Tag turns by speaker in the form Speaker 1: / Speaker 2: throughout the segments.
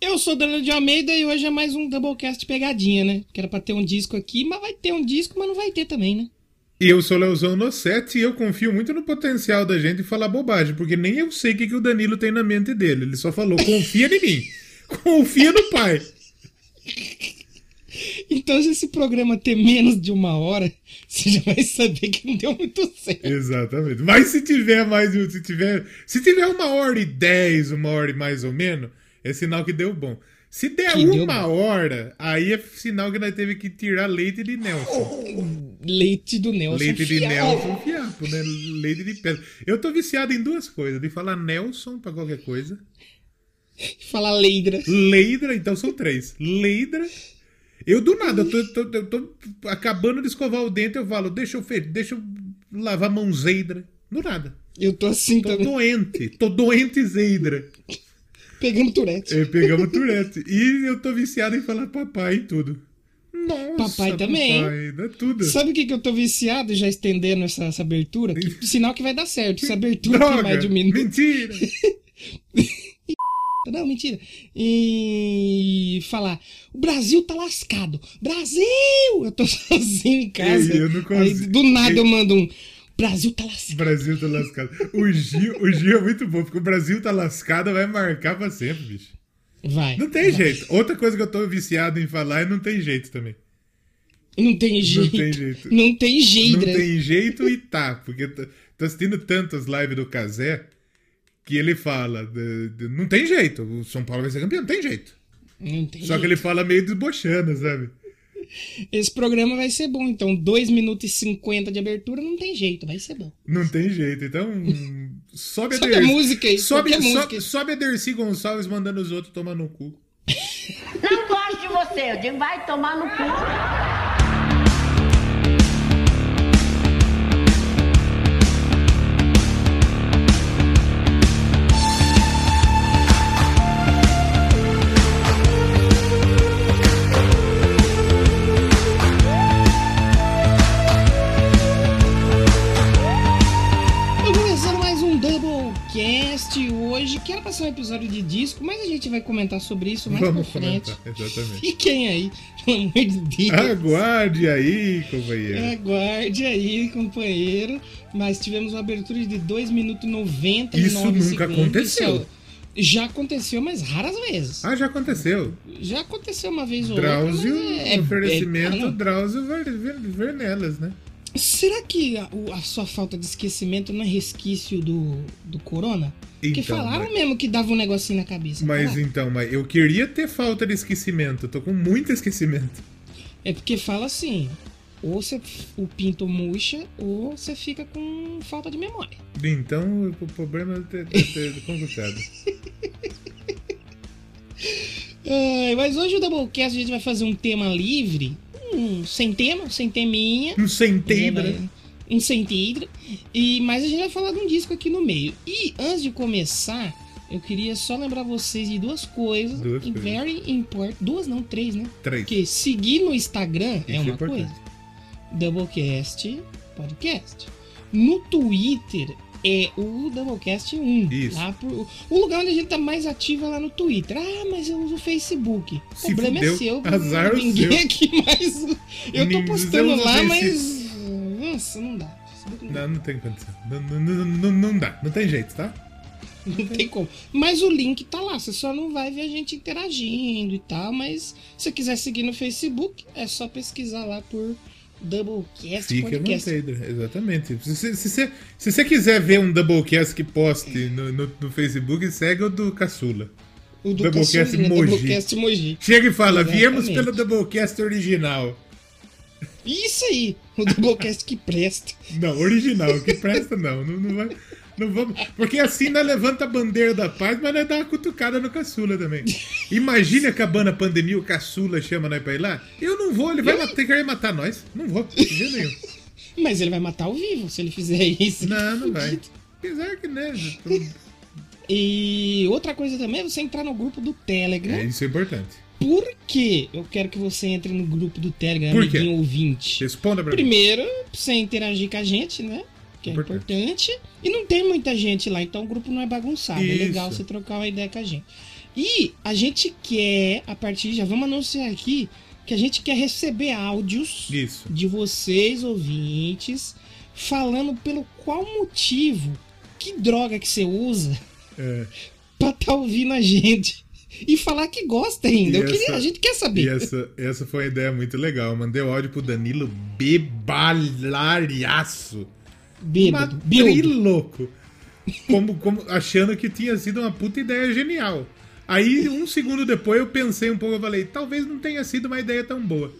Speaker 1: Eu sou Daniel de Almeida e hoje é mais um Doublecast pegadinha, né? Que era pra ter um disco aqui, mas vai ter um disco, mas não vai ter também, né?
Speaker 2: E eu sou Leozão Nossete e eu confio muito no potencial da gente de falar bobagem, porque nem eu sei o que, que o Danilo tem na mente dele. Ele só falou, confia em mim. Confia no pai.
Speaker 1: Então, se esse programa ter menos de uma hora, você já vai saber que não deu muito certo.
Speaker 2: Exatamente. Mas se tiver mais de um- se tiver. Se tiver uma hora e dez, uma hora e mais ou menos, é sinal que deu bom. Se der
Speaker 1: Que deu
Speaker 2: uma hora, aí é sinal que nós teve que tirar leite de Nelson.
Speaker 1: Leite do Nelson.
Speaker 2: leite de
Speaker 1: Fial.
Speaker 2: Nelson, fiapo, né? Leite de pedra. Eu tô viciado em duas coisas: de falar Nelson pra qualquer coisa.
Speaker 1: Fala leidra.
Speaker 2: Leidra, então são três. Leidra. Eu do nada, eu tô, tô- tô- tô acabando de escovar o dente, eu falo, deixa eu, fe... deixa eu lavar a mão zeidra. Do nada.
Speaker 1: Eu tô assim
Speaker 2: Tô
Speaker 1: também,
Speaker 2: doente. Tô doente zeidra.
Speaker 1: pegando turete.
Speaker 2: É, pegamos o Tourette. E eu tô viciado em falar papai e tudo. Nossa,
Speaker 1: Papai também.
Speaker 2: Papai, dá tudo.
Speaker 1: Sabe o que, que eu tô viciado já estendendo essa, essa abertura? Que, sinal que vai dar certo. Essa abertura tem
Speaker 2: Droga,
Speaker 1: mais de um minuto.
Speaker 2: mentira.
Speaker 1: Não, mentira. E falar, o Brasil tá lascado. Brasil! Eu tô sozinho em casa.
Speaker 2: Ei, eu não
Speaker 1: Aí,
Speaker 2: consigo.
Speaker 1: do nada eu mando um, Brasil tá
Speaker 2: O
Speaker 1: lascado.
Speaker 2: Brasil tá lascado. O Gil, o Gil é muito bom, porque o Brasil tá lascado vai marcar pra sempre, bicho.
Speaker 1: Vai.
Speaker 2: Não tem jeito. Outra coisa que eu tô viciado em falar é não tem jeito também.
Speaker 1: Não tem jeito.
Speaker 2: tem jeito.
Speaker 1: Não tem jeito. né?
Speaker 2: Não tem jeito e tá. Porque eu tô- tô assistindo tantas lives do Cazé que ele fala. de- de- Não tem jeito. O São Paulo vai ser campeão, não tem jeito.
Speaker 1: Não tem
Speaker 2: Só que
Speaker 1: jeito.
Speaker 2: ele fala meio desbochando, sabe?
Speaker 1: Esse programa vai ser bom, então. 2 minutos e 50 de abertura, não tem jeito, vai ser bom.
Speaker 2: Não tem jeito. Então, hum, sobe a
Speaker 1: Sobe a
Speaker 2: Dercy-
Speaker 1: música aí,
Speaker 2: Sobe,
Speaker 1: qualquer
Speaker 2: so-
Speaker 1: música aí.
Speaker 2: sobe a Dercy Gonçalves mandando os outros tomar no cu.
Speaker 3: Não gosto de você. Eu digo, vai tomar no cu.
Speaker 1: Então, começando mais um Doublecast hoje, que era pra ser um episódio de disco, mas a gente vai comentar sobre isso mais
Speaker 2: Vamos
Speaker 1: pra frente.
Speaker 2: comentar. Ah, Exatamente.
Speaker 1: Fiquem aí, pelo amor de Deus.
Speaker 2: Aguarde aí,
Speaker 1: É.
Speaker 2: companheiro.
Speaker 1: Aguarde aí, companheiro. Mas tivemos uma abertura de 2 minutos e 99
Speaker 2: Isso nunca
Speaker 1: segundos.
Speaker 2: aconteceu.
Speaker 1: Isso Já aconteceu, mas raras vezes.
Speaker 2: Ah, já aconteceu.
Speaker 1: Já aconteceu uma vez ou
Speaker 2: Drauzio,
Speaker 1: outra. mas é- é-
Speaker 2: oferecimento,
Speaker 1: é- ah, não.
Speaker 2: Drauzio Ver- Ver- Vernelas, né?
Speaker 1: Será que a, o- a sua falta de esquecimento não é resquício do, do corona? Porque
Speaker 2: Então,
Speaker 1: falaram
Speaker 2: mas-
Speaker 1: mesmo que dava um negocinho na cabeça.
Speaker 2: Mas
Speaker 1: falaram.
Speaker 2: então, mas eu queria ter falta de esquecimento. Eu tô com muito esquecimento.
Speaker 1: É porque fala assim: ou você, o pinto murcha, ou você fica com falta de memória.
Speaker 2: Então, o problema é ter, ter, ter complicado.
Speaker 1: Ai, mas hoje o Doublecast a gente vai fazer um tema livre, um sem tema, sem teminha.
Speaker 2: Um centeiro.
Speaker 1: né,
Speaker 2: né?
Speaker 1: Um sem tidra. E Mas a gente vai falar de um disco aqui no meio. E antes de começar, eu queria só lembrar vocês de duas coisas.
Speaker 2: Duas coisas.
Speaker 1: Very important. Duas não, três, né?
Speaker 2: Três.
Speaker 1: Porque seguir no Instagram é
Speaker 2: Isso
Speaker 1: uma
Speaker 2: importante.
Speaker 1: coisa. Doublecast Podcast. No Twitter é o Doublecast 1.
Speaker 2: Isso.
Speaker 1: Lá pro- o lugar onde a gente tá mais ativo é lá no Twitter. Ah, mas eu uso o Facebook. O
Speaker 2: Se
Speaker 1: problema
Speaker 2: fudeu,
Speaker 1: é seu.
Speaker 2: azar o
Speaker 1: ninguém
Speaker 2: seu.
Speaker 1: aqui mais. usa. Eu tô
Speaker 2: Ninguém
Speaker 1: postando
Speaker 2: usa
Speaker 1: lá,
Speaker 2: o
Speaker 1: mas. Nossa, não dá. Facebook não dá.
Speaker 2: Não, não tem condição. Não, não, não, não, não dá. Não tem jeito, tá?
Speaker 1: Não tem como. Mas o link tá lá, você só não vai ver a gente interagindo e tal, mas se você quiser seguir no Facebook, é só pesquisar lá por Doublecast
Speaker 2: Fica no
Speaker 1: Podcast.
Speaker 2: Taylor, né? exatamente. Se você se, você- se você quiser ver um Doublecast que poste no, no, no Facebook, segue o do Caçula.
Speaker 1: O do
Speaker 2: Doublecast
Speaker 1: Caçulinha,
Speaker 2: Mogi.
Speaker 1: Doublecast Mogi.
Speaker 2: Chega e fala, viemos
Speaker 1: Exatamente.
Speaker 2: pelo Doublecast original.
Speaker 1: Isso aí, o Doublecast que presta.
Speaker 2: Não, original, que presta não. Não, não vai. Não vamos. Porque assim nós levanta a bandeira da paz, mas nós dá uma cutucada no caçula também. Imagina acabando a pandemia, o caçula chama nós pra ir lá. Eu não vou, ele vai matar, querer matar nós. Não vou, de jeito nenhum.
Speaker 1: Mas ele vai matar ao vivo se ele fizer isso.
Speaker 2: Não, não vai. Apesar que, né?
Speaker 1: E outra coisa também é você entrar no grupo do Telegram.
Speaker 2: É, isso é importante.
Speaker 1: Por que eu quero que você entre no grupo do Telegram,
Speaker 2: Por quê?
Speaker 1: amiguinho ouvinte?
Speaker 2: Responda pra mim.
Speaker 1: Primeiro, pra você interagir com a gente, né? Que é importante.
Speaker 2: Importante.
Speaker 1: E não tem muita gente lá, então o grupo não é bagunçado. É legal
Speaker 2: Isso.
Speaker 1: você trocar uma ideia com a gente. E a gente quer, a partir de já, vamos anunciar aqui que a gente quer receber áudios
Speaker 2: Isso.
Speaker 1: de vocês, ouvintes, falando pelo qual motivo, que droga que você usa
Speaker 2: É.
Speaker 1: pra tá ouvindo a gente. E falar que gosta ainda.
Speaker 2: E
Speaker 1: Eu queria-
Speaker 2: essa-
Speaker 1: a gente quer
Speaker 2: E é
Speaker 1: saber.
Speaker 2: essa, essa foi uma ideia muito legal. Eu mandei o áudio pro Danilo bebalariaço.
Speaker 1: Bêbado. Bêbado.
Speaker 2: louco. Como, como, achando que tinha sido uma puta ideia genial. Aí, um segundo depois, eu pensei um pouco, eu falei, talvez não tenha sido uma ideia tão boa.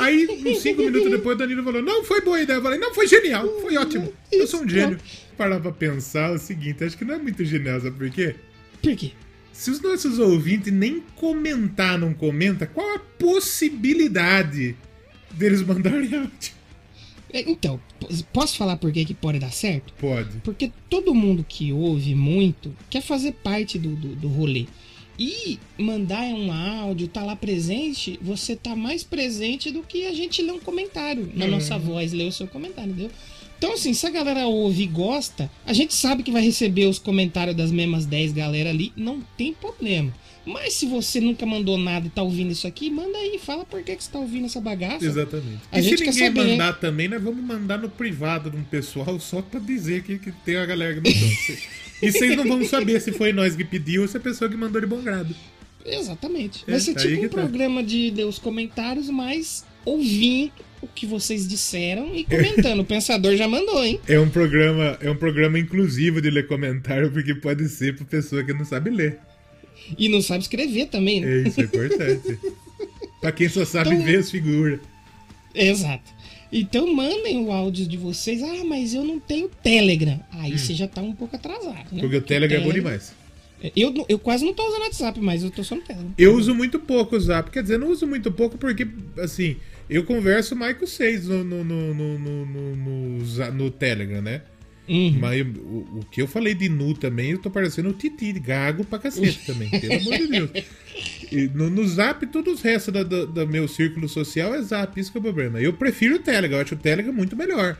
Speaker 2: Aí, uns cinco minutos depois, o Danilo falou, não, foi boa a ideia. Eu falei, não, foi genial, foi ótimo. Eu sou um gênio. Parar pra pensar é o seguinte, acho que não é muito genial, sabe por quê?
Speaker 1: Por quê?
Speaker 2: Se os nossos ouvintes nem comentar, não comenta, qual a possibilidade deles mandarem áudio?
Speaker 1: É, Então, p- posso falar por que que pode dar certo?
Speaker 2: Pode.
Speaker 1: Porque todo mundo que ouve muito quer fazer parte do, do, do rolê. E mandar um áudio, tá lá presente, você tá mais presente do que a gente lê um comentário. Na nossa voz, lê o seu comentário, entendeu? Então, assim, se a galera ouve e gosta, a gente sabe que vai receber os comentários das mesmas 10 galera ali, não tem problema. Mas se você nunca mandou nada e tá ouvindo isso aqui, manda aí, fala por que, que você tá ouvindo essa bagaça.
Speaker 2: Exatamente.
Speaker 1: A
Speaker 2: e se
Speaker 1: gente quer
Speaker 2: ninguém
Speaker 1: saber.
Speaker 2: mandar também, nós vamos mandar no privado de um pessoal só pra dizer que, que tem a galera que mandou. Se- e vocês não vão saber se foi nós que pediu ou se a pessoa que mandou de bom grado.
Speaker 1: Exatamente.
Speaker 2: É,
Speaker 1: Vai ser
Speaker 2: tá aí
Speaker 1: tipo
Speaker 2: que
Speaker 1: um
Speaker 2: tá.
Speaker 1: programa de, de os comentários, mas ouvindo o que vocês disseram e comentando. o pensador já mandou, hein?
Speaker 2: É um programa, é um programa inclusivo de ler comentário, porque pode ser pra pessoa que não sabe ler.
Speaker 1: E não sabe escrever também, né?
Speaker 2: É isso, é importante. pra quem só sabe
Speaker 1: Então-
Speaker 2: ver as figuras. É.
Speaker 1: Exato. Então mandem o áudio de vocês. Ah, mas eu não tenho Telegram. Aí você já tá um pouco atrasado, né?
Speaker 2: Hum. Porque o Telegram é bom demais.
Speaker 1: Eu, não- eu quase não tô usando WhatsApp, mas eu tô só no Telegram.
Speaker 2: Eu uso muito pouco o Zap. Quer dizer, eu não uso muito pouco porque, assim, eu converso mais com vocês no, no, no, no, no, no, no Za- no Telegram, né?
Speaker 1: Uhum.
Speaker 2: Mas eu- o, o que eu falei de nu também, eu tô parecendo o Titi, gago pra cacete também, pelo amor de Deus. E no, no Zap, todos os restos da- da- do meu círculo social é Zap, isso que é o problema. Eu prefiro o Telegram, eu acho o Telegram muito melhor.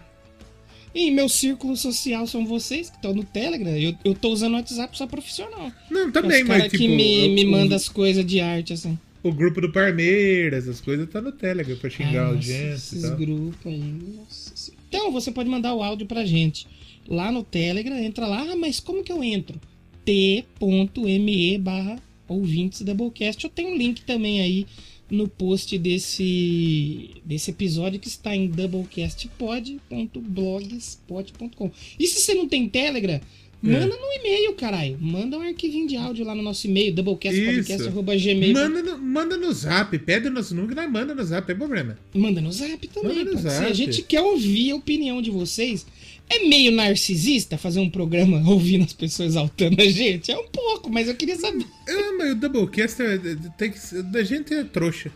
Speaker 1: E meu círculo social são vocês que estão no Telegram. Eu, eu tô usando o WhatsApp só profissional.
Speaker 2: Não,
Speaker 1: Os
Speaker 2: também, mas
Speaker 1: caras
Speaker 2: tipo...
Speaker 1: que me,
Speaker 2: eu-
Speaker 1: me
Speaker 2: o-
Speaker 1: mandam as coisas de arte, assim.
Speaker 2: O, grupo do Parmeiras, essas coisas, tá no Telegram pra
Speaker 1: Ai,
Speaker 2: xingar a
Speaker 1: nossa,
Speaker 2: audiência e
Speaker 1: É, esses
Speaker 2: tal.
Speaker 1: grupos aí. nossa senhora. Então, você pode mandar o áudio pra gente. Lá no Telegram, entra lá. Ah, mas como que eu entro? t.me barra ouvintes Doublecast. Eu tenho um link também aí no post desse, desse episódio que está em doublecastpod.blogspot.com. E se você não tem Telegram,
Speaker 2: É.
Speaker 1: manda no e-mail, caralho. Manda um arquivinho de áudio lá no nosso e-mail, doublecastpodcast.gmail.
Speaker 2: Manda no, manda no Zap, pede o nosso número, nós manda no Zap, é problema.
Speaker 1: Manda no zap também.
Speaker 2: Manda no
Speaker 1: pode ser.
Speaker 2: zap.
Speaker 1: A gente quer ouvir a opinião de vocês. É meio narcisista fazer um programa ouvindo as pessoas altando a gente? É um pouco, mas eu queria saber.
Speaker 2: Ah, mas o Doublecast é- é- tem que ser- da gente é trouxa.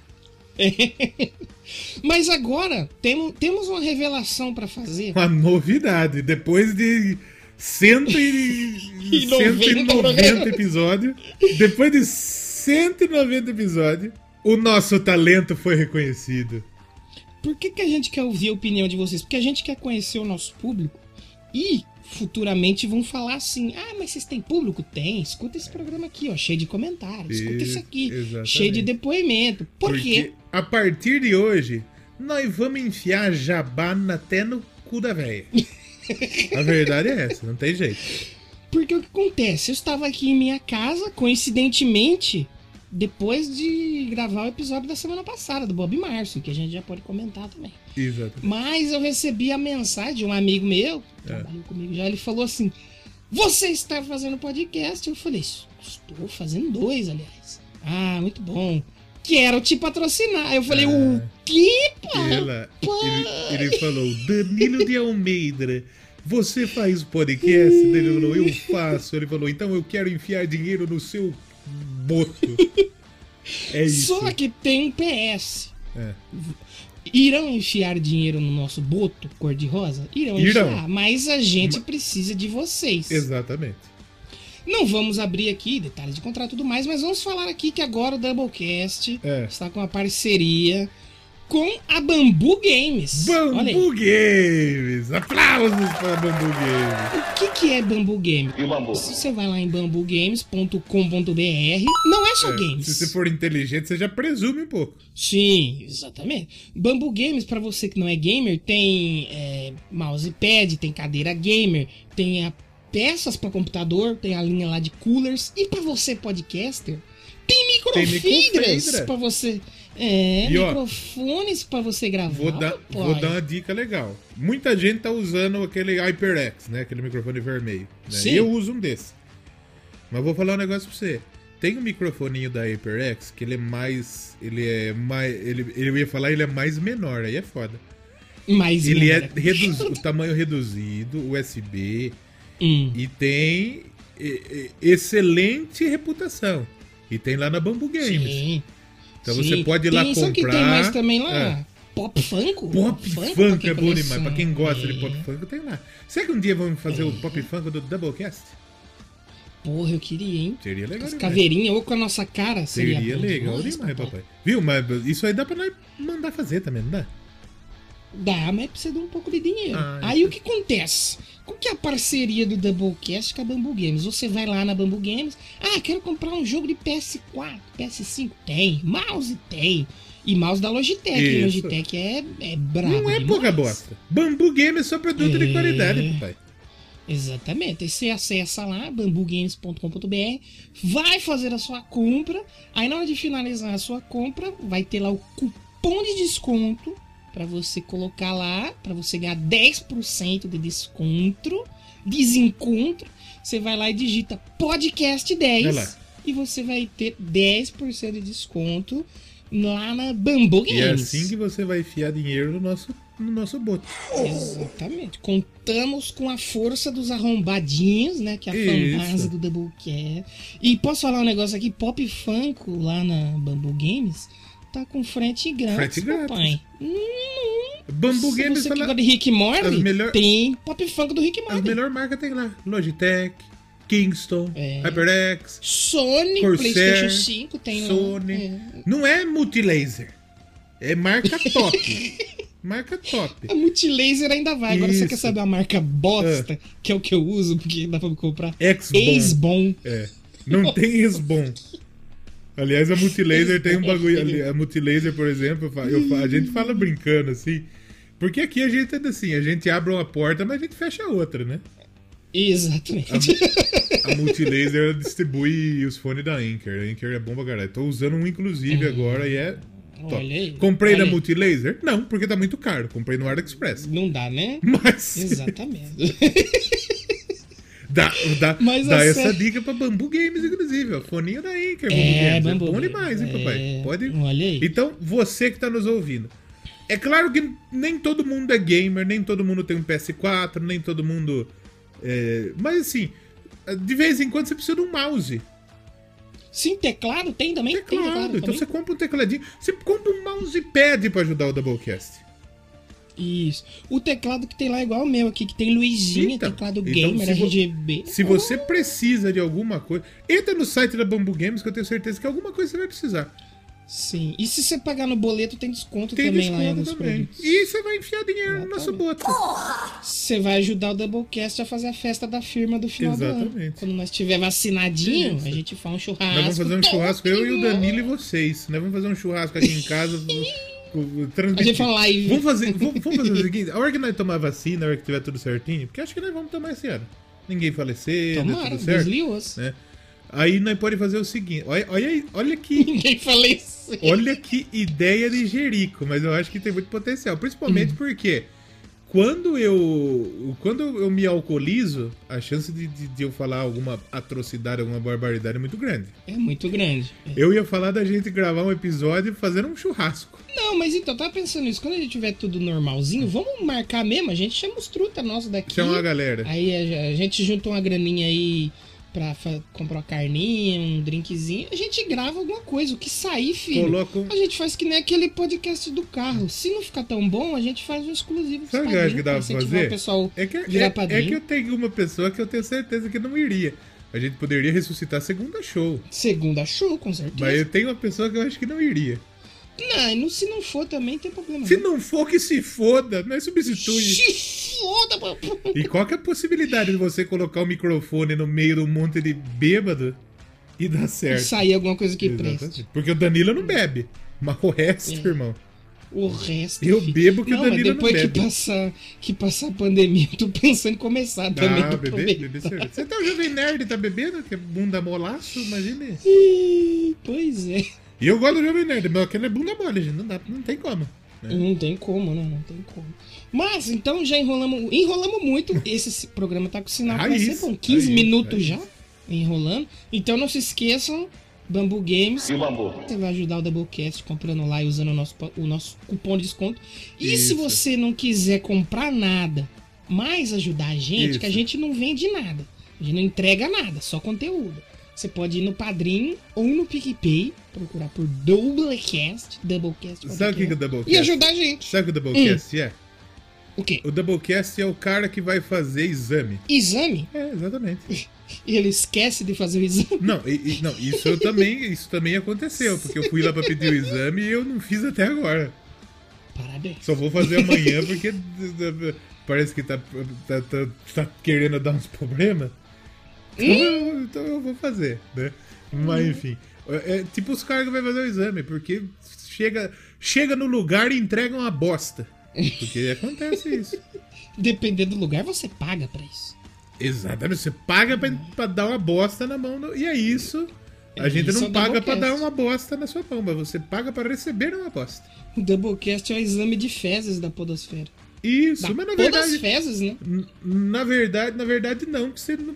Speaker 1: Mas agora temos, temos uma revelação pra fazer.
Speaker 2: Uma novidade. Depois de cento e...
Speaker 1: E noventa
Speaker 2: 190 episódios. Depois de 190 episódios, o nosso talento foi reconhecido.
Speaker 1: Por que, que a gente quer ouvir a opinião de vocês? Porque a gente quer conhecer o nosso público e futuramente vão falar assim: ah, mas vocês têm público? Tem. Escuta esse programa aqui, ó, cheio de comentários. Escuta
Speaker 2: Isso,
Speaker 1: isso aqui,
Speaker 2: exatamente.
Speaker 1: cheio de depoimento. Por quê?
Speaker 2: a partir de hoje, nós vamos enfiar jabá na- até no cu da véia. a verdade é essa, não tem jeito.
Speaker 1: Porque o que acontece? Eu estava aqui em minha casa, coincidentemente, depois de gravar o episódio da semana passada, do Bob Márcio, que a gente já pode comentar também.
Speaker 2: Exato.
Speaker 1: Mas eu recebi a mensagem de um amigo meu, que trabalhou comigo já, ele falou assim: Você está fazendo podcast? Eu falei: Estou fazendo dois, aliás. Ah, muito bom. Quero te patrocinar. Eu falei: O quê?
Speaker 2: Ela, ele, ele falou, Danilo de Almeida, você faz podcast? Ele falou, eu faço. Ele falou, então eu quero enfiar dinheiro no seu boto. É isso.
Speaker 1: Só que tem um PS.
Speaker 2: É.
Speaker 1: Irão enfiar dinheiro no nosso boto cor-de-rosa? Irão,
Speaker 2: Irão.
Speaker 1: enfiar, mas a gente precisa de vocês.
Speaker 2: Exatamente.
Speaker 1: Não vamos abrir aqui detalhes de contrato e tudo mais, mas vamos falar aqui que agora o Doublecast
Speaker 2: É.
Speaker 1: está com uma parceria com a Bambu Games. Olha aí.
Speaker 2: Bambu Games! Aplausos para Bambu Games!
Speaker 1: O que, que é Bambu Game?
Speaker 4: E o bambu?
Speaker 1: Se você vai lá em bambugames.com.br, não é só games.
Speaker 2: Se você for inteligente, você já presume um pouco.
Speaker 1: Sim, exatamente. Bambu Games, pra você que não é gamer, tem é, mousepad, tem cadeira gamer, tem a- peças pra computador, tem a linha lá de coolers. E pra você, podcaster, tem microfibras
Speaker 2: microfibra.
Speaker 1: pra você. É,
Speaker 2: E, ó,
Speaker 1: microfones pra você gravar.
Speaker 2: Vou, dar,
Speaker 1: meu
Speaker 2: vou
Speaker 1: pai.
Speaker 2: dar uma dica legal. Muita gente tá usando aquele HyperX, né? Aquele microfone vermelho. né?
Speaker 1: Sim.
Speaker 2: Eu uso um desse. Mas vou falar um negócio pra você. Tem um microfoninho da HyperX que ele é mais. Ele é mais. Ele, eu ia falar ele é mais menor, aí é foda.
Speaker 1: Mas
Speaker 2: Ele é
Speaker 1: mano,
Speaker 2: reduzi- o tamanho reduzido, USB,
Speaker 1: hum,
Speaker 2: e tem e- e- excelente reputação. E tem lá na Bambu Games.
Speaker 1: sim,
Speaker 2: Então
Speaker 1: sim.
Speaker 2: você pode ir lá
Speaker 1: tem,
Speaker 2: comprar.
Speaker 1: Sabe o que tem mais também lá?
Speaker 2: É.
Speaker 1: Pop Funko?
Speaker 2: Pop Funk,
Speaker 1: pra quem
Speaker 2: é bom demais.
Speaker 1: coleciona.
Speaker 2: Pra quem gosta de
Speaker 1: É.
Speaker 2: Pop Funk, tem lá. Será que um dia vamos fazer o Pop Funk do Doublecast?
Speaker 1: Porra, eu queria, hein?
Speaker 2: Seria
Speaker 1: Com
Speaker 2: legal
Speaker 1: as
Speaker 2: demais.
Speaker 1: caveirinhas ou com a nossa cara. Seria,
Speaker 2: Seria
Speaker 1: bom
Speaker 2: legal
Speaker 1: demais,
Speaker 2: demais,
Speaker 1: papai.
Speaker 2: papai. Viu? Mas isso aí dá pra nós mandar fazer também, não dá?
Speaker 1: Dá, mas precisa de um pouco de dinheiro.
Speaker 2: Ah,
Speaker 1: Aí o que acontece? Qual que é a parceria do Doublecast com a Bambu Games? Você vai lá na Bambu Games, ah, quero comprar um jogo de PS4, PS5, tem. Mouse tem. E mouse da Logitech.
Speaker 2: Isso.
Speaker 1: Logitech é, é brabo.
Speaker 2: não é
Speaker 1: demais.
Speaker 2: pouca bosta. Bambu Game é só produto
Speaker 1: É.
Speaker 2: de qualidade, papai.
Speaker 1: Exatamente. Aí você acessa lá, bambugames.com.br, vai fazer a sua compra. Aí na hora de finalizar a sua compra, vai ter lá o cupom de desconto para você colocar lá, para você ganhar 10% de desconto, desencontro. Você vai lá e digita podcast
Speaker 2: Vai
Speaker 1: 10
Speaker 2: lá.
Speaker 1: e você vai ter 10% de desconto lá na Bambu
Speaker 2: E é
Speaker 1: Games.
Speaker 2: assim que você vai enfiar dinheiro no nosso, no nosso boto.
Speaker 1: Exatamente. Contamos com a força dos arrombadinhos, né? Que é a
Speaker 2: Isso.
Speaker 1: fanbase do Doublecare. E posso falar um negócio aqui? Pop Funko lá na Bambu Games tá com frete grátis,
Speaker 2: Frete grátis.
Speaker 1: papai. Hum,
Speaker 2: Bambu
Speaker 1: se
Speaker 2: Games
Speaker 1: você que
Speaker 2: fala...
Speaker 1: gosta de Rick Morty,
Speaker 2: As melhor-
Speaker 1: tem Pop Funko do Rick
Speaker 2: As
Speaker 1: Morty.
Speaker 2: melhores marcas tem lá. Logitech, Kingston,
Speaker 1: É.
Speaker 2: HyperX.
Speaker 1: Sony,
Speaker 2: Corsair,
Speaker 1: Playstation 5 tem lá.
Speaker 2: Sony.
Speaker 1: É.
Speaker 2: Não é multilaser. É marca top. marca top.
Speaker 1: A Multilaser ainda vai. Agora você
Speaker 2: Isso. Ah.
Speaker 1: quer saber a marca bosta, que é o que eu uso, porque dá pra me comprar.
Speaker 2: Ex-bom.
Speaker 1: Ex-Bom.
Speaker 2: É. Não tem ex-bom. Aliás, a multilaser tem um bagulho. ali- A multilaser, por exemplo, eu fa- eu fa- a gente fala brincando assim. Porque aqui a gente é assim, a gente abre uma porta, mas a gente fecha a outra, né?
Speaker 1: Exatamente.
Speaker 2: Tá A multilaser ela distribui os fones da Anker. A Anker é bomba, caralho. Tô usando um, inclusive, agora e é. top.
Speaker 1: Olha aí.
Speaker 2: Comprei
Speaker 1: Olha
Speaker 2: na
Speaker 1: Hum. aí.
Speaker 2: Multilaser? Não, porque tá muito caro. Comprei no AliExpress.
Speaker 1: Não dá, né?
Speaker 2: Mas
Speaker 1: Exatamente.
Speaker 2: dá, dá,
Speaker 1: Mas
Speaker 2: dá
Speaker 1: a
Speaker 2: essa
Speaker 1: série-
Speaker 2: dica pra Bambu Games, inclusive. Ó. Foninho da Anker.
Speaker 1: É,
Speaker 2: Games.
Speaker 1: bambu.
Speaker 2: é bom demais, hein, papai?
Speaker 1: É,
Speaker 2: Pode.
Speaker 1: Olha aí.
Speaker 2: Então, você que tá nos ouvindo. É claro que nem todo mundo é gamer, nem todo mundo tem um PS4, nem todo mundo. é, Mas assim, de vez em quando você precisa de um mouse.
Speaker 1: Sim, teclado tem também? Tem
Speaker 2: Teclado. Então
Speaker 1: também?
Speaker 2: você compra um tecladinho. Você compra um mousepad pra ajudar o Doublecast.
Speaker 1: Isso. O teclado que tem lá é igual o meu aqui, que tem Luizinha,
Speaker 2: Então,
Speaker 1: teclado
Speaker 2: então
Speaker 1: gamer,
Speaker 2: se vo-
Speaker 1: RGB.
Speaker 2: Se
Speaker 1: Uhum.
Speaker 2: você precisa de alguma coisa, entra no site da Bambu Games que eu tenho certeza que alguma coisa você vai precisar.
Speaker 1: Sim. E se você pagar no boleto, tem desconto
Speaker 2: Tem
Speaker 1: também lá em alguns
Speaker 2: desconto também.
Speaker 1: produtos.
Speaker 2: E você vai enfiar dinheiro no nosso boto.
Speaker 1: Você vai ajudar o Doublecast a fazer a festa da firma do final do ano.
Speaker 2: Exatamente.
Speaker 1: Quando nós estiver vacinadinho,
Speaker 2: Isso.
Speaker 1: a gente faz um churrasco.
Speaker 2: Nós vamos fazer um
Speaker 1: todo
Speaker 2: churrasco, eu e o
Speaker 1: mundo.
Speaker 2: Danilo e vocês. Nós vamos fazer um churrasco aqui em casa. com-
Speaker 1: A gente
Speaker 2: transmitir.
Speaker 1: faz uma live.
Speaker 2: Vamos fazer, vamos, vamos fazer o seguinte: a hora que nós tomar a vacina, a hora que tiver tudo certinho, porque acho que nós vamos tomar esse ano. Ninguém falecer, deu
Speaker 1: Tomara,
Speaker 2: né? tudo certo.
Speaker 1: deslioso.
Speaker 2: né? Aí nós podemos fazer o seguinte: olha, olha, aí- olha que
Speaker 1: Ninguém faleceu.
Speaker 2: Olha que ideia de Jerico, mas eu acho que tem muito potencial. Principalmente
Speaker 1: Uhum.
Speaker 2: porque quando eu, quando eu me alcoolizo, a chance de, de- de eu falar alguma atrocidade, alguma barbaridade é muito grande.
Speaker 1: É muito grande. É.
Speaker 2: Eu ia falar da gente gravar um episódio fazendo um churrasco.
Speaker 1: Não, mas então, eu tava pensando nisso. Quando a gente tiver tudo normalzinho, vamos marcar mesmo. A gente chama os truta nossa daqui.
Speaker 2: Chama a galera.
Speaker 1: Aí a, a gente junta uma graninha aí pra fa- comprar uma carninha, um drinkzinho. A gente grava alguma coisa. O que sair, filho?
Speaker 2: Coloca um.
Speaker 1: A gente faz que nem aquele podcast do carro. Se não ficar tão bom, a gente faz um exclusivo. pro
Speaker 2: Sabe o que
Speaker 1: Instagram
Speaker 2: eu acho que dá pra
Speaker 1: incentivar
Speaker 2: fazer?
Speaker 1: O pessoal...
Speaker 2: É que, é,
Speaker 1: Virar
Speaker 2: é
Speaker 1: padrinho.
Speaker 2: que eu tenho uma pessoa que eu tenho certeza que não iria. A gente poderia ressuscitar a segunda show.
Speaker 1: Segunda show, com certeza.
Speaker 2: Mas eu tenho uma pessoa que eu acho que não iria.
Speaker 1: Não, e não- se não for também tem problema.
Speaker 2: Se
Speaker 1: não.
Speaker 2: não for que se foda, não é substitui.
Speaker 1: Se foda, pô.
Speaker 2: E qual que é a possibilidade de você colocar o microfone no meio de um monte de bêbado e dar certo?
Speaker 1: Sair alguma coisa que
Speaker 2: Exatamente.
Speaker 1: preste.
Speaker 2: Porque o Danilo não bebe. Mas o resto,
Speaker 1: É.
Speaker 2: irmão.
Speaker 1: O resto.
Speaker 2: Eu
Speaker 1: filho.
Speaker 2: bebo que o
Speaker 1: não, mas
Speaker 2: Danilo não
Speaker 1: depois que
Speaker 2: bebe.
Speaker 1: passar, que passar a pandemia, eu tô pensando em começar também.
Speaker 2: Ah,
Speaker 1: tô
Speaker 2: bebê,
Speaker 1: aproveitando.
Speaker 2: bebê cerveja. Você tá o Jovem Nerd, tá bebendo? Que é bunda molaço, imagina.
Speaker 1: Ih, Pois é.
Speaker 2: E eu gosto do Jovem Nerd, mas aquele é bunda mole, gente. Não, dá, não tem como. né?
Speaker 1: Não tem como, né? Não tem como. Mas, então, já enrolamos enrolamos muito. Esse s- programa tá com sinal que vai ser
Speaker 2: Raiz,
Speaker 1: bom. 15
Speaker 2: raiz,
Speaker 1: minutos
Speaker 2: raiz.
Speaker 1: já enrolando. Então, não se esqueçam, Bambu Games.
Speaker 4: E o bambu?
Speaker 1: Você vai ajudar o Doublecast comprando lá e usando o nosso, po- o nosso cupom de desconto. E se
Speaker 2: Isso.
Speaker 1: você não quiser comprar nada, mas ajudar a gente,
Speaker 2: Isso.
Speaker 1: que a gente não vende nada. A gente não entrega nada, só conteúdo. Você pode ir no Padrim ou no PicPay, procurar por Doublecast, Doublecast.
Speaker 2: Sabe o que, que
Speaker 1: E
Speaker 2: é o Doublecast?
Speaker 1: ajudar a gente. Hum.
Speaker 2: Sabe o que o Doublecast é?
Speaker 1: O quê?
Speaker 2: O Doublecast é o cara que vai fazer exame.
Speaker 1: Exame?
Speaker 2: É, exatamente.
Speaker 1: Ele esquece de fazer o exame.
Speaker 2: Não, e- e- não isso, eu também, isso também aconteceu, porque eu fui lá pra pedir o exame e eu não fiz até agora.
Speaker 1: Parabéns.
Speaker 2: Só vou fazer amanhã porque parece que tá, tá, tá- tá querendo dar uns problemas. Então, eu, então eu vou fazer, né? Mas enfim. É, é tipo os caras que vai fazer o exame, porque chega, chega no lugar e entrega uma bosta. Porque acontece isso.
Speaker 1: Dependendo do lugar, você paga pra isso.
Speaker 2: Exatamente. Você paga pra, pra dar uma bosta na mão. do- e é isso. A
Speaker 1: É
Speaker 2: gente
Speaker 1: isso, é
Speaker 2: não
Speaker 1: o
Speaker 2: paga pra dar
Speaker 1: Doublecast.
Speaker 2: uma bosta na sua mão, mas você paga pra receber uma bosta.
Speaker 1: O Doublecast é o exame de fezes da podosfera.
Speaker 2: Isso,
Speaker 1: Da
Speaker 2: mas na
Speaker 1: podas
Speaker 2: verdade.
Speaker 1: fezes, né?
Speaker 2: N- Na verdade, na verdade não, que você não,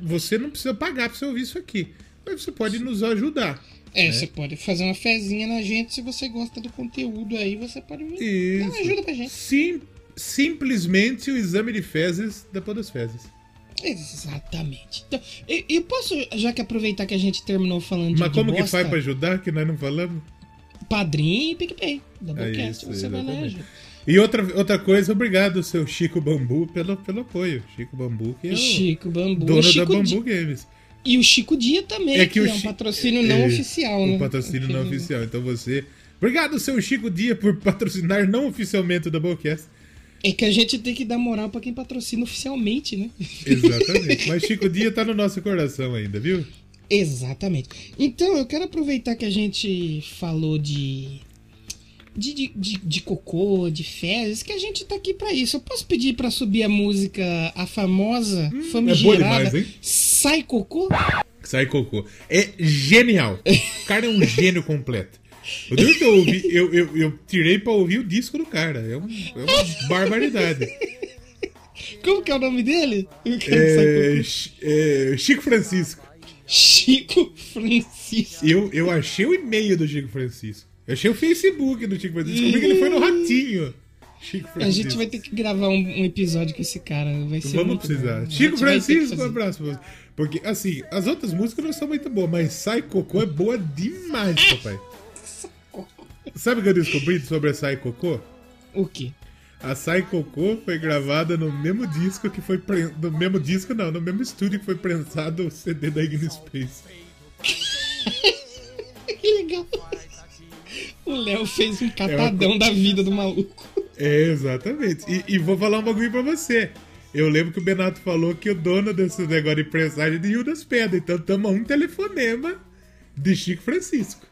Speaker 2: você não precisa pagar pra você ouvir isso aqui. Mas você pode nos ajudar.
Speaker 1: É, você pode fazer uma fezinha na gente. Se você gosta do conteúdo aí, você pode me dar uma
Speaker 2: Isso.
Speaker 1: ajuda né? pra gente.
Speaker 2: Sim, simplesmente o exame de fezes da das fezes.
Speaker 1: Exatamente. Então, e, e posso, já que aproveitar que a gente terminou falando de
Speaker 2: Mas como
Speaker 1: de
Speaker 2: que
Speaker 1: bosta,
Speaker 2: faz pra ajudar, que nós não falamos?
Speaker 1: Padrim e PicPay.
Speaker 2: É
Speaker 1: Doublecast,
Speaker 2: isso,
Speaker 1: você vai lá e
Speaker 2: exatamente.
Speaker 1: ajuda.
Speaker 2: E outra, outra coisa, obrigado, seu Chico Bambu, pelo, pelo apoio. Chico Bambu, que é o
Speaker 1: Chico Bambu.
Speaker 2: dono
Speaker 1: O Chico
Speaker 2: da
Speaker 1: Di-
Speaker 2: Bambu Games.
Speaker 1: E o Chico Dia também,
Speaker 2: É
Speaker 1: é
Speaker 2: que
Speaker 1: que,
Speaker 2: o
Speaker 1: é um
Speaker 2: Chi-
Speaker 1: patrocínio
Speaker 2: é,
Speaker 1: não
Speaker 2: é,
Speaker 1: oficial, né?
Speaker 2: O patrocínio não oficial. Então você. Obrigado, seu Chico Dia, por patrocinar não oficialmente o Doublecast.
Speaker 1: É que a gente tem que dar moral pra quem patrocina oficialmente, né?
Speaker 2: Exatamente. Mas Chico Dia tá no nosso coração ainda, viu?
Speaker 1: Exatamente. Então, eu quero aproveitar que a gente falou de. De, de, de- de cocô, de fezes, que a gente tá aqui pra isso. Eu posso pedir pra subir a música, a famosa,
Speaker 2: é boa
Speaker 1: famigerada,
Speaker 2: demais, hein?
Speaker 1: Sai Cocô?
Speaker 2: Sai cocô. É genial. O cara é um gênio completo. O dia que eu ouvi, eu, eu, eu tirei pra ouvir o disco do cara. É, um- é uma barbaridade.
Speaker 1: Como que é o nome dele? Eu quero Sai
Speaker 2: É,
Speaker 1: Cocô.
Speaker 2: Chi- é, Chico Francisco.
Speaker 1: Chico Francisco.
Speaker 2: Eu, eu achei o e-mail do Chico Francisco. Eu achei o Facebook do Chico Francisco. Descobri que ele foi no Ratinho. Chico
Speaker 1: A
Speaker 2: Francisco.
Speaker 1: gente vai ter que gravar um, um episódio com esse cara. Vai ser
Speaker 2: Vamos
Speaker 1: muito
Speaker 2: precisar.
Speaker 1: bom. A
Speaker 2: Chico
Speaker 1: gente vai ter que
Speaker 2: Francisco, um
Speaker 1: fazer.
Speaker 2: abraço pra você. Porque, assim, as outras músicas não são muito boas, mas Sai Cocô é boa demais, papai. Sabe o que eu descobri sobre a Sai Cocô?
Speaker 1: O quê?
Speaker 2: A Sai Cocô foi gravada no mesmo disco que foi. Pre... No mesmo disco, não, no mesmo estúdio que foi prensado o CD da Ignispace.
Speaker 1: Que legal. O Léo fez um catadão da vida do maluco.
Speaker 2: É, exatamente. E, e vou falar um bagulho pra você. Eu lembro que o Benato falou que o dono desse negócio de prensagem é de Rio das Pedras. Então tamo a um telefonema de Chico Francisco.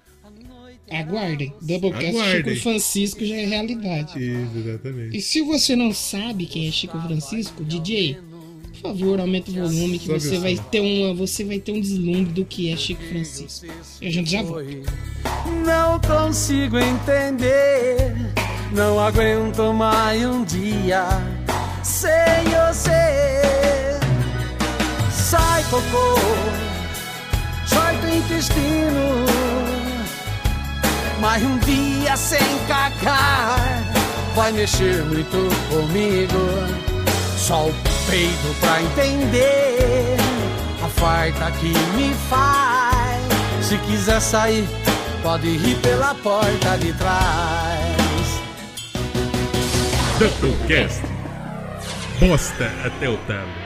Speaker 1: Aguardem. Doublecast
Speaker 2: Aguardem.
Speaker 1: Chico Francisco já é realidade.
Speaker 2: Isso, exatamente.
Speaker 1: E se você não sabe quem é Chico Francisco, DJ, por favor, aumenta o volume que
Speaker 2: Sobe
Speaker 1: você
Speaker 2: o
Speaker 1: vai
Speaker 2: som.
Speaker 1: ter uma, você vai ter um deslumbre do que é Chico Francisco. E a gente já volta.
Speaker 5: Não consigo entender, não aguento mais um dia sem você. Sai cocô, sai do intestino, mais um dia sem cacá vai mexer muito comigo. Só o peito pra entender a farta que me faz. Se quiser sair, pode ir pela porta de trás.
Speaker 2: Doublecast. Bosta até o talo.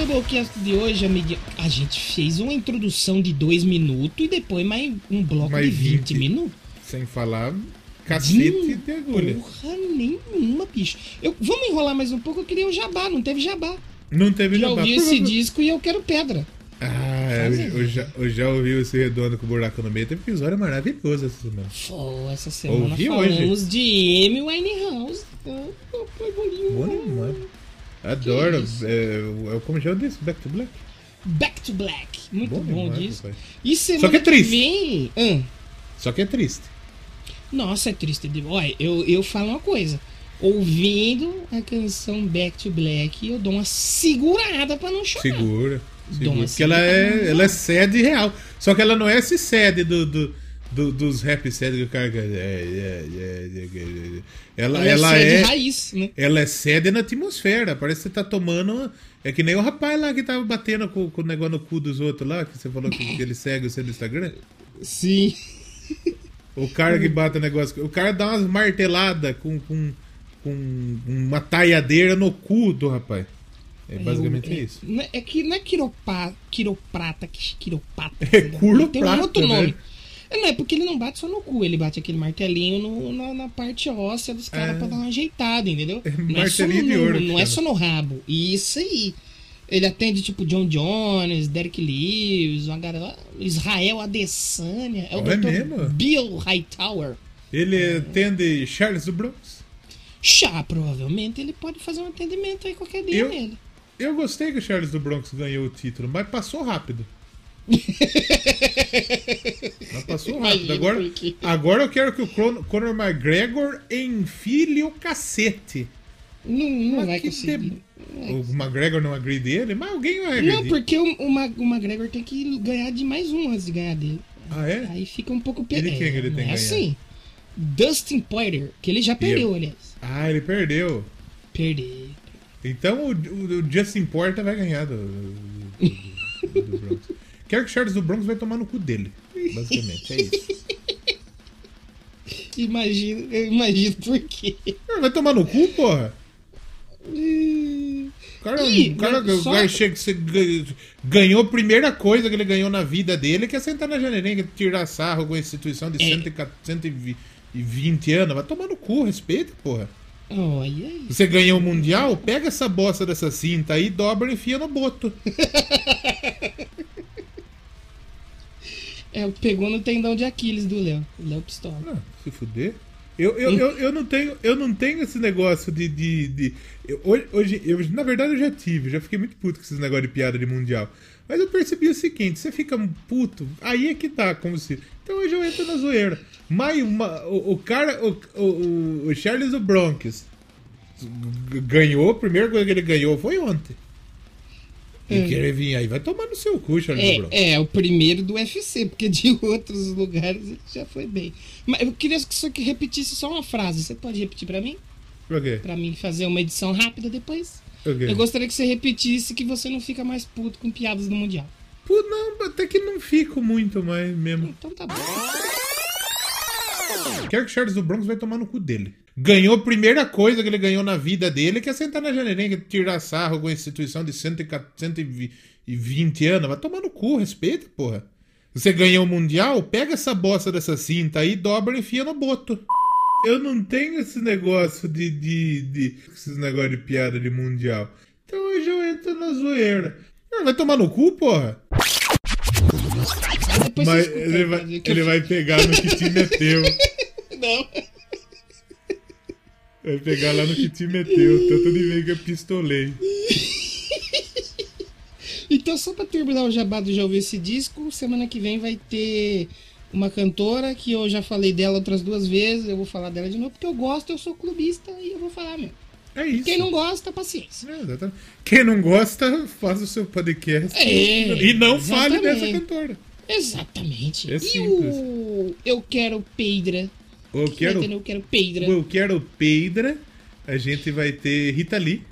Speaker 1: Doublecast de hoje, amiguinho, a gente fez uma introdução de dois minutos e depois mais um bloco
Speaker 2: Mais
Speaker 1: de 20,
Speaker 2: 20.
Speaker 1: minutos.
Speaker 2: Sem falar cacete
Speaker 1: Hum,
Speaker 2: de agulha.
Speaker 1: Porra nenhuma, bicho. Eu, vamos enrolar mais um pouco, eu queria um jabá, não teve jabá.
Speaker 2: Não teve
Speaker 1: Já
Speaker 2: jabá.
Speaker 1: ouvi
Speaker 2: Por
Speaker 1: esse
Speaker 2: favor.
Speaker 1: disco e eu quero pedra.
Speaker 2: Ah, eu, eu já, eu já ouvi esse redondo com o buraco no meio. Teve episódio maravilhoso essa semana.
Speaker 1: Pô, essa semana
Speaker 2: Ouvi hoje.
Speaker 1: falamos de Amy Winehouse. Então, foi bolinho.
Speaker 2: Bom demais. Adoro.
Speaker 1: Que isso.
Speaker 2: É, é, como já disse, Back to Black.
Speaker 1: Back to Black. Muito
Speaker 2: Bom
Speaker 1: bom,
Speaker 2: demais,
Speaker 1: disco.
Speaker 2: rapaz.
Speaker 1: E semana
Speaker 2: Só que é triste.
Speaker 1: vem. Hã?
Speaker 2: Só que é triste.
Speaker 1: Nossa, é triste. de- Olha, eu, eu falo uma coisa. Ouvindo a canção Back to Black, eu dou uma segurada pra não chorar.
Speaker 2: Segura. segura.
Speaker 1: uma
Speaker 2: Porque ela é,
Speaker 1: segurada.
Speaker 2: ela é sede real. Só que ela não é esse sede do, do- do- dos rap sede que o cara. É, é, é, é, é, é. Ela, ela
Speaker 1: sede
Speaker 2: é.
Speaker 1: raiz, né?
Speaker 2: Ela é sede na atmosfera. Parece que você tá tomando. uma- É que nem o rapaz lá que tava batendo com, com o negócio no cu dos outros lá, que você falou que, que ele segue você no Instagram.
Speaker 1: Sim.
Speaker 2: O cara que bate o negócio. O cara dá umas marteladas com, com, com uma taiadeira no cu do rapaz. É basicamente
Speaker 1: Eu-
Speaker 2: isso.
Speaker 1: não É, é que não é quiropa, quiroprata, que- quiropata.
Speaker 2: É
Speaker 1: não,
Speaker 2: curoprata,
Speaker 1: Tem um outro
Speaker 2: né?
Speaker 1: nome. É, Não, é porque ele não bate só no cu, ele bate aquele martelinho no- na, na parte óssea dos caras
Speaker 2: Ah.
Speaker 1: pra dar uma ajeitada, entendeu?
Speaker 2: É
Speaker 1: Não é, só no,
Speaker 2: martelinho de ouro que
Speaker 1: não é
Speaker 2: chama.
Speaker 1: só no rabo. E isso aí. Ele atende tipo John Jones, Derek Lewis, uma galera- Israel Adesanya. É o
Speaker 2: É
Speaker 1: Dr.
Speaker 2: mesmo?
Speaker 1: Bill Hightower.
Speaker 2: Ele atende Charles do Bronx.
Speaker 1: Chá, provavelmente ele pode fazer um atendimento aí qualquer dia
Speaker 2: Eu-
Speaker 1: nele.
Speaker 2: Eu gostei que o Charles do Bronx ganhou o título, mas passou rápido. mas passou rápido.
Speaker 1: Imagino
Speaker 2: Agora,
Speaker 1: por quê.
Speaker 2: agora eu quero que o Con- Conor McGregor enfile o cacete.
Speaker 1: Não, não
Speaker 2: Mas
Speaker 1: vai
Speaker 2: que
Speaker 1: conseguir.
Speaker 2: de- O McGregor não agride ele, mas alguém vai agredir.
Speaker 1: Não, porque o, o, Ma- o McGregor tem que ganhar de mais um antes de ganhar dele.
Speaker 2: Ah, é?
Speaker 1: Aí fica um pouco
Speaker 2: Ele quem que ele
Speaker 1: não
Speaker 2: tem
Speaker 1: é
Speaker 2: que ganhar?
Speaker 1: assim. Dustin Poirier, que ele já perdeu, aliás.
Speaker 2: Ah, ele perdeu.
Speaker 1: Perdeu.
Speaker 2: Então o, o, o Justin Porta vai ganhar do, do- do- do Bronx. Quero que o Charles do Bronx vai tomar no cu dele. Basicamente, é isso.
Speaker 1: Imagino, eu imagino por quê.
Speaker 2: Vai tomar no cu, porra?
Speaker 1: Hum,
Speaker 2: O cara, é um
Speaker 1: Ih,
Speaker 2: o cara,
Speaker 1: mas
Speaker 2: o
Speaker 1: só-
Speaker 2: cara chega, você gan- ganhou a primeira coisa que ele ganhou na vida dele, que é sentar na janelinha, tirar sarro com a instituição de
Speaker 1: É.
Speaker 2: 104 120 anos. Vai tomar no cu, respeita, porra.
Speaker 1: Olha aí.
Speaker 2: Você ganhou o Mundial, pega essa bosta dessa cinta aí, dobra e enfia no boto.
Speaker 1: É, pegou no tendão de Aquiles do Léo. O Léo Pistola.
Speaker 2: Ah, se fuder. Eu, eu, eu, eu, não tenho, eu não tenho esse negócio de. de, de- eu- hoje, hoje- eu, na verdade, eu já tive, já fiquei muito puto com esses negócios de piada de mundial. Mas eu percebi o seguinte: você fica um puto, aí é que tá, como se. Então hoje eu entro na zoeira. Mas uma- o, o cara, o, o, o Charles do Bronx, g- ganhou, a primeira coisa que ele ganhou foi ontem. E
Speaker 1: É.
Speaker 2: querer vir aí, vai tomar no seu cu, Charles do Bronx.
Speaker 1: É, é, o primeiro do UFC, porque de outros lugares ele já foi bem. Mas eu queria que você que repetisse só uma frase. Você pode repetir pra mim?
Speaker 2: Por quê?
Speaker 1: Pra mim fazer uma edição rápida depois?
Speaker 2: Por quê?
Speaker 1: Eu gostaria que você repetisse que você não fica mais puto com piadas do Mundial.
Speaker 2: Pô, não, até que não fico muito mais mesmo.
Speaker 1: Então tá bom.
Speaker 2: Quero que o Charles do Bronx vai tomar no cu dele. Ganhou a primeira coisa que ele ganhou na vida dele, que é sentar na janelinha, tirar sarro com a instituição de 104 120 anos. Vai tomar no cu, respeita, porra. Você ganhou o Mundial, pega essa bosta dessa cinta aí, dobra e enfia no boto. Eu não tenho esse negócio de. de, de esses negócios de piada de Mundial. Então hoje eu entro na zoeira. Ah, Vai tomar no cu, porra?
Speaker 1: Depois
Speaker 2: Mas
Speaker 1: você escuta,
Speaker 2: ele
Speaker 1: pra
Speaker 2: vai,
Speaker 1: ver que
Speaker 2: ele
Speaker 1: eu-
Speaker 2: vai pegar no que te meteu.
Speaker 1: Não.
Speaker 2: Vai pegar lá no que te meteu, tanto de vez que eu pistolei.
Speaker 1: Então, só pra terminar o jabá do Já Ouviu Esse Disco, semana que vem vai ter uma cantora que eu já falei dela outras duas vezes, eu vou falar dela de novo, porque eu gosto, eu sou clubista e eu vou falar mesmo.
Speaker 2: É isso.
Speaker 1: Quem não gosta, paciência.
Speaker 2: É, exatamente. Quem não gosta, faça o seu podcast.
Speaker 1: É,
Speaker 2: e não fale dessa
Speaker 1: exatamente.
Speaker 2: cantora.
Speaker 1: Exatamente.
Speaker 2: É
Speaker 1: e
Speaker 2: simples.
Speaker 1: o Eu Quero Pedra.
Speaker 2: Eu quero,
Speaker 1: Vai ter no Eu Quero Pedra.
Speaker 2: eu quero Pedra. A gente vai ter Rita Lee,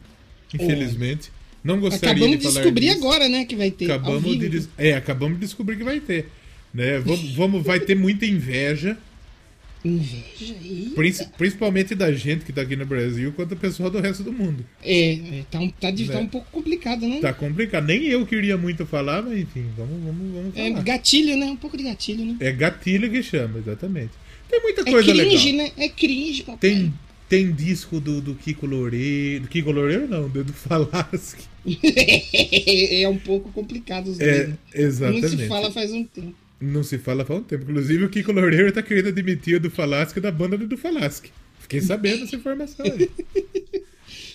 Speaker 2: infelizmente. Não gostaria
Speaker 1: Acabamos de
Speaker 2: de falar
Speaker 1: descobrir
Speaker 2: disso.
Speaker 1: agora, né, que vai ter. ao
Speaker 2: Acabamos de,
Speaker 1: vivo.
Speaker 2: des- é, acabamos de descobrir que vai ter. Né? Vamos, vamos, vai ter muita inveja.
Speaker 1: Inveja aí.
Speaker 2: Princi- principalmente da gente que tá aqui no Brasil, quanto o pessoal do resto do mundo.
Speaker 1: É, é, tá, um, tá, de- tá
Speaker 2: Né?
Speaker 1: um pouco complicado, né?
Speaker 2: Tá complicado. Nem eu queria muito falar, mas enfim, vamos, vamos, vamos
Speaker 1: É
Speaker 2: falar.
Speaker 1: gatilho, né? Um pouco de gatilho, né?
Speaker 2: É gatilho que chama, exatamente. Tem muita
Speaker 1: É
Speaker 2: coisa legal.
Speaker 1: cringe, né? É cringe, papai.
Speaker 2: Tem, tem disco do, do Kiko Loureiro. Do Kiko Loureiro não, do Edu Falaschi.
Speaker 1: é um pouco complicado os dois.
Speaker 2: É,
Speaker 1: né?
Speaker 2: exatamente.
Speaker 1: Não se fala faz um tempo.
Speaker 2: Não se fala faz um tempo. Inclusive, o Kiko Loureiro tá querendo admitir o Edu Falaschi da banda do Edu Falaschi. Fiquei sabendo essa informação aí.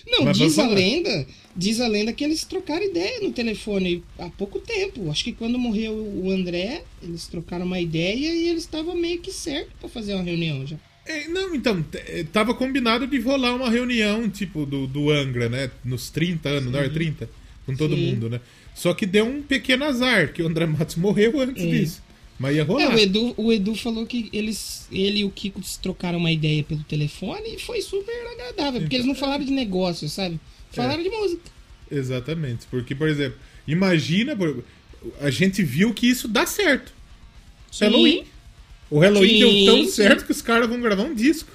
Speaker 1: Não,
Speaker 2: Mas
Speaker 1: diz
Speaker 2: vamos
Speaker 1: a
Speaker 2: falar.
Speaker 1: lenda, diz a lenda que eles trocaram ideia no telefone há pouco tempo. Acho que quando morreu o André, eles trocaram uma ideia e eles estavam meio que certo pra fazer uma reunião já.
Speaker 2: É, não, então, t- é, tava combinado de rolar uma reunião, tipo, do, do Angra, né? Nos 30 anos, não era 30? Com todo
Speaker 1: Uhum. Sim.
Speaker 2: mundo, né? Só que deu um pequeno azar, que o André Matos morreu antes
Speaker 1: É.
Speaker 2: disso. Mas ia
Speaker 1: É,
Speaker 2: rolar.
Speaker 1: o Edu, o Edu falou que eles, ele e o Kiko se trocaram uma ideia pelo telefone e foi super agradável, porque eles não
Speaker 2: Então, é.
Speaker 1: falaram de negócio, sabe? Falaram de música.
Speaker 2: Exatamente. Porque, por exemplo, imagina, por- a gente viu que isso dá certo.
Speaker 1: Sim.
Speaker 2: Halloween. O Halloween
Speaker 1: Sim,
Speaker 2: deu tão
Speaker 1: sim.
Speaker 2: certo que os caras vão gravar um disco.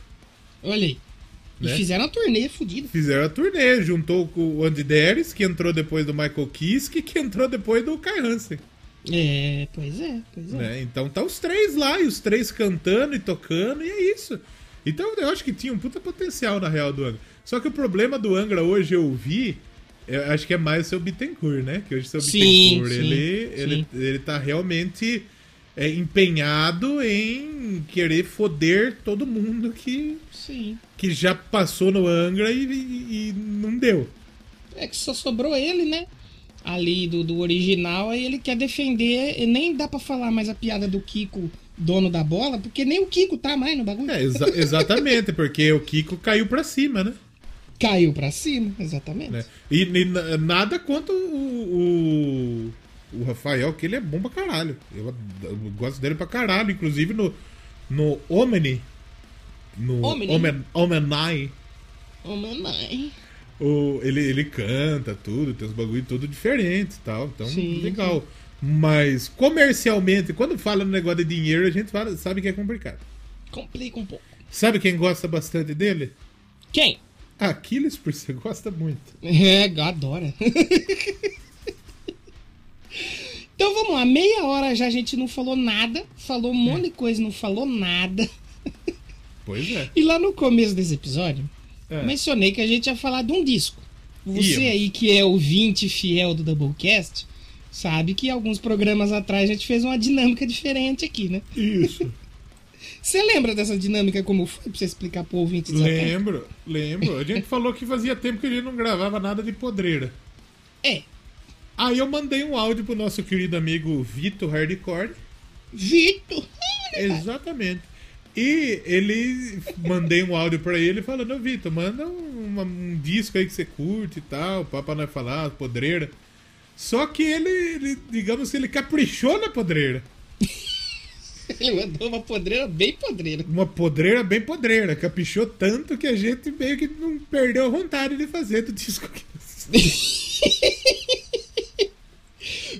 Speaker 1: Olha aí. E
Speaker 2: Né?
Speaker 1: fizeram uma turnê fodida.
Speaker 2: Fizeram a turnê, juntou com o Andy Deris, que entrou depois do Michael Kiske, que entrou depois do Kai Hansen.
Speaker 1: É, pois é, pois é.
Speaker 2: né? Então tá os três lá, e os três cantando e tocando, e é isso. Então eu acho que tinha um puta potencial na real do Angra. Só que o problema do Angra hoje eu vi, eu acho que é mais o seu Bittencourt, né? Que hoje o seu
Speaker 1: Sim,
Speaker 2: Bittencourt,
Speaker 1: sim,
Speaker 2: ele,
Speaker 1: sim.
Speaker 2: Ele, ele tá realmente é, empenhado em querer foder todo mundo que,
Speaker 1: Sim.
Speaker 2: que já passou no Angra e, e- e não deu.
Speaker 1: É que só sobrou ele, né? Ali do, do original, aí ele quer defender. E nem dá pra falar mais a piada do Kiko, dono da bola, porque nem o Kiko tá mais no bagulho.
Speaker 2: É, exa- exatamente, porque o Kiko caiu pra cima, né?
Speaker 1: Caiu pra cima, exatamente.
Speaker 2: né? E, e na- nada contra o, o, o Rafael, que ele é bom pra caralho. Eu, ad- eu gosto dele pra caralho. Inclusive no, no Omni. No
Speaker 1: Omni?
Speaker 2: Omen, Omenai.
Speaker 1: Ô, mamãe.
Speaker 2: O, ele, ele canta tudo, tem uns bagulho tudo diferente e tal. Então,
Speaker 1: Sim.
Speaker 2: legal. Mas comercialmente, quando fala no negócio de dinheiro, a gente fala- sabe que é complicado.
Speaker 1: Complica um pouco.
Speaker 2: Sabe quem gosta bastante dele?
Speaker 1: Quem?
Speaker 2: Aquiles, por você gosta muito.
Speaker 1: É, adora. então vamos lá, meia hora já a gente não falou nada, falou um
Speaker 2: É.
Speaker 1: monte de coisa, não falou nada.
Speaker 2: Pois é.
Speaker 1: E lá no começo desse episódio,
Speaker 2: É.
Speaker 1: mencionei que a gente ia falar de um disco. Você
Speaker 2: Íamos.
Speaker 1: aí que é ouvinte fiel do Doublecast, sabe que alguns programas atrás a gente fez uma dinâmica diferente aqui, né?
Speaker 2: Isso.
Speaker 1: Você lembra dessa dinâmica como foi pra você explicar pro ouvinte desatento?
Speaker 2: Lembro, lembro. A gente falou que fazia tempo que a gente não gravava nada de podreira.
Speaker 1: É,
Speaker 2: Aí eu mandei um áudio pro nosso querido amigo Vitor Hardcore.
Speaker 1: Vitor!
Speaker 2: Exatamente. E ele mandei um áudio pra ele falando, "Ô, Vitor, manda um, uma- um disco aí que você curte e tal, papo não falar, podreira. Só que ele, ele, digamos que ele caprichou na podreira.
Speaker 1: Ele mandou uma podreira bem podreira.
Speaker 2: Uma podreira bem podreira. Caprichou tanto que a gente meio que não perdeu a vontade de fazer do disco.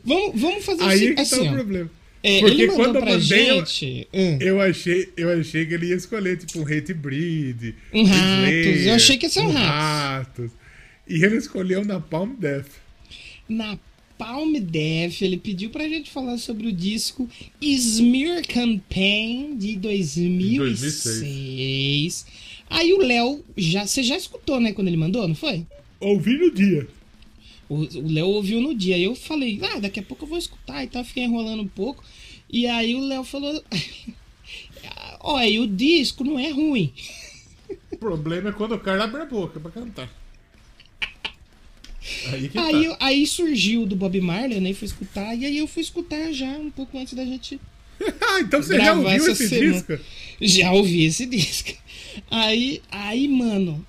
Speaker 1: Vamos, vamos fazer
Speaker 2: Aí
Speaker 1: assim,
Speaker 2: que tá
Speaker 1: assim
Speaker 2: o
Speaker 1: ó.
Speaker 2: problema.
Speaker 1: É,
Speaker 2: Porque
Speaker 1: ele mandou
Speaker 2: quando eu
Speaker 1: pra
Speaker 2: mandei, eu-
Speaker 1: gente... Ah,
Speaker 2: Eu achei, eu achei que ele ia escolher, tipo, um hate breed.
Speaker 1: Um Ratos. Eu achei que ia ser um
Speaker 2: ratos. E ele escolheu na Palm Death.
Speaker 1: Na Palm Def, ele pediu pra gente falar sobre o disco Smear Campaign de 2006.
Speaker 2: 2006.
Speaker 1: Aí o Léo, já, você já escutou, né, quando ele mandou, não foi?
Speaker 2: Ouvi no dia.
Speaker 1: O o Léo ouviu no dia. Aí eu falei, ah, daqui a pouco eu vou escutar e tal. Fiquei enrolando um pouco. E aí o Léo falou: Olha, o disco não é ruim.
Speaker 2: O problema é quando o cara abre a boca pra cantar. Aí que
Speaker 1: Aí,
Speaker 2: tá.
Speaker 1: eu- aí surgiu do Bob Marley, eu nem fui escutar. E aí eu fui escutar já um pouco antes da gente
Speaker 2: ah, então você já
Speaker 1: gravar
Speaker 2: ouviu
Speaker 1: essa
Speaker 2: esse
Speaker 1: semana.
Speaker 2: disco?
Speaker 1: Já ouvi esse disco. Aí, aí, mano,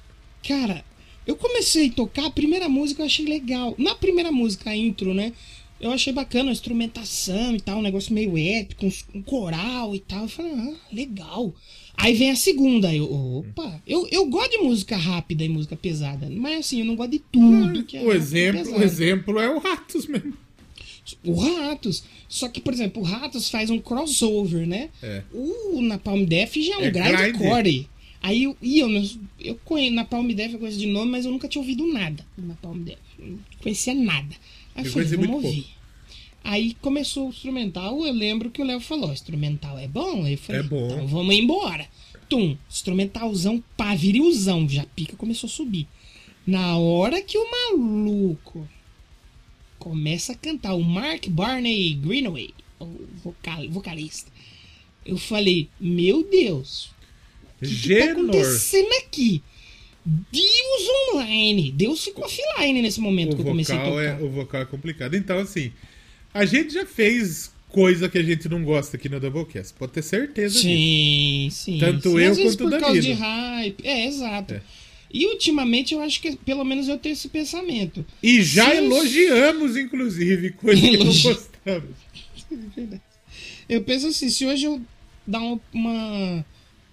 Speaker 1: cara, eu comecei a tocar a primeira música, eu achei legal. Na primeira música, a intro, né? Eu achei bacana a instrumentação e tal, um negócio meio épico, uns- um coral e tal. Eu falei, ah, legal. Aí vem a segunda, eu, opa, eu, eu gosto de música rápida e música pesada, mas assim, eu não gosto de tudo. que é
Speaker 2: o,
Speaker 1: rápido e
Speaker 2: exemplo, o
Speaker 1: pesado.
Speaker 2: exemplo é o Ratos mesmo.
Speaker 1: O Ratos. Só que, por exemplo, o Ratos faz um crossover, né?
Speaker 2: É.
Speaker 1: O Napalm Def já é um
Speaker 2: É
Speaker 1: grindcore. Aí eu, e eu, não- eu conheço Napalm Def, eu conheço de nome, mas eu nunca tinha ouvido nada do Napalm Def. Eu Não conhecia nada. Aí eu,
Speaker 2: Eu
Speaker 1: falei,
Speaker 2: conheci
Speaker 1: vamos
Speaker 2: muito
Speaker 1: ouvir. Aí começou o instrumental, eu lembro que o Léo falou, "Ó, instrumental é bom? Aí eu falei,
Speaker 2: É bom.
Speaker 1: então vamos embora. Tum, instrumentalzão, pá, virilzão, já pica começou a subir. Na hora que o maluco começa a cantar o Mark Barney Greenaway, o vocal- vocalista, eu falei, meu Deus, o que tá
Speaker 2: Genor.
Speaker 1: acontecendo aqui? Deus online, Deus ficou offline nesse momento
Speaker 2: O
Speaker 1: que eu um comecei a
Speaker 2: vocal,
Speaker 1: tocar.
Speaker 2: é, o vocal é complicado. Então, assim, a gente já fez coisa que a gente não gosta aqui no Doublecast. Pode ter certeza disso.
Speaker 1: Sim, sim.
Speaker 2: Tanto
Speaker 1: sim.
Speaker 2: eu
Speaker 1: Às vezes
Speaker 2: quanto o
Speaker 1: por causa de
Speaker 2: Danilo.
Speaker 1: hype. É, exato.
Speaker 2: É.
Speaker 1: E ultimamente eu acho que pelo menos eu tenho esse pensamento.
Speaker 2: E já
Speaker 1: Sim.
Speaker 2: elogiamos, inclusive, coisa que não
Speaker 1: Elogi-
Speaker 2: gostamos.
Speaker 1: Eu penso assim, se hoje eu dar um- uma.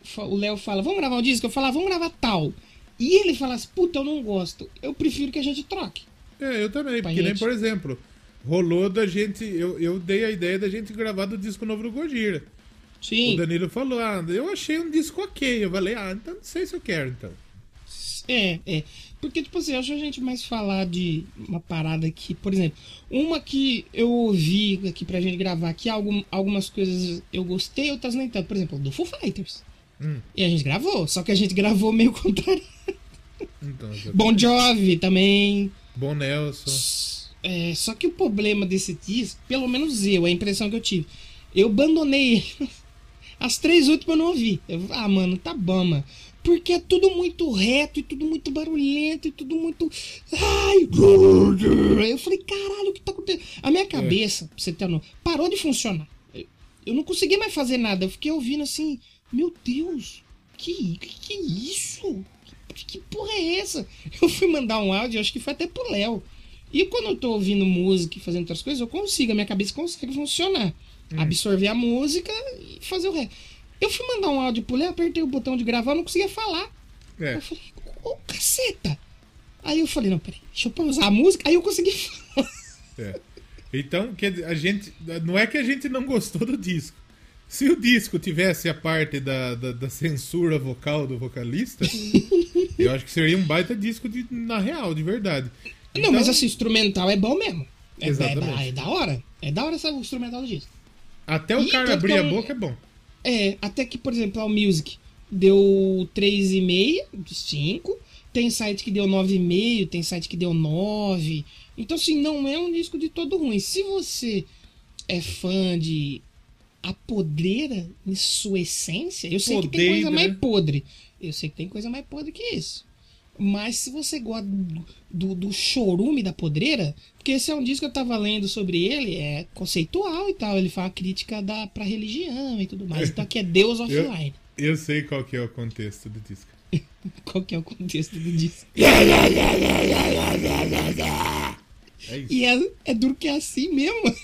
Speaker 1: fa- O Léo fala, vamos gravar o disco? Eu falar, vamos gravar tal. E ele fala assim, puta, eu não gosto. Eu prefiro que a gente troque.
Speaker 2: É, eu também,
Speaker 1: Pra
Speaker 2: porque nem,
Speaker 1: gente.
Speaker 2: por exemplo, rolou da gente. Eu, eu dei a ideia da gente gravar do disco novo do Gojira. O
Speaker 1: Sim.
Speaker 2: Danilo falou, ah, eu achei um disco ok. Eu falei, ah, então não sei se eu quero, então.
Speaker 1: É, é. Porque, tipo assim, eu acho a gente mais falar de uma parada que, por exemplo, uma que eu ouvi aqui pra gente gravar, que algum- algumas coisas eu gostei, outras nem tanto. Por exemplo, do Foo Fighters.
Speaker 2: Hum.
Speaker 1: E a gente gravou, só que a gente gravou meio contrário.
Speaker 2: Então, já-
Speaker 1: Bon Jovi também.
Speaker 2: Bom Nelson.
Speaker 1: É, só que o problema desse disco, pelo menos eu, a impressão que eu tive, eu abandonei ele. as três últimas eu não ouvi. Eu, ah, mano, tá bom, mano. Porque é tudo muito reto e tudo muito barulhento e tudo muito. Ai! grrr. Eu falei, caralho, o que tá acontecendo? A minha cabeça, pra você ter uma noção, parou de funcionar. Eu- Eu não consegui mais fazer nada. Eu fiquei ouvindo assim, meu Deus, que, que, que isso? Que, que porra é essa? Eu fui mandar um áudio, acho que foi até pro Léo. E quando eu tô ouvindo música e fazendo outras coisas, eu consigo, a minha cabeça consegue funcionar. Absorver a música e fazer o resto. Eu fui mandar um áudio pro Léo, apertei o botão de gravar, eu não conseguia falar.
Speaker 2: É.
Speaker 1: Eu falei, ô caceta! Aí eu falei, não, peraí, deixa eu pausar a música, aí eu consegui falar.
Speaker 2: É. Então, quer dizer, a gente. Não é que a gente não gostou do disco. Se o disco tivesse a parte da, da, da censura vocal do vocalista, eu acho que seria um baita disco de, na real, de verdade.
Speaker 1: Não, mas assim, instrumental é bom mesmo. É,
Speaker 2: Então- Exatamente.
Speaker 1: é, é da hora. É da hora essa o instrumental do disco.
Speaker 2: Até o
Speaker 1: Ih,
Speaker 2: cara
Speaker 1: tanto
Speaker 2: abrir
Speaker 1: que
Speaker 2: a
Speaker 1: eu-
Speaker 2: boca é bom.
Speaker 1: É, até que, por exemplo, a Music deu 3,5 de 5. Tem site que deu 9,5, tem site que deu 9. Então, assim, não é um disco de todo ruim. Se você é fã de a podreira em sua essência, eu sei que tem coisa
Speaker 2: Podreira.
Speaker 1: mais podre. Eu sei que tem coisa mais podre que isso. Mas se você gosta do, do, do chorume da podreira, porque esse é um disco que eu tava lendo sobre ele, é conceitual e tal. Ele fala crítica da, pra religião e tudo mais. Então aqui é Deus offline.
Speaker 2: Eu sei qual que é o contexto do disco.
Speaker 1: Qual que é o contexto do disco?
Speaker 2: É isso.
Speaker 1: E é, é duro que é assim mesmo.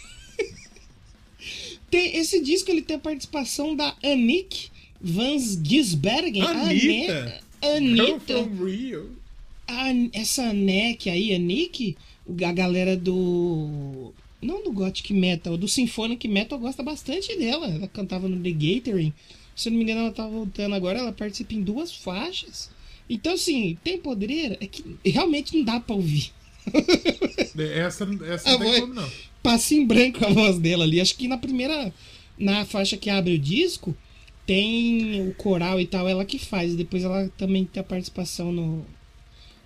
Speaker 1: tem, esse disco ele tem a participação da Anik Van Gisbergen.
Speaker 2: Anitta.
Speaker 1: A Ne-
Speaker 2: Come
Speaker 1: Anitta.
Speaker 2: from Rio.
Speaker 1: a, essa NEC aí, a Nick, a galera do. Não do Gothic Metal, do Symphonic Metal gosta bastante dela. Ela cantava no The Gathering. Se eu não me engano, ela tá voltando agora. Ela participa em duas faixas. Então, assim, tem podreira. É que realmente não dá pra ouvir.
Speaker 2: Essa, essa não
Speaker 1: Ah,
Speaker 2: tem
Speaker 1: vai.
Speaker 2: como, não.
Speaker 1: Passa em branco a voz dela ali. Acho que na primeira. Na faixa que abre o disco, tem o coral e tal, ela que faz. Depois ela também tem a participação no,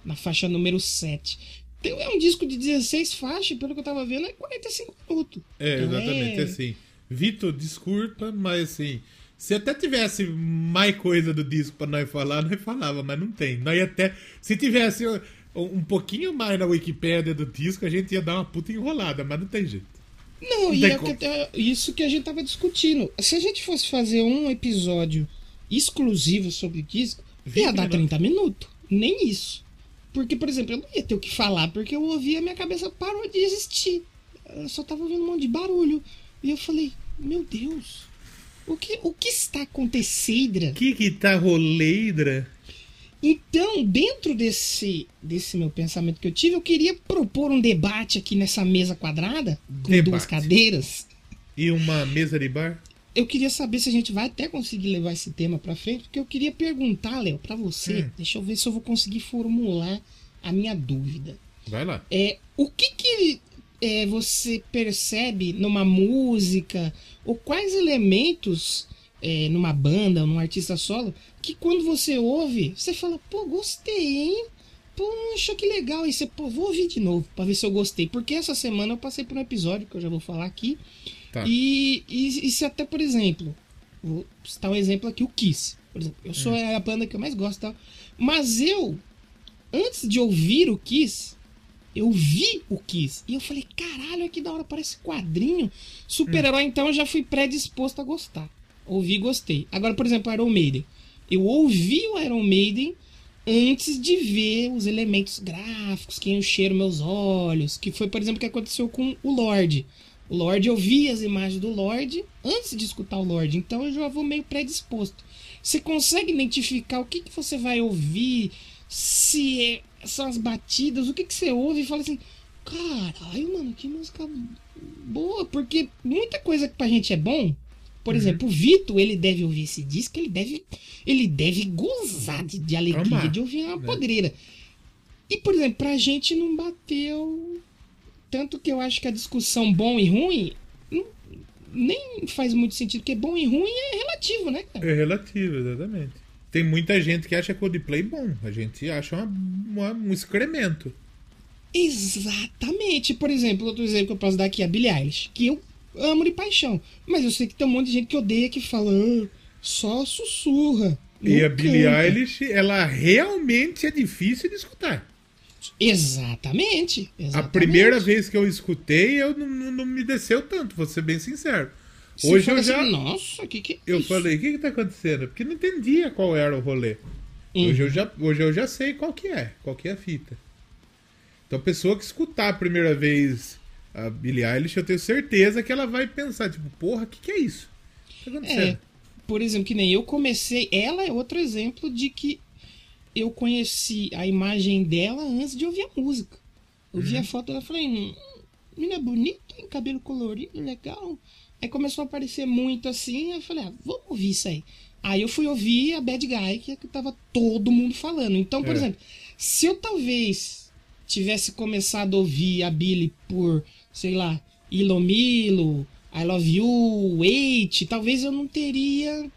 Speaker 1: na faixa número 7. Então, é um disco de 16 faixas, pelo que eu tava vendo, é 45 minutos.
Speaker 2: É,
Speaker 1: Então,
Speaker 2: exatamente, assim. Vitor, desculpa, mas assim, se até tivesse mais coisa do disco pra nós falar, nós falava, mas não tem. Nós ia até. Se tivesse ó, um pouquinho mais na Wikipédia do disco, a gente ia dar uma puta enrolada, mas não tem jeito.
Speaker 1: Não, e
Speaker 2: Tem
Speaker 1: é o que-
Speaker 2: como.
Speaker 1: é isso que a gente tava discutindo. Se a gente fosse fazer um episódio exclusivo sobre disco, ia
Speaker 2: 20
Speaker 1: dar
Speaker 2: minutos.
Speaker 1: 30 minutos. Nem isso. Porque, por exemplo, eu não ia ter o que falar, porque eu ouvi a minha cabeça parou de existir. Eu só tava ouvindo um monte de barulho. E eu falei, meu Deus, o que, o que está acontecendo?
Speaker 2: O que que tá roleira?
Speaker 1: Então, dentro desse, desse meu pensamento que eu tive, eu queria propor um debate aqui nessa mesa quadrada, com
Speaker 2: Debate.
Speaker 1: duas cadeiras.
Speaker 2: E uma mesa de bar?
Speaker 1: Eu queria saber se a gente vai até conseguir levar esse tema pra frente, porque eu queria perguntar, Léo, pra você,
Speaker 2: Hum.
Speaker 1: deixa eu ver se eu vou conseguir formular a minha dúvida.
Speaker 2: Vai lá.
Speaker 1: É, o que que é, você percebe numa música, ou quais elementos é, numa banda, ou num artista solo, que quando você ouve, você fala, pô, gostei, hein? Poxa, que legal. E você, pô, vou ouvir de novo pra ver se eu gostei. Porque essa semana eu passei por um episódio que eu já vou falar aqui.
Speaker 2: Tá.
Speaker 1: E, e, e se até, por exemplo, vou citar um exemplo aqui, o Kiss. Por exemplo, eu sou a banda que eu mais gosto e tal. Mas eu, antes de ouvir o Kiss, eu vi o Kiss. E eu falei, caralho, olha que da hora, parece quadrinho. Super-herói, então eu já fui predisposto a gostar. Ouvi e gostei. Agora, por exemplo, Iron Maiden. Eu ouvi o Iron Maiden antes de ver os elementos gráficos, quem encheram meus olhos. Que foi, por exemplo, o que aconteceu com o Lorde. O Lorde, eu vi as imagens do Lorde antes de escutar o Lorde. Então eu já vou meio predisposto. Você consegue identificar o que, que você vai ouvir? Se é- são as batidas, o que, que você ouve e fala assim: caralho, mano, que música boa. Porque muita coisa que pra gente é bom. Por
Speaker 2: Uhum.
Speaker 1: exemplo, o Vitor, ele deve ouvir esse disco, ele deve, ele deve gozar de, de alegria
Speaker 2: Amar,
Speaker 1: de ouvir uma
Speaker 2: né?
Speaker 1: podreira. E, por exemplo, pra gente não bateu. Tanto que eu acho que a discussão bom e ruim não- nem faz muito sentido, porque bom e ruim é relativo, né, cara?
Speaker 2: É relativo, exatamente. Tem muita gente que acha Coldplay bom. A gente acha uma- uma- um excremento.
Speaker 1: Exatamente. Por exemplo, outro exemplo que eu posso dar aqui é a Billie Eilish, que eu amo de paixão. Mas eu sei que tem um monte de gente que odeia que fala "Ah, só sussurra.
Speaker 2: E
Speaker 1: não
Speaker 2: a Billie
Speaker 1: canta."
Speaker 2: Eilish, ela realmente é difícil de escutar.
Speaker 1: Exatamente.
Speaker 2: A
Speaker 1: exatamente.
Speaker 2: primeira vez que eu escutei, eu não, não- não me desceu tanto, vou ser bem sincero.
Speaker 1: Você
Speaker 2: Hoje
Speaker 1: fala
Speaker 2: eu já.
Speaker 1: assim, Nossa, que que é
Speaker 2: eu
Speaker 1: isso?"
Speaker 2: falei, o que, que tá acontecendo? Porque não entendia qual era o rolê.
Speaker 1: Uhum.
Speaker 2: Hoje, eu já, hoje eu já sei qual que é, qual que é a fita. Então a pessoa que escutar a primeira vez a Billie Eilish, eu tenho certeza que ela vai pensar, tipo, porra, o que, que é isso? O que tá
Speaker 1: É,
Speaker 2: acontecendo?
Speaker 1: por exemplo, que nem eu comecei. Ela é outro exemplo de que eu conheci a imagem dela antes de ouvir a música. Eu vi a foto dela e falei, hum, menina bonita, hein? cabelo colorido, legal. Aí começou a aparecer muito assim, aí eu falei, ah, vamos ouvir isso aí. Aí eu fui ouvir a Bad Guy, que é que tava todo mundo falando. Então, por
Speaker 2: É.
Speaker 1: exemplo, se eu talvez tivesse começado a ouvir a Billy por, sei lá, Ilomilo, I Love You, Wait, talvez eu não teria.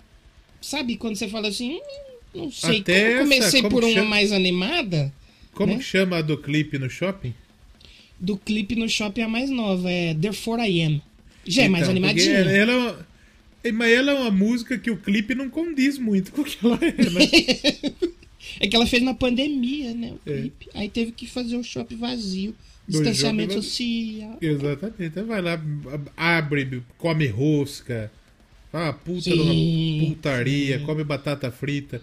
Speaker 1: Sabe quando você fala assim, hum, não sei.
Speaker 2: Até
Speaker 1: como eu
Speaker 2: essa,
Speaker 1: comecei
Speaker 2: como
Speaker 1: por
Speaker 2: que
Speaker 1: uma
Speaker 2: chama?
Speaker 1: mais animada,
Speaker 2: Como
Speaker 1: né?
Speaker 2: que chama a do clipe no shopping?
Speaker 1: do clipe no shopping a mais nova, é Therefore I Am. Já é mais
Speaker 2: Então, porque
Speaker 1: animadinha.
Speaker 2: Ela, ela é uma- é, mas ela é uma música que o clipe não condiz muito com o que ela é, né?
Speaker 1: É que ela fez na pandemia, né? O
Speaker 2: É.
Speaker 1: clipe. Aí teve que fazer o shopping vazio,
Speaker 2: Do
Speaker 1: distanciamento
Speaker 2: shopping
Speaker 1: social.
Speaker 2: Exatamente. Então vai lá, ab- abre, come rosca, ah, puta
Speaker 1: Sim,
Speaker 2: numa putaria,
Speaker 1: sim.
Speaker 2: come batata frita.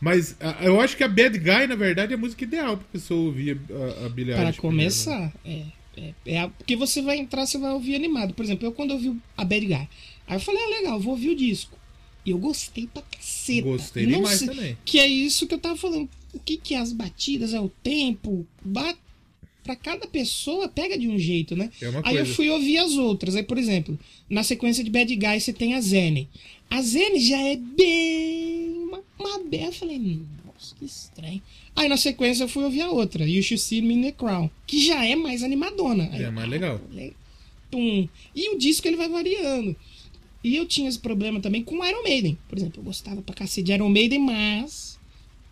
Speaker 2: Mas a- eu acho que a Bad Guy, na verdade, é a música ideal pra pessoa ouvir a, a Billie
Speaker 1: Para
Speaker 2: Eilish primeiro, né?
Speaker 1: começar, é, é, é a- Porque você vai entrar, você vai ouvir animado. Por exemplo, eu quando ouvi a Bad Guy, aí eu falei, ah, legal, vou ouvir o disco. E eu gostei pra caceta.
Speaker 2: Gostei
Speaker 1: Não
Speaker 2: demais
Speaker 1: sei-
Speaker 2: também.
Speaker 1: Que é isso que eu tava falando. O que, que é as batidas, é o tempo. Ba... Pra cada pessoa pega de um jeito, né?
Speaker 2: É uma
Speaker 1: Aí eu
Speaker 2: coisa.
Speaker 1: fui ouvir as outras. Aí, por exemplo, na sequência de Bad Guy você tem a Zene. A Zene já é bem. Uma, uma be- Eu falei, nossa, que estranho. Aí na sequência eu fui ouvir a outra, You Should See Me in the Crown, que já é mais animadona. Aí
Speaker 2: É
Speaker 1: eu,
Speaker 2: mais legal.
Speaker 1: le- Tum. E o disco ele vai variando. E eu tinha esse problema também com Iron Maiden. Por exemplo, eu gostava pra cacete de Iron Maiden, mas.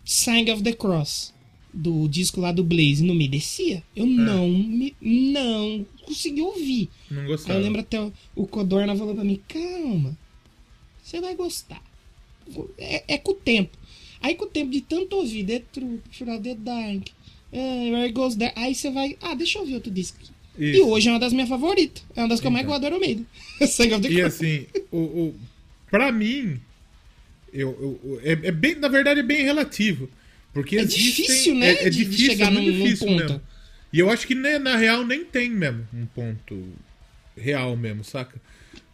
Speaker 1: Sang of the Cross, do disco lá do Blaze, não me descia. Eu não me. Não consegui ouvir.
Speaker 2: Não
Speaker 1: Aí
Speaker 2: gostava.
Speaker 1: Então, eu lembro até o, o Codorna falou pra mim, calma, você vai gostar. É, é com o tempo. Aí com o tempo de tanto ouvir The Truth, Final The Dark, eh, Where It Goes There, aí você vai, ah, deixa eu ouvir outro disco. aqui." E
Speaker 2: Isso.
Speaker 1: hoje é uma das minhas favoritas. É uma das que eu mais
Speaker 2: Então.
Speaker 1: gosto do Iron Maiden. Sang of the
Speaker 2: E
Speaker 1: Cross.
Speaker 2: assim, o, o, pra mim, eu, eu- eu- é, é bem, na verdade, é bem relativo. Porque
Speaker 1: É
Speaker 2: existem-
Speaker 1: difícil, né,
Speaker 2: É,
Speaker 1: de
Speaker 2: é difícil,
Speaker 1: chegar
Speaker 2: é muito
Speaker 1: num- num
Speaker 2: difícil
Speaker 1: ponto.
Speaker 2: mesmo. E eu acho que, né, na real, nem tem mesmo um ponto real mesmo, saca?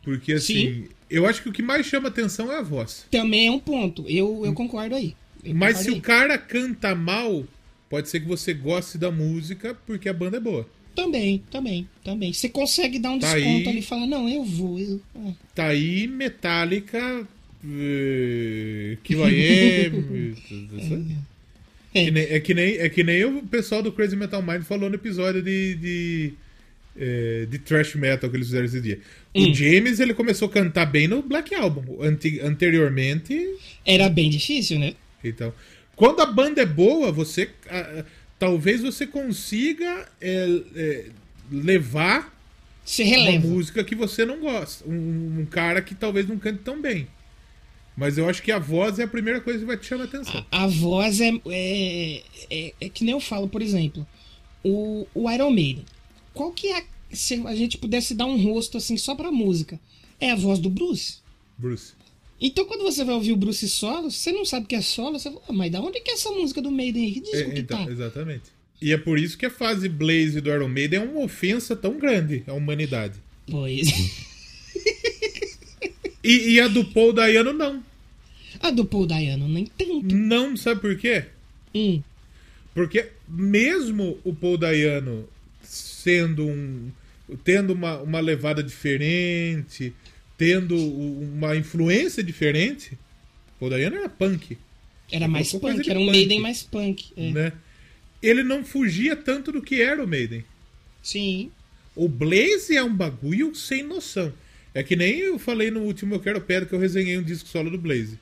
Speaker 2: Porque assim, eu acho que o que mais chama atenção é a voz.
Speaker 1: Também é um ponto. Eu, eu concordo aí. Eu
Speaker 2: Mas se
Speaker 1: concordo
Speaker 2: o cara canta mal, pode ser que você goste da música porque a banda é boa.
Speaker 1: aí. Também, também, também. Você consegue dar um
Speaker 2: Tá
Speaker 1: desconto
Speaker 2: aí.
Speaker 1: ali e falar, não, eu vou. Eu... ah.
Speaker 2: Tá aí Metallica, eh, Kill I Am.
Speaker 1: É.
Speaker 2: que nem, é, que nem, é que nem o pessoal do Crazy Metal Mind falou no episódio de, de, eh, de thrash metal que eles fizeram esse dia. O James ele começou a cantar bem no Black Album. Ante- anteriormente,
Speaker 1: Era bem difícil, né?
Speaker 2: Então, quando a banda é boa, você ah, ah, talvez você consiga é, é, levar
Speaker 1: Você
Speaker 2: uma
Speaker 1: releva.
Speaker 2: música que você não gosta, um, um cara que talvez não cante tão bem. Mas eu acho que a voz é a primeira coisa que vai te chamar a atenção.
Speaker 1: A, a voz é é, é. é que nem eu falo, por exemplo, o, o Iron Maiden. Qual que é. a- Se a gente pudesse dar um rosto assim só pra música, é a voz do Bruce.
Speaker 2: Bruce.
Speaker 1: Então quando você vai ouvir o Bruce solo, você não sabe que é solo, você fala, "Ah, mas da onde que é essa música do Maiden aí? Que
Speaker 2: É,
Speaker 1: disco que
Speaker 2: então,
Speaker 1: tá?
Speaker 2: exatamente. E é por isso que a fase Blaze do Iron Maiden é uma ofensa tão grande à humanidade.
Speaker 1: Pois.
Speaker 2: E, e a do Paul Dayano não.
Speaker 1: A do Paul Dayano, nem tanto.
Speaker 2: Não, sabe por quê?
Speaker 1: Hum,
Speaker 2: Porque mesmo o Paul Dayano sendo um. tendo uma, uma levada diferente, tendo u- uma influência diferente, o Paul Dayano era punk,
Speaker 1: era mais
Speaker 2: colocou coisa
Speaker 1: punk,
Speaker 2: de
Speaker 1: era um
Speaker 2: punk.
Speaker 1: Maiden mais punk. é.
Speaker 2: né? Ele não fugia tanto do que era o Maiden.
Speaker 1: Sim.
Speaker 2: O Blaze é um bagulho sem noção. É que nem eu falei no último Eu Quero Pedra que eu resenhei um disco solo do Blaze.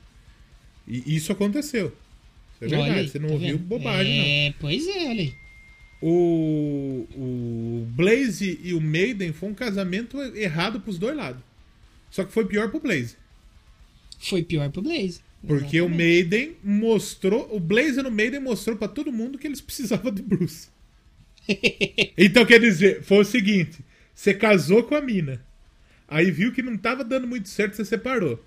Speaker 2: E isso aconteceu. Isso é
Speaker 1: Olha
Speaker 2: verdade,
Speaker 1: aí,
Speaker 2: você não
Speaker 1: tá
Speaker 2: ouviu
Speaker 1: vendo?
Speaker 2: bobagem, não.
Speaker 1: É, pois é, olha aí.
Speaker 2: o, o Blaze e o Maiden foi um casamento errado pros dois lados. Só que foi pior pro Blaze.
Speaker 1: Foi pior pro Blaze.
Speaker 2: Porque o Maiden mostrou. O Blaze no Maiden mostrou pra todo mundo que eles precisavam do Bruce. então quer dizer, foi o seguinte: você casou com a mina. Aí viu que não tava dando muito certo, você separou.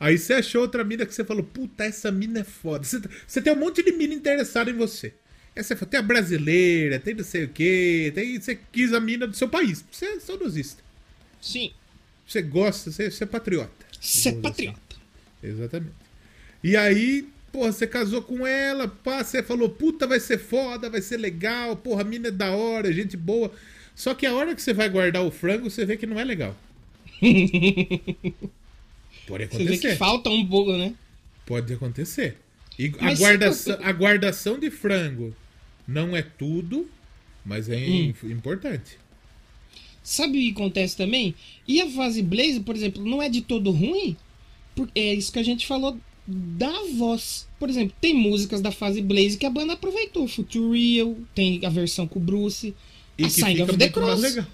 Speaker 2: Aí você achou outra mina que você falou: Puta, essa mina é foda. Você, você tem um monte de mina interessada em você. Aí você falou: Tem a brasileira, tem não sei o quê. Tem, você quis a mina do seu país. Você é saudosista.
Speaker 1: Sim.
Speaker 2: Você gosta, você, você é patriota.
Speaker 1: Você é
Speaker 2: Digamos assim.
Speaker 1: patriota.
Speaker 2: Exatamente. E aí, porra, você casou com ela, pá, você falou, puta, vai ser foda, vai ser legal, porra, a mina é da hora, gente boa. Só que a hora que você vai guardar o frango, você vê que não é legal. Pode
Speaker 1: Você vê que
Speaker 2: acontecer.
Speaker 1: falta um bolo, né?
Speaker 2: Pode acontecer. E a
Speaker 1: Mas-
Speaker 2: guardação, a guardação de frango não é tudo, mas é
Speaker 1: Hum.
Speaker 2: im- importante.
Speaker 1: Sabe o que acontece também? E a fase Blaze, por exemplo, não é de todo ruim, porque é isso que a gente falou da voz. Por exemplo, tem músicas da fase Blaze que a banda aproveitou. Future Real, tem a versão com o Bruce,
Speaker 2: E
Speaker 1: a Sign of the Cross,
Speaker 2: legal.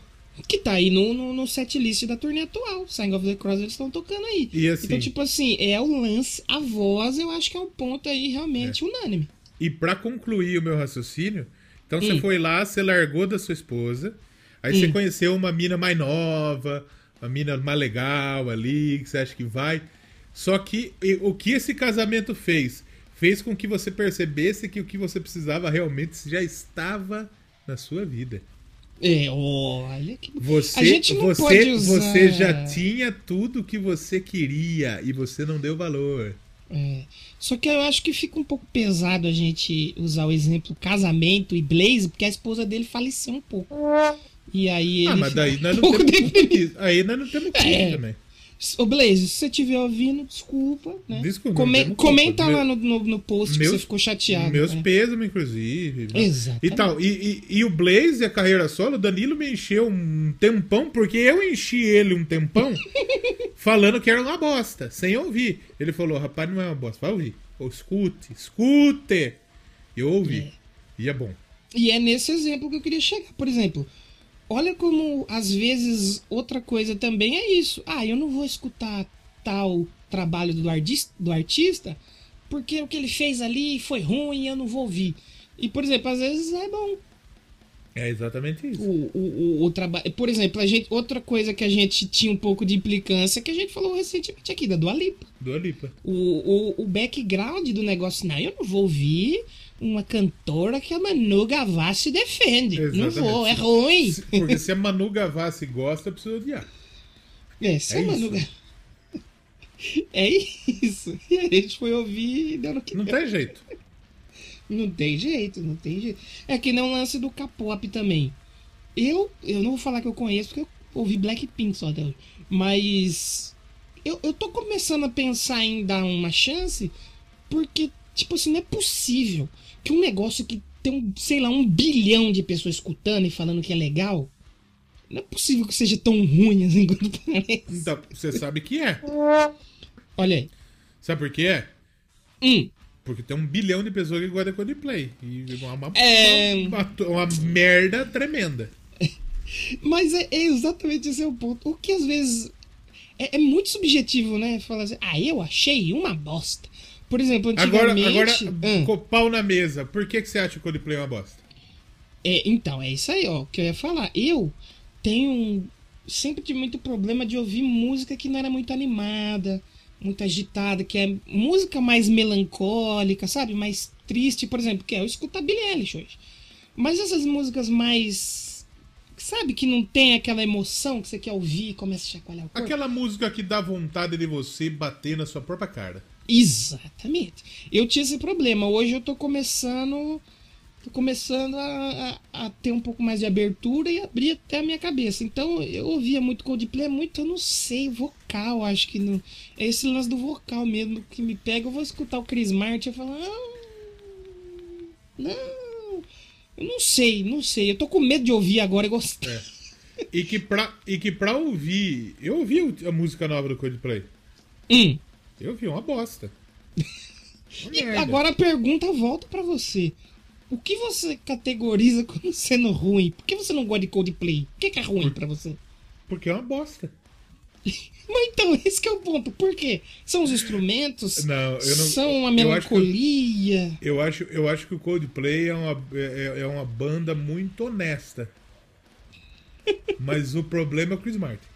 Speaker 1: que tá aí no, no, no setlist da turnê atual. Sign of the Cross eles estão tocando aí.
Speaker 2: E assim-
Speaker 1: Então, tipo assim, é o lance, a voz eu acho que é um ponto aí
Speaker 2: É.
Speaker 1: realmente unânime.
Speaker 2: E pra concluir o meu raciocínio, então você
Speaker 1: Hum.
Speaker 2: foi lá, você largou da sua esposa, aí você conheceu uma mina mais nova, uma mina mais legal ali, que você acha que vai. Só que e- o que esse casamento fez? Fez com que você percebesse que o que você precisava realmente já estava na sua vida.
Speaker 1: É, olha que
Speaker 2: Você,
Speaker 1: A gente não
Speaker 2: você,
Speaker 1: pode usar-
Speaker 2: você já tinha tudo que você queria e você não deu valor.
Speaker 1: É. Só que eu acho que fica um pouco pesado a gente usar o exemplo casamento e Blaze, porque a esposa dele faleceu um pouco. E aí ele
Speaker 2: ah, mas
Speaker 1: fica
Speaker 2: daí nós
Speaker 1: um
Speaker 2: não
Speaker 1: pouco
Speaker 2: temos culpa
Speaker 1: deprimido.
Speaker 2: disso. Aí nós não temos culpa
Speaker 1: É.
Speaker 2: também.
Speaker 1: Ô Blaze, se você estiver ouvindo, desculpa, né?
Speaker 2: Desculpa,
Speaker 1: Come-
Speaker 2: não temos
Speaker 1: comenta
Speaker 2: culpa.
Speaker 1: lá no, no, no post
Speaker 2: Meus-
Speaker 1: que você ficou chateado.
Speaker 2: Meus
Speaker 1: né?
Speaker 2: pêsames, inclusive.
Speaker 1: Exatamente.
Speaker 2: E tal. E, e- e o Blaze, a carreira solo, o Danilo me encheu um tempão, porque eu enchi ele um tempão falando que era uma bosta, sem ouvir. Ele falou, rapaz, não é uma bosta, vai ouvir. Ou escute, escute! Eu ouvi. E é bom.
Speaker 1: E é nesse exemplo que eu queria chegar. Por exemplo, olha como às vezes outra coisa também é isso. Ah, eu não vou escutar tal trabalho do artista, do artista porque o que ele fez ali foi ruim e eu não vou ouvir. E, por exemplo, às vezes é bom
Speaker 2: É exatamente isso.
Speaker 1: o, o, o, o trabalho. Por exemplo, a gente, outra coisa que a gente tinha um pouco de implicância que a gente falou recentemente aqui, da Dua Lipa.
Speaker 2: Do Alipa.
Speaker 1: O, o, o background do negócio, não, eu não vou ouvir uma cantora que a Manu Gavassi defende. Não vou, é ruim.
Speaker 2: Porque se a Manu Gavassi gosta, eu preciso odiar.
Speaker 1: É, se
Speaker 2: É
Speaker 1: a Manu
Speaker 2: isso.
Speaker 1: Ga- É isso. E a gente foi ouvir e deu no que
Speaker 2: Não
Speaker 1: deu.
Speaker 2: tem jeito.
Speaker 1: Não tem jeito, não tem jeito. É que nem o lance do K-pop também. Eu, eu não vou falar que eu conheço, porque eu ouvi Blackpink só até hoje. Mas eu, eu tô começando a pensar em dar uma chance, porque, tipo assim, não é possível que um negócio que tem, um, sei lá, um bilhão de pessoas escutando e falando que é legal, não é possível que seja tão ruim assim quanto parece.
Speaker 2: Então, você sabe que é.
Speaker 1: Olha aí.
Speaker 2: Sabe por que é?
Speaker 1: Hum,
Speaker 2: Porque tem um bilhão de pessoas que guarda Coldplay. E é uma, uma,
Speaker 1: É.
Speaker 2: uma, uma merda tremenda.
Speaker 1: Mas é, é exatamente esse é o ponto. O que às vezes é, é muito subjetivo, né? Falar assim, ah, eu achei uma bosta. Por exemplo,
Speaker 2: Agora,
Speaker 1: antigamente.
Speaker 2: agora
Speaker 1: Ah,
Speaker 2: com pau na mesa. Por que, que você acha o Coldplay uma bosta?
Speaker 1: é, então, é isso aí, ó, que eu ia falar. Eu tenho um- sempre tive muito problema de ouvir música que não era muito animada, muito agitada, que é música mais melancólica, sabe? Mais triste, por exemplo, que é eu escuto a Billie Eilish hoje. Mas essas músicas mais. Sabe que não tem aquela emoção que você quer ouvir e começa a chacoalhar o corpo?
Speaker 2: Aquela música que dá vontade de você bater na sua própria cara.
Speaker 1: Exatamente. Eu tinha esse problema. Hoje eu tô começando. Tô começando a, a- a ter um pouco mais de abertura e abrir até a minha cabeça. Então eu ouvia muito Coldplay, é muito, eu não sei, vocal, acho que não. É esse lance do vocal mesmo que me pega. Eu vou escutar o Chris Martin e falar. Ah, não. Eu não sei, não sei. Eu tô com medo de ouvir agora e gostar.
Speaker 2: E que pra, e que pra ouvir. Eu ouvi o- a música nova do Coldplay.
Speaker 1: Hum.
Speaker 2: Eu vi é uma bosta. Uma
Speaker 1: E
Speaker 2: merda.
Speaker 1: agora a pergunta volta pra você. O que você categoriza como sendo ruim? Por que você não gosta de Coldplay? O que que é ruim pra você?
Speaker 2: Porque é uma bosta.
Speaker 1: Mas então, esse que é o ponto. Por quê? São os instrumentos?
Speaker 2: Não, eu não-
Speaker 1: São a
Speaker 2: eu acho que eu-
Speaker 1: melancolia?
Speaker 2: Eu acho, eu acho que o Coldplay é uma, é, é uma banda muito honesta. Mas o problema é o Chris Martin.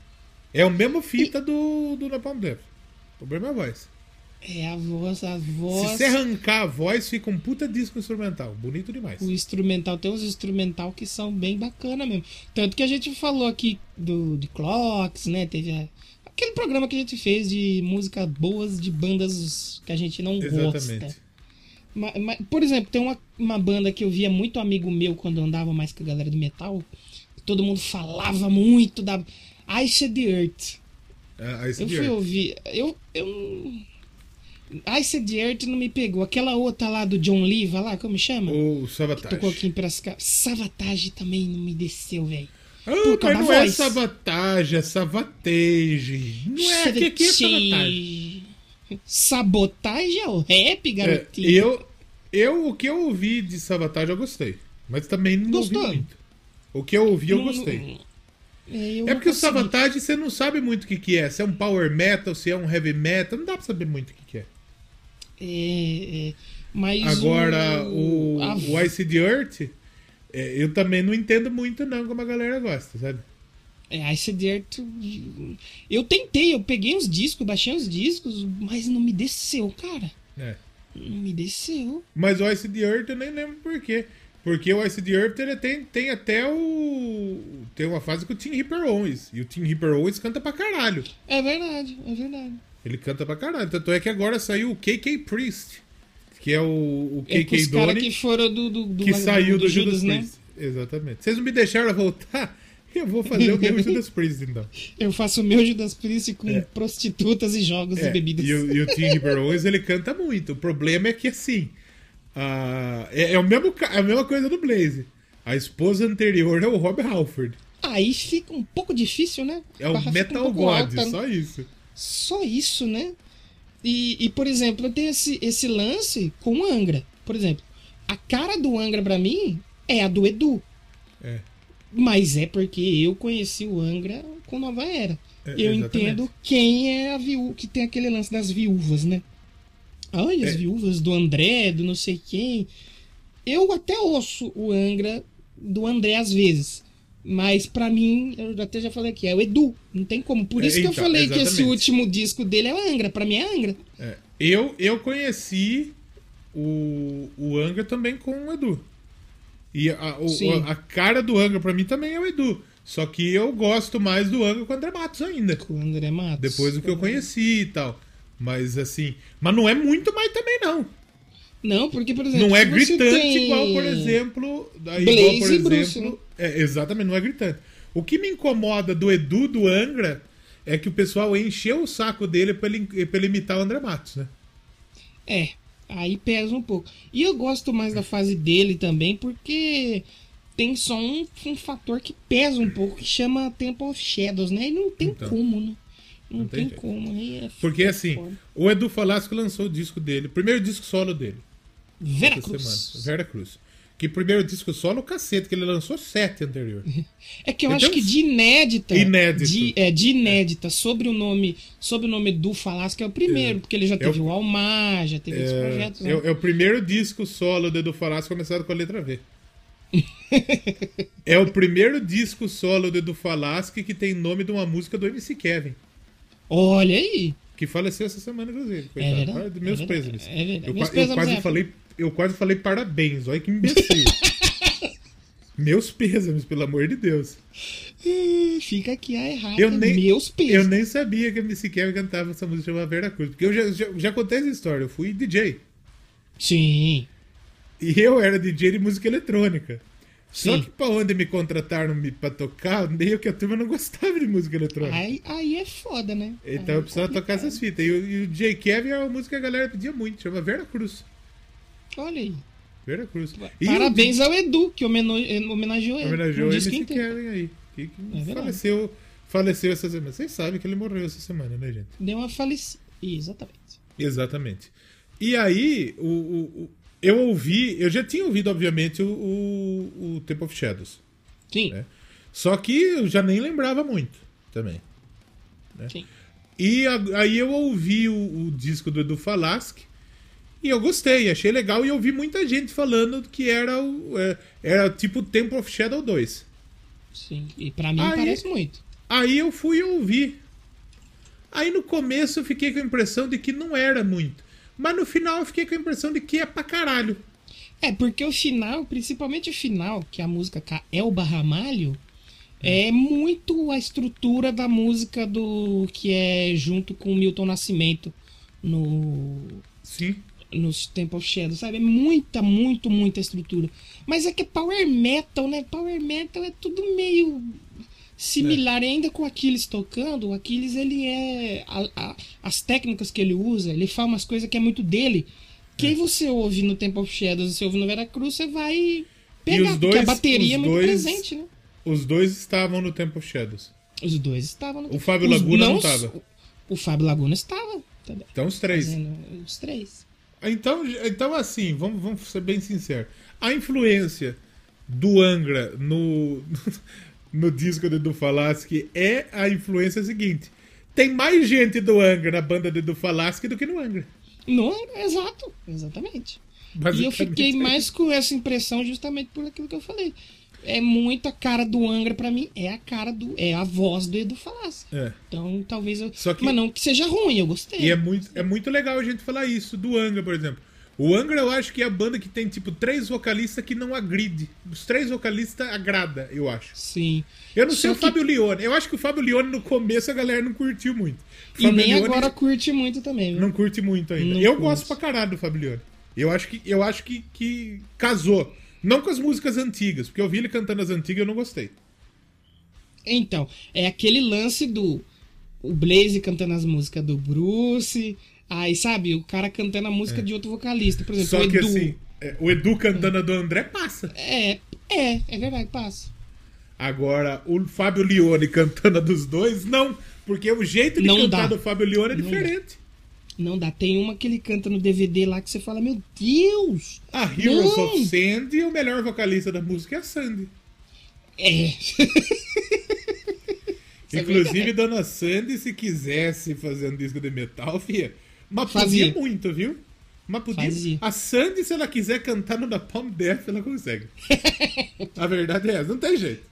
Speaker 2: É o mesmo fita do, do Napalm Death. O problema é a voz.
Speaker 1: É a voz, a
Speaker 2: Se
Speaker 1: voz,
Speaker 2: você arrancar a voz, fica um puta disco instrumental. Bonito demais.
Speaker 1: o instrumental. Tem uns instrumental que são bem bacana mesmo. Tanto que a gente falou aqui do, de Clocks, né? Teve a- aquele programa que a gente fez de músicas boas de bandas que a gente não gosta.
Speaker 2: Exatamente.
Speaker 1: Ma- ma- por exemplo, tem uma, uma banda que eu via muito amigo meu quando eu andava mais com a galera do metal. que Todo mundo falava muito da Ice the Earth.
Speaker 2: A, a
Speaker 1: Eu fui ouvir. Eu. eu... Ice the Earth não me pegou. Aquela outra lá do John Leva lá, como chama? Tocou
Speaker 2: o
Speaker 1: aqui
Speaker 2: Sabotage.
Speaker 1: em Piracicaba. Savatage também não me desceu, velho.
Speaker 2: Ah,
Speaker 1: por causa
Speaker 2: mas
Speaker 1: da
Speaker 2: não é
Speaker 1: voz.
Speaker 2: Sabotage, é Savatage. Não é. O que, que é Sabotage?
Speaker 1: Sabotage. Sabotagem é o rap,
Speaker 2: É,
Speaker 1: garotinho.
Speaker 2: eu, eu, o que eu ouvi de Sabotage, eu gostei. Mas também não
Speaker 1: Gostou?
Speaker 2: ouvi muito. O que eu ouvi, eu
Speaker 1: Não-
Speaker 2: gostei.
Speaker 1: É, eu
Speaker 2: É
Speaker 1: não
Speaker 2: porque o
Speaker 1: consegui.
Speaker 2: Sabotage você não sabe muito o que, que é. Se é um power metal, se é um heavy metal, não dá pra saber muito o que, que é.
Speaker 1: É, é. Mas
Speaker 2: Agora, o,
Speaker 1: a-
Speaker 2: o Ice the Earth, é, eu também não entendo muito, não, como a galera gosta, sabe?
Speaker 1: É, Ice the Earth. Eu tentei, eu peguei uns discos, baixei uns discos, mas não me desceu, cara.
Speaker 2: É.
Speaker 1: Não me desceu.
Speaker 2: Mas o Ice the Earth eu nem lembro por quê. Porque o Ice the Earth ele tem, tem até o. Tem uma fase com o Tim Ripper Owens. E o Tim Ripper Owens canta pra caralho.
Speaker 1: É verdade, é verdade.
Speaker 2: Ele canta pra caralho. Tanto é que agora saiu o KK Priest, que é o, o
Speaker 1: é com
Speaker 2: KK
Speaker 1: os caras
Speaker 2: Donnie.
Speaker 1: que foram do, do, do-
Speaker 2: que
Speaker 1: do-
Speaker 2: saiu do, Judas,
Speaker 1: né?
Speaker 2: Priest. Exatamente. Vocês não me deixaram voltar? Eu vou fazer o meu Judas Priest, então.
Speaker 1: Eu faço o meu Judas Priest com prostitutas e jogos
Speaker 2: É,
Speaker 1: e bebidas.
Speaker 2: E, o- e o Tim Ripper Owens, ele canta muito. O problema é que, assim, ah, é, é o mesmo, ca- a mesma coisa do Blaze. A esposa anterior é o Rob Halford.
Speaker 1: Aí fica um pouco difícil, né?
Speaker 2: É
Speaker 1: A
Speaker 2: o
Speaker 1: barra fica
Speaker 2: Metal
Speaker 1: pouco
Speaker 2: God,
Speaker 1: alta, né?
Speaker 2: só isso.
Speaker 1: Só isso, né? E, e, por exemplo, eu tenho esse, esse lance com o Angra. Por exemplo, a cara do Angra pra mim é a do Edu.
Speaker 2: É.
Speaker 1: Mas é porque eu conheci o Angra com Nova Era.
Speaker 2: É,
Speaker 1: eu
Speaker 2: exatamente.
Speaker 1: entendo quem é a viúva, que tem aquele lance das viúvas, né? Olha, as
Speaker 2: É.
Speaker 1: viúvas do André, do não sei quem. Eu até ouço o Angra do André às vezes. Mas pra mim, eu até já falei aqui, é o Edu. Não tem como. Por
Speaker 2: É,
Speaker 1: isso que eu
Speaker 2: então,
Speaker 1: falei que esse
Speaker 2: exatamente.
Speaker 1: último disco dele é o Angra. Pra mim é Angra.
Speaker 2: É. Eu, eu conheci o, o Angra também com o Edu. E a, o-
Speaker 1: Sim.
Speaker 2: a, a cara do Angra pra mim também é o Edu. Só que eu gosto mais do Angra com o André Matos ainda.
Speaker 1: Com o André Matos.
Speaker 2: Depois do que eu conheci e tal. Mas assim. Mas não é muito mais também, não.
Speaker 1: Não, porque, por exemplo.
Speaker 2: Não é
Speaker 1: se você
Speaker 2: gritante
Speaker 1: tem-
Speaker 2: igual, por exemplo. Aí,
Speaker 1: Blaze
Speaker 2: igual, por
Speaker 1: e
Speaker 2: exemplo.
Speaker 1: Bruce, né?
Speaker 2: é, exatamente, não é gritante. O que me incomoda do Edu do Angra é que o pessoal encheu o saco dele pra ele, pra ele imitar o André Matos, né?
Speaker 1: É, aí pesa um pouco. E eu gosto mais da fase dele também, porque tem só um, um fator que pesa um pouco, que chama Temple of Shadows, né? E não tem
Speaker 2: Então.
Speaker 1: como, né? Não,
Speaker 2: Não tem
Speaker 1: tem,
Speaker 2: jeito.
Speaker 1: como. Aí é
Speaker 2: Porque
Speaker 1: foda,
Speaker 2: assim,
Speaker 1: foda.
Speaker 2: o Edu Falasco lançou o disco dele, o primeiro disco solo dele. essa semana,
Speaker 1: Veracruz.
Speaker 2: Vera Cruz. Que primeiro disco solo, o cacete, que ele lançou sete anterior.
Speaker 1: É que eu
Speaker 2: Ele
Speaker 1: acho
Speaker 2: tem
Speaker 1: que
Speaker 2: uns-
Speaker 1: de inédita.
Speaker 2: Inédito.
Speaker 1: De, é, de inédita, sobre o nome. Sobre o nome do Falasca é o primeiro, porque ele já teve
Speaker 2: o-
Speaker 1: o Almar, já teve outros
Speaker 2: É,
Speaker 1: projetos.
Speaker 2: é,
Speaker 1: né?
Speaker 2: o- é o primeiro disco solo do Edu Falasco começado com a letra V. é o primeiro disco solo do Edu Falasco que tem nome de uma música do MC Kevin.
Speaker 1: Olha aí.
Speaker 2: Que faleceu essa semana, inclusive.
Speaker 1: É
Speaker 2: coitado.
Speaker 1: verdade,
Speaker 2: Meus
Speaker 1: é verdade,
Speaker 2: pêsames.
Speaker 1: é verdade.
Speaker 2: Eu,
Speaker 1: Meus
Speaker 2: qua- eu
Speaker 1: pêsames,
Speaker 2: quase
Speaker 1: Zé.
Speaker 2: falei, eu quase falei parabéns, olha que imbecil. Meus pêsames, pelo amor de Deus.
Speaker 1: Ih, Fica aqui a errada.
Speaker 2: Eu nem,
Speaker 1: Meus pesos.
Speaker 2: eu nem sabia que a MC Kevin cantava essa música chamada Vera Cruz. Porque eu já, já, já contei essa história. Eu fui DJ.
Speaker 1: Sim.
Speaker 2: E eu era DJ de música eletrônica. Só
Speaker 1: Sim.
Speaker 2: que pra onde me contrataram me- pra tocar, meio que a turma não gostava de música eletrônica.
Speaker 1: Aí, aí é foda, né?
Speaker 2: então eu precisava tocar essas fitas. E, o- e o DJ Kevin é uma música que a galera pedia muito. Chama Vera Cruz.
Speaker 1: Olha aí.
Speaker 2: Vera Cruz. E
Speaker 1: Parabéns ao Edu, que homeno- homenageou
Speaker 2: o-
Speaker 1: ele.
Speaker 2: Homenageou
Speaker 1: no
Speaker 2: o
Speaker 1: disco
Speaker 2: MC
Speaker 1: inteiro.
Speaker 2: Kevin aí. Que, que
Speaker 1: É verdade.
Speaker 2: faleceu, faleceu essa semana. Vocês sabem que ele morreu essa semana, né, gente?
Speaker 1: Deu uma falecida. Exatamente.
Speaker 2: Exatamente. E aí, o, o- o- eu ouvi, eu já tinha ouvido, obviamente, o, o, o Temple of Shadows.
Speaker 1: Sim,
Speaker 2: É. Só que eu já nem lembrava muito também.
Speaker 1: sim.
Speaker 2: E a- aí eu ouvi o, o disco do Edu Falasque e eu gostei, achei legal e eu vi muita gente falando que era o é, era tipo Temple of Shadow 2.
Speaker 1: Sim. E pra mim
Speaker 2: Aí-
Speaker 1: parece muito.
Speaker 2: Aí eu fui ouvir. Aí no começo eu fiquei com a impressão de que não era muito. Mas no final eu fiquei com a impressão de que é pra caralho.
Speaker 1: É, porque o final, principalmente o final, que é a música com a Elba Ramalho, é muito a estrutura da música do que é junto com o Milton Nascimento no
Speaker 2: Sim.
Speaker 1: nos Temple of Shadow, sabe? É muita, muito, muita estrutura. Mas é que é power metal, né? Power metal é tudo meio similar.
Speaker 2: É.
Speaker 1: E ainda com o Aquiles tocando, o Aquiles, ele é... a- a- as técnicas que ele usa, ele fala umas coisas que é muito dele. Que
Speaker 2: É.
Speaker 1: aí você ouve no Temple of Shadows, você ouve no Veracruz, você vai pegar.
Speaker 2: os
Speaker 1: porque a
Speaker 2: dois-
Speaker 1: bateria é
Speaker 2: os
Speaker 1: muito
Speaker 2: dois-
Speaker 1: presente, né?
Speaker 2: Os dois estavam no Temple of Shadows.
Speaker 1: Os dois estavam no...
Speaker 2: O Fábio
Speaker 1: Os-
Speaker 2: Laguna não
Speaker 1: os-
Speaker 2: tava.
Speaker 1: O Fábio Laguna estava. tá bem,
Speaker 2: Então os três.
Speaker 1: fazendo Os três.
Speaker 2: Então, então assim, vamos, vamos ser bem sinceros. A influência do Angra no, no disco do Edu Falaschi é a influência seguinte. Tem mais gente do Angra na banda do Edu Falaschi do que no Angra.
Speaker 1: Não, exato, exatamente. E eu
Speaker 2: basicamente.
Speaker 1: fiquei mais com essa impressão justamente por aquilo que eu falei. É muito a cara do Angra pra mim, é a cara do. É a voz do Edu Falassi.
Speaker 2: É.
Speaker 1: Então talvez eu.
Speaker 2: Só que-
Speaker 1: Mas não que seja ruim, eu gostei.
Speaker 2: E é muito, é muito legal a gente falar isso do Angra, por exemplo. O Angra eu acho que é a banda que tem, tipo, três vocalistas que não agride. Os três vocalistas agrada, eu acho.
Speaker 1: Sim.
Speaker 2: Eu não
Speaker 1: Só
Speaker 2: sei o
Speaker 1: que-
Speaker 2: Fábio Leone. Eu acho que o Fábio Leone no começo a galera não curtiu muito. O
Speaker 1: E
Speaker 2: Fábio
Speaker 1: nem
Speaker 2: Leone-
Speaker 1: agora curte muito também. viu?
Speaker 2: Não curte muito ainda.
Speaker 1: Não
Speaker 2: eu
Speaker 1: curte.
Speaker 2: gosto pra caralho do Fabliano. Eu acho que, eu acho que, que casou. Não com as músicas antigas, porque eu vi ele cantando as antigas e eu não gostei.
Speaker 1: Então, é aquele lance do. O Blaze cantando as músicas do Bruce. Aí, sabe, o cara cantando a música de outro vocalista. Por exemplo,
Speaker 2: É. Só
Speaker 1: o
Speaker 2: que
Speaker 1: Edu.
Speaker 2: assim, é, o Edu cantando a do André passa.
Speaker 1: É, é, é verdade, passa.
Speaker 2: Agora, o Fábio Leone cantando a dos dois, não. Porque o jeito de
Speaker 1: Não
Speaker 2: cantar
Speaker 1: dá.
Speaker 2: do Fábio Leone é
Speaker 1: Não dá.
Speaker 2: diferente.
Speaker 1: Não dá. Tem uma que ele canta no DVD lá que você fala, meu Deus!
Speaker 2: A Heroes
Speaker 1: Não.
Speaker 2: of Sandy, o melhor vocalista da música é a Sandy.
Speaker 1: É.
Speaker 2: Inclusive, Dona Sandy, se quisesse fazer um disco de metal, fia, mas
Speaker 1: Fazia.
Speaker 2: podia muito, viu? Mas podia.
Speaker 1: Fazia.
Speaker 2: A Sandy, se ela quiser cantar no Napalm Death, ela consegue. a verdade é essa, não tem jeito.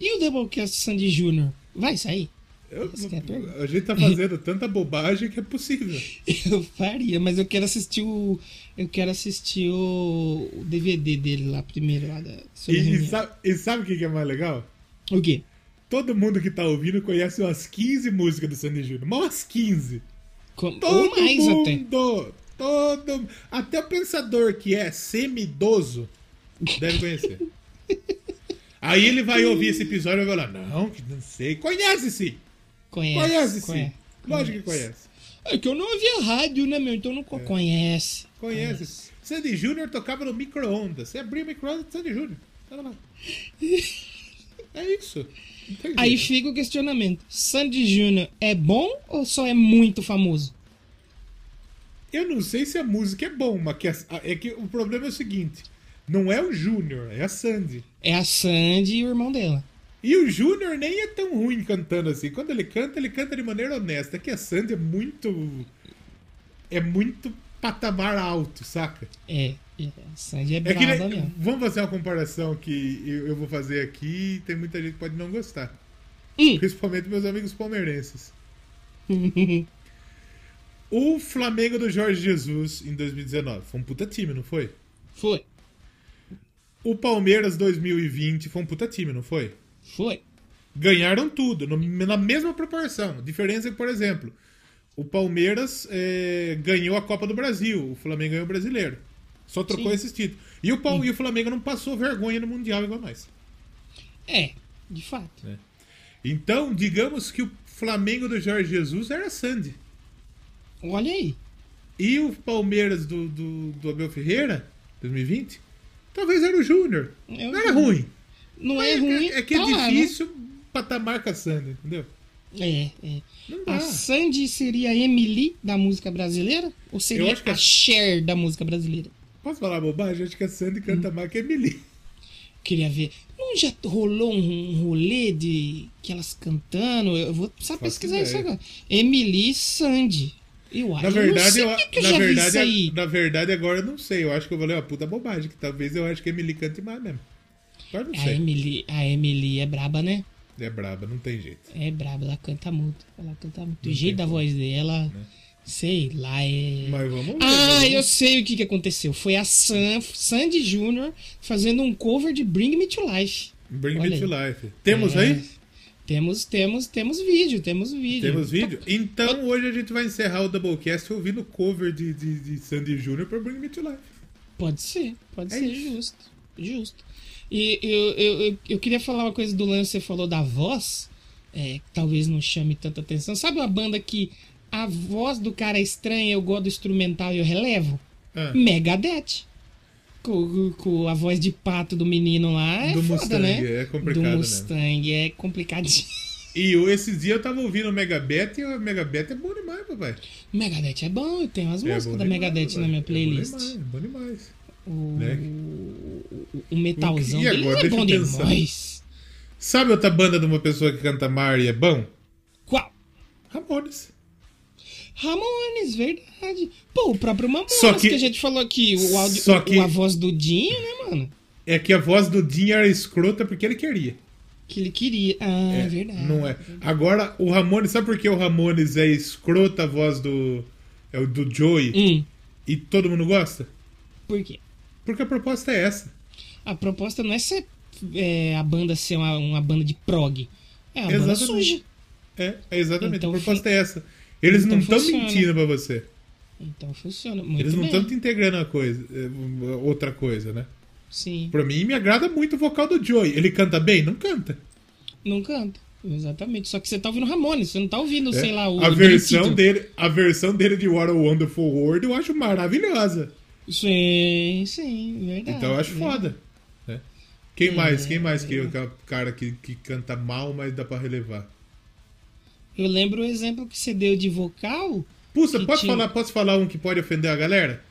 Speaker 1: E o Doublecast Sandy Jr.? Vai sair?
Speaker 2: Eu-
Speaker 1: Isso que é tudo.
Speaker 2: a gente tá fazendo tanta bobagem que é possível.
Speaker 1: Eu faria, mas eu quero assistir o. Eu quero assistir o, o DVD dele lá primeiro, lá da.
Speaker 2: E,
Speaker 1: sobre a
Speaker 2: e
Speaker 1: reunião.
Speaker 2: sabe, e sabe o que que é mais legal?
Speaker 1: O quê?
Speaker 2: Todo mundo que tá ouvindo conhece umas 15 músicas do Sandy Júnior. Mas umas 15.
Speaker 1: Com- ou
Speaker 2: Todo
Speaker 1: mais até.
Speaker 2: mundo! Todo, até o pensador que é semi-idoso deve conhecer. Aí ele vai ouvir esse episódio e vai falar: Não, que não sei. Conhece sim!
Speaker 1: Conhece.
Speaker 2: Conhece sim!
Speaker 1: conhe-
Speaker 2: Lógico que conhece.
Speaker 1: É que eu não ouvia rádio, né, meu? Então não
Speaker 2: É.
Speaker 1: co- conhece.
Speaker 2: Conhece sim. Sandy Júnior tocava no micro-ondas. Você abria o micro-ondas de Sandy Júnior. Tava lá. É isso. Não tem
Speaker 1: Aí
Speaker 2: jeito.
Speaker 1: fica o questionamento. Sandy Júnior é bom ou só é muito famoso?
Speaker 2: Eu não sei se a música é bom, mas que a- é que o problema é o seguinte: Não é o Júnior, é a Sandy.
Speaker 1: É a Sandy e o irmão dela.
Speaker 2: E o Júnior nem é tão ruim cantando assim. Quando ele canta, ele canta de maneira honesta. Que a Sandy é muito. É muito patamar alto, saca?
Speaker 1: É, é, a Sandy é
Speaker 2: É que,
Speaker 1: brava
Speaker 2: ele-
Speaker 1: mesmo.
Speaker 2: vamos fazer uma comparação que eu, eu vou fazer aqui e tem muita gente que pode não gostar.
Speaker 1: Hum.
Speaker 2: Principalmente meus amigos palmeirenses. o Flamengo do Jorge Jesus em 2019 foi um puta time, não foi?
Speaker 1: Foi,
Speaker 2: O Palmeiras 2020 foi um puta time, não foi?
Speaker 1: foi.
Speaker 2: ganharam tudo, no- na mesma proporção. A diferença é que, por exemplo, o Palmeiras eh, ganhou a Copa do Brasil, o Flamengo ganhou o Brasileiro. Só trocou
Speaker 1: Sim.
Speaker 2: esses títulos. E o, Pal- e o Flamengo não passou vergonha no Mundial igual nós.
Speaker 1: É, de fato.
Speaker 2: Então, digamos que o Flamengo do Jorge Jesus era Sandy.
Speaker 1: Olha aí.
Speaker 2: E o Palmeiras do, do, do Abel Ferreira, 2020, talvez era o Júnior.
Speaker 1: É o
Speaker 2: Não era
Speaker 1: Júnior.
Speaker 2: ruim.
Speaker 1: Não é, ruim.
Speaker 2: É, que é
Speaker 1: tá lá, né?
Speaker 2: difícil patamar com a Sandy, entendeu?
Speaker 1: É, é.
Speaker 2: Não dá.
Speaker 1: A Sandy seria a Emily da música brasileira? Ou seria
Speaker 2: Eu acho que
Speaker 1: a
Speaker 2: é-
Speaker 1: Cher da música brasileira?
Speaker 2: Posso falar bobagem? Acho que a Sandy
Speaker 1: Hum.
Speaker 2: canta mais que a Emily.
Speaker 1: Queria ver. Não já rolou um rolê de que elas cantando? Eu vou precisar
Speaker 2: Faço
Speaker 1: pesquisar isso
Speaker 2: ideia.
Speaker 1: agora. Emily Sandy. Eu acho.
Speaker 2: Na verdade,
Speaker 1: eu
Speaker 2: eu,
Speaker 1: não sei por que que eu
Speaker 2: na,
Speaker 1: já vi
Speaker 2: verdade, é-
Speaker 1: isso aí.
Speaker 2: na verdade, agora eu não sei. Eu acho que eu falei uma puta bobagem, que talvez eu acho que a Emily cante mais mesmo. Agora não
Speaker 1: A
Speaker 2: sei.
Speaker 1: É, Emily, a Emily é braba, né?
Speaker 2: É braba, não tem jeito.
Speaker 1: É braba, ela canta muito. Ela canta muito. O
Speaker 2: Não
Speaker 1: jeito
Speaker 2: tem né?
Speaker 1: da voz dela, sei lá, é.
Speaker 2: Mas vamos ver.
Speaker 1: Ah,
Speaker 2: vamos-
Speaker 1: eu sei o que, que aconteceu. Foi a Sam, Sandy Jr. fazendo um cover de Bring Me to Life.
Speaker 2: Bring
Speaker 1: Olha
Speaker 2: me
Speaker 1: aí.
Speaker 2: to life. Temos
Speaker 1: É.
Speaker 2: aí?
Speaker 1: Temos, temos, temos vídeo, temos vídeo.
Speaker 2: Temos vídeo? Então hoje a gente vai encerrar o Doublecast ouvindo o cover de, de, de Sandy Jr. pra Bring Me to Life.
Speaker 1: Pode ser, pode
Speaker 2: É
Speaker 1: ser,
Speaker 2: isso.
Speaker 1: justo. Justo. E eu, eu, eu, eu queria falar uma coisa do lance, você falou da voz, é, que talvez não chame tanta atenção. Sabe uma banda que a voz do cara é estranha, eu gosto do instrumental e eu relevo?
Speaker 2: Ah,
Speaker 1: Megadeth. Com, com a voz de pato do menino lá. É
Speaker 2: Do
Speaker 1: foda,
Speaker 2: Mustang,
Speaker 1: né?
Speaker 2: é complicado
Speaker 1: Do
Speaker 2: mesmo.
Speaker 1: Mustang, é complicadinho.
Speaker 2: E eu, esses dias eu tava ouvindo o Megabeth e o Megabeth é bom demais, papai.
Speaker 1: Megadeth é bom, eu tenho as
Speaker 2: é
Speaker 1: músicas
Speaker 2: bom
Speaker 1: da
Speaker 2: demais,
Speaker 1: Megadeth na
Speaker 2: papai.
Speaker 1: minha
Speaker 2: É
Speaker 1: playlist.
Speaker 2: bom demais, é bom demais.
Speaker 1: o,
Speaker 2: Né?
Speaker 1: o- o metalzão
Speaker 2: E
Speaker 1: deles
Speaker 2: agora?
Speaker 1: é
Speaker 2: Deixa
Speaker 1: bom
Speaker 2: eu pensar.
Speaker 1: demais.
Speaker 2: Sabe outra banda de uma pessoa que canta mar e é bom?
Speaker 1: Qual?
Speaker 2: Ramones.
Speaker 1: Ramones, verdade. Pô, o próprio Mamonas
Speaker 2: Só
Speaker 1: que...
Speaker 2: que-
Speaker 1: a gente falou aqui, o áudio,
Speaker 2: Só
Speaker 1: o-
Speaker 2: que-
Speaker 1: a voz do Dinho, né, mano?
Speaker 2: É que a voz do Dinho era escrota porque ele queria.
Speaker 1: Que ele queria. Ah, é verdade.
Speaker 2: Não é. Agora, o Ramones, sabe por que o Ramones é escrota a voz do. É o do Joey
Speaker 1: Hum,
Speaker 2: e todo mundo gosta?
Speaker 1: por quê?
Speaker 2: Porque a proposta é essa.
Speaker 1: A proposta não é ser é, a banda ser uma, uma banda de prog. É uma banda
Speaker 2: Exatamente.
Speaker 1: suja.
Speaker 2: É, é exatamente.
Speaker 1: Então
Speaker 2: a
Speaker 1: fun-
Speaker 2: proposta é essa. Eles
Speaker 1: então
Speaker 2: não estão
Speaker 1: funciona.
Speaker 2: mentindo pra você.
Speaker 1: Então funciona. Muito
Speaker 2: Eles não
Speaker 1: bem.
Speaker 2: estão te integrando a coisa, é, uma- outra coisa, né?
Speaker 1: Sim.
Speaker 2: Pra mim, me agrada muito o vocal do Joey. Ele canta bem? Não canta.
Speaker 1: Não canta. Exatamente. Só que você tá ouvindo Ramones, você não tá ouvindo,
Speaker 2: É.
Speaker 1: sei lá, o.
Speaker 2: a
Speaker 1: aquele
Speaker 2: versão
Speaker 1: título.
Speaker 2: dele, a versão dele de What a Wonderful World eu acho maravilhosa.
Speaker 1: Sim, É, sim, verdade.
Speaker 2: Então eu acho
Speaker 1: verdade.
Speaker 2: foda. né? Quem mais? Quem mais que
Speaker 1: é.
Speaker 2: o ca- cara que, que canta mal, mas dá pra relevar?
Speaker 1: Eu lembro o exemplo que você deu de vocal.
Speaker 2: Puxa,
Speaker 1: Que
Speaker 2: posso
Speaker 1: tinha-
Speaker 2: falar, posso falar um que pode ofender a galera?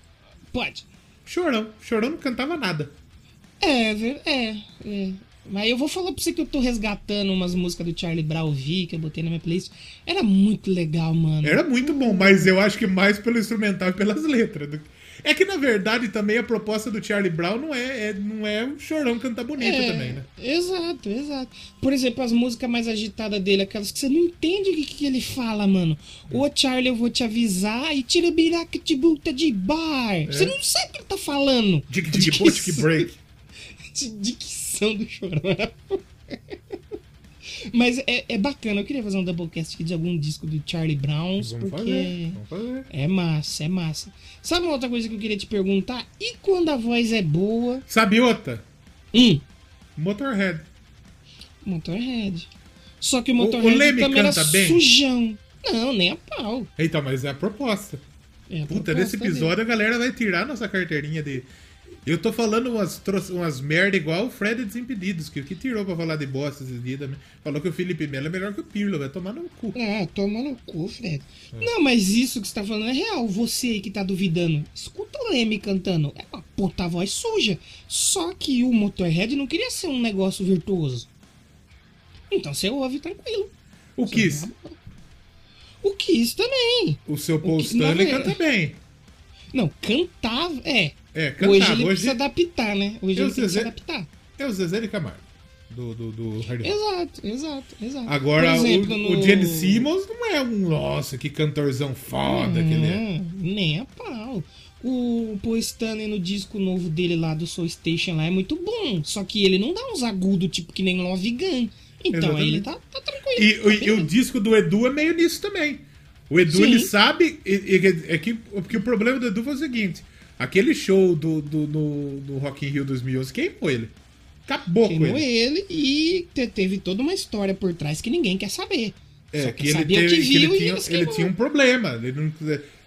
Speaker 1: Pode.
Speaker 2: Chorão. Chorão não cantava nada.
Speaker 1: É, ver- é, é. Mas eu vou falar pra você que eu tô resgatando umas músicas do Charlie Brown V que eu botei na minha playlist. Era muito legal, mano.
Speaker 2: Era muito bom, mas eu acho que mais pelo instrumental e pelas letras. do- É que na verdade também a proposta do Charlie Brown não é, é- não é o Chorão cantar bonito
Speaker 1: É,
Speaker 2: também, né?
Speaker 1: Exato, exato. Por exemplo, as músicas mais agitadas dele, aquelas que você não entende o que, que ele fala, mano.
Speaker 2: É.
Speaker 1: Ô Charlie, eu vou te avisar e tira biraca de buta de bar.
Speaker 2: É.
Speaker 1: Você não sabe o que ele tá falando.
Speaker 2: Dig dig botic break.
Speaker 1: De dicção do chorão. Mas é, é bacana, eu queria fazer um doublecast aqui de algum disco do Charlie Brown,
Speaker 2: Vamos
Speaker 1: porque
Speaker 2: fazer. Vamos fazer.
Speaker 1: é massa, é massa. Sabe uma outra coisa que eu queria te perguntar? E quando a voz é boa?
Speaker 2: Sabe outra?
Speaker 1: Hum,
Speaker 2: Motorhead.
Speaker 1: Motorhead. Só que o
Speaker 2: o
Speaker 1: Motorhead
Speaker 2: Leme
Speaker 1: também era
Speaker 2: canta bem?
Speaker 1: sujão. Não, nem a pau.
Speaker 2: Então, mas é a proposta.
Speaker 1: É a
Speaker 2: Puta,
Speaker 1: proposta
Speaker 2: nesse
Speaker 1: dele.
Speaker 2: episódio a galera vai tirar nossa carteirinha de. Eu tô falando umas, tro- umas merda igual o Fred Desimpedidos, que o que tirou pra falar de bosta esses dias também. Falou que o Felipe Melo é melhor que o Pirlo, vai tomar no cu.
Speaker 1: Ah, toma no cu, Fred.
Speaker 2: É.
Speaker 1: Não, mas isso que você tá falando é real. Você aí que tá duvidando, escuta o Leme cantando. É uma puta voz suja. Só que o Motorhead não queria ser um negócio virtuoso. Então você ouve tranquilo.
Speaker 2: O
Speaker 1: Você
Speaker 2: Kiss,
Speaker 1: não é- O Kiss também.
Speaker 2: o seu Paul
Speaker 1: Kiss, é. na
Speaker 2: Stanley
Speaker 1: verdade-
Speaker 2: canta bem.
Speaker 1: Não, cantava. É.
Speaker 2: É,
Speaker 1: hoje
Speaker 2: cantava.
Speaker 1: ele
Speaker 2: Hoje,
Speaker 1: precisa adaptar, né? Hoje
Speaker 2: Eu
Speaker 1: ele tem que se
Speaker 2: sei-
Speaker 1: adaptar.
Speaker 2: é o Zezé de Camargo, do, do, do Hard Rock.
Speaker 1: Exato, exato, exato.
Speaker 2: Agora,
Speaker 1: Por exemplo,
Speaker 2: o,
Speaker 1: no-
Speaker 2: o Gene Simmons não é um, nossa, que cantorzão foda que ele é.
Speaker 1: Hum, Nem a pau. O Paul Stanley no disco novo dele lá do Soul Station lá é muito bom. Só que ele não dá uns agudos tipo que nem Love Gun. Então aí ele
Speaker 2: Exatamente.
Speaker 1: tá, tá tranquilo.
Speaker 2: E,
Speaker 1: tá
Speaker 2: o- e o
Speaker 1: beleza.
Speaker 2: disco do Edu é meio nisso também. O Edu,
Speaker 1: Sim.
Speaker 2: ele sabe. e- e- É que, porque o problema do Edu foi o seguinte: aquele show do, do, do, do Rock in Rio 2011 queimou ele. Acabou com
Speaker 1: Queimou
Speaker 2: ele.
Speaker 1: ele e te- teve toda uma história por trás que ninguém quer saber.
Speaker 2: É,
Speaker 1: Só
Speaker 2: que
Speaker 1: quem
Speaker 2: ele,
Speaker 1: sabia o
Speaker 2: teve,
Speaker 1: que
Speaker 2: que ele,
Speaker 1: viu e
Speaker 2: tinha,
Speaker 1: nos
Speaker 2: ele
Speaker 1: queimou.
Speaker 2: tinha um problema. Ele, não,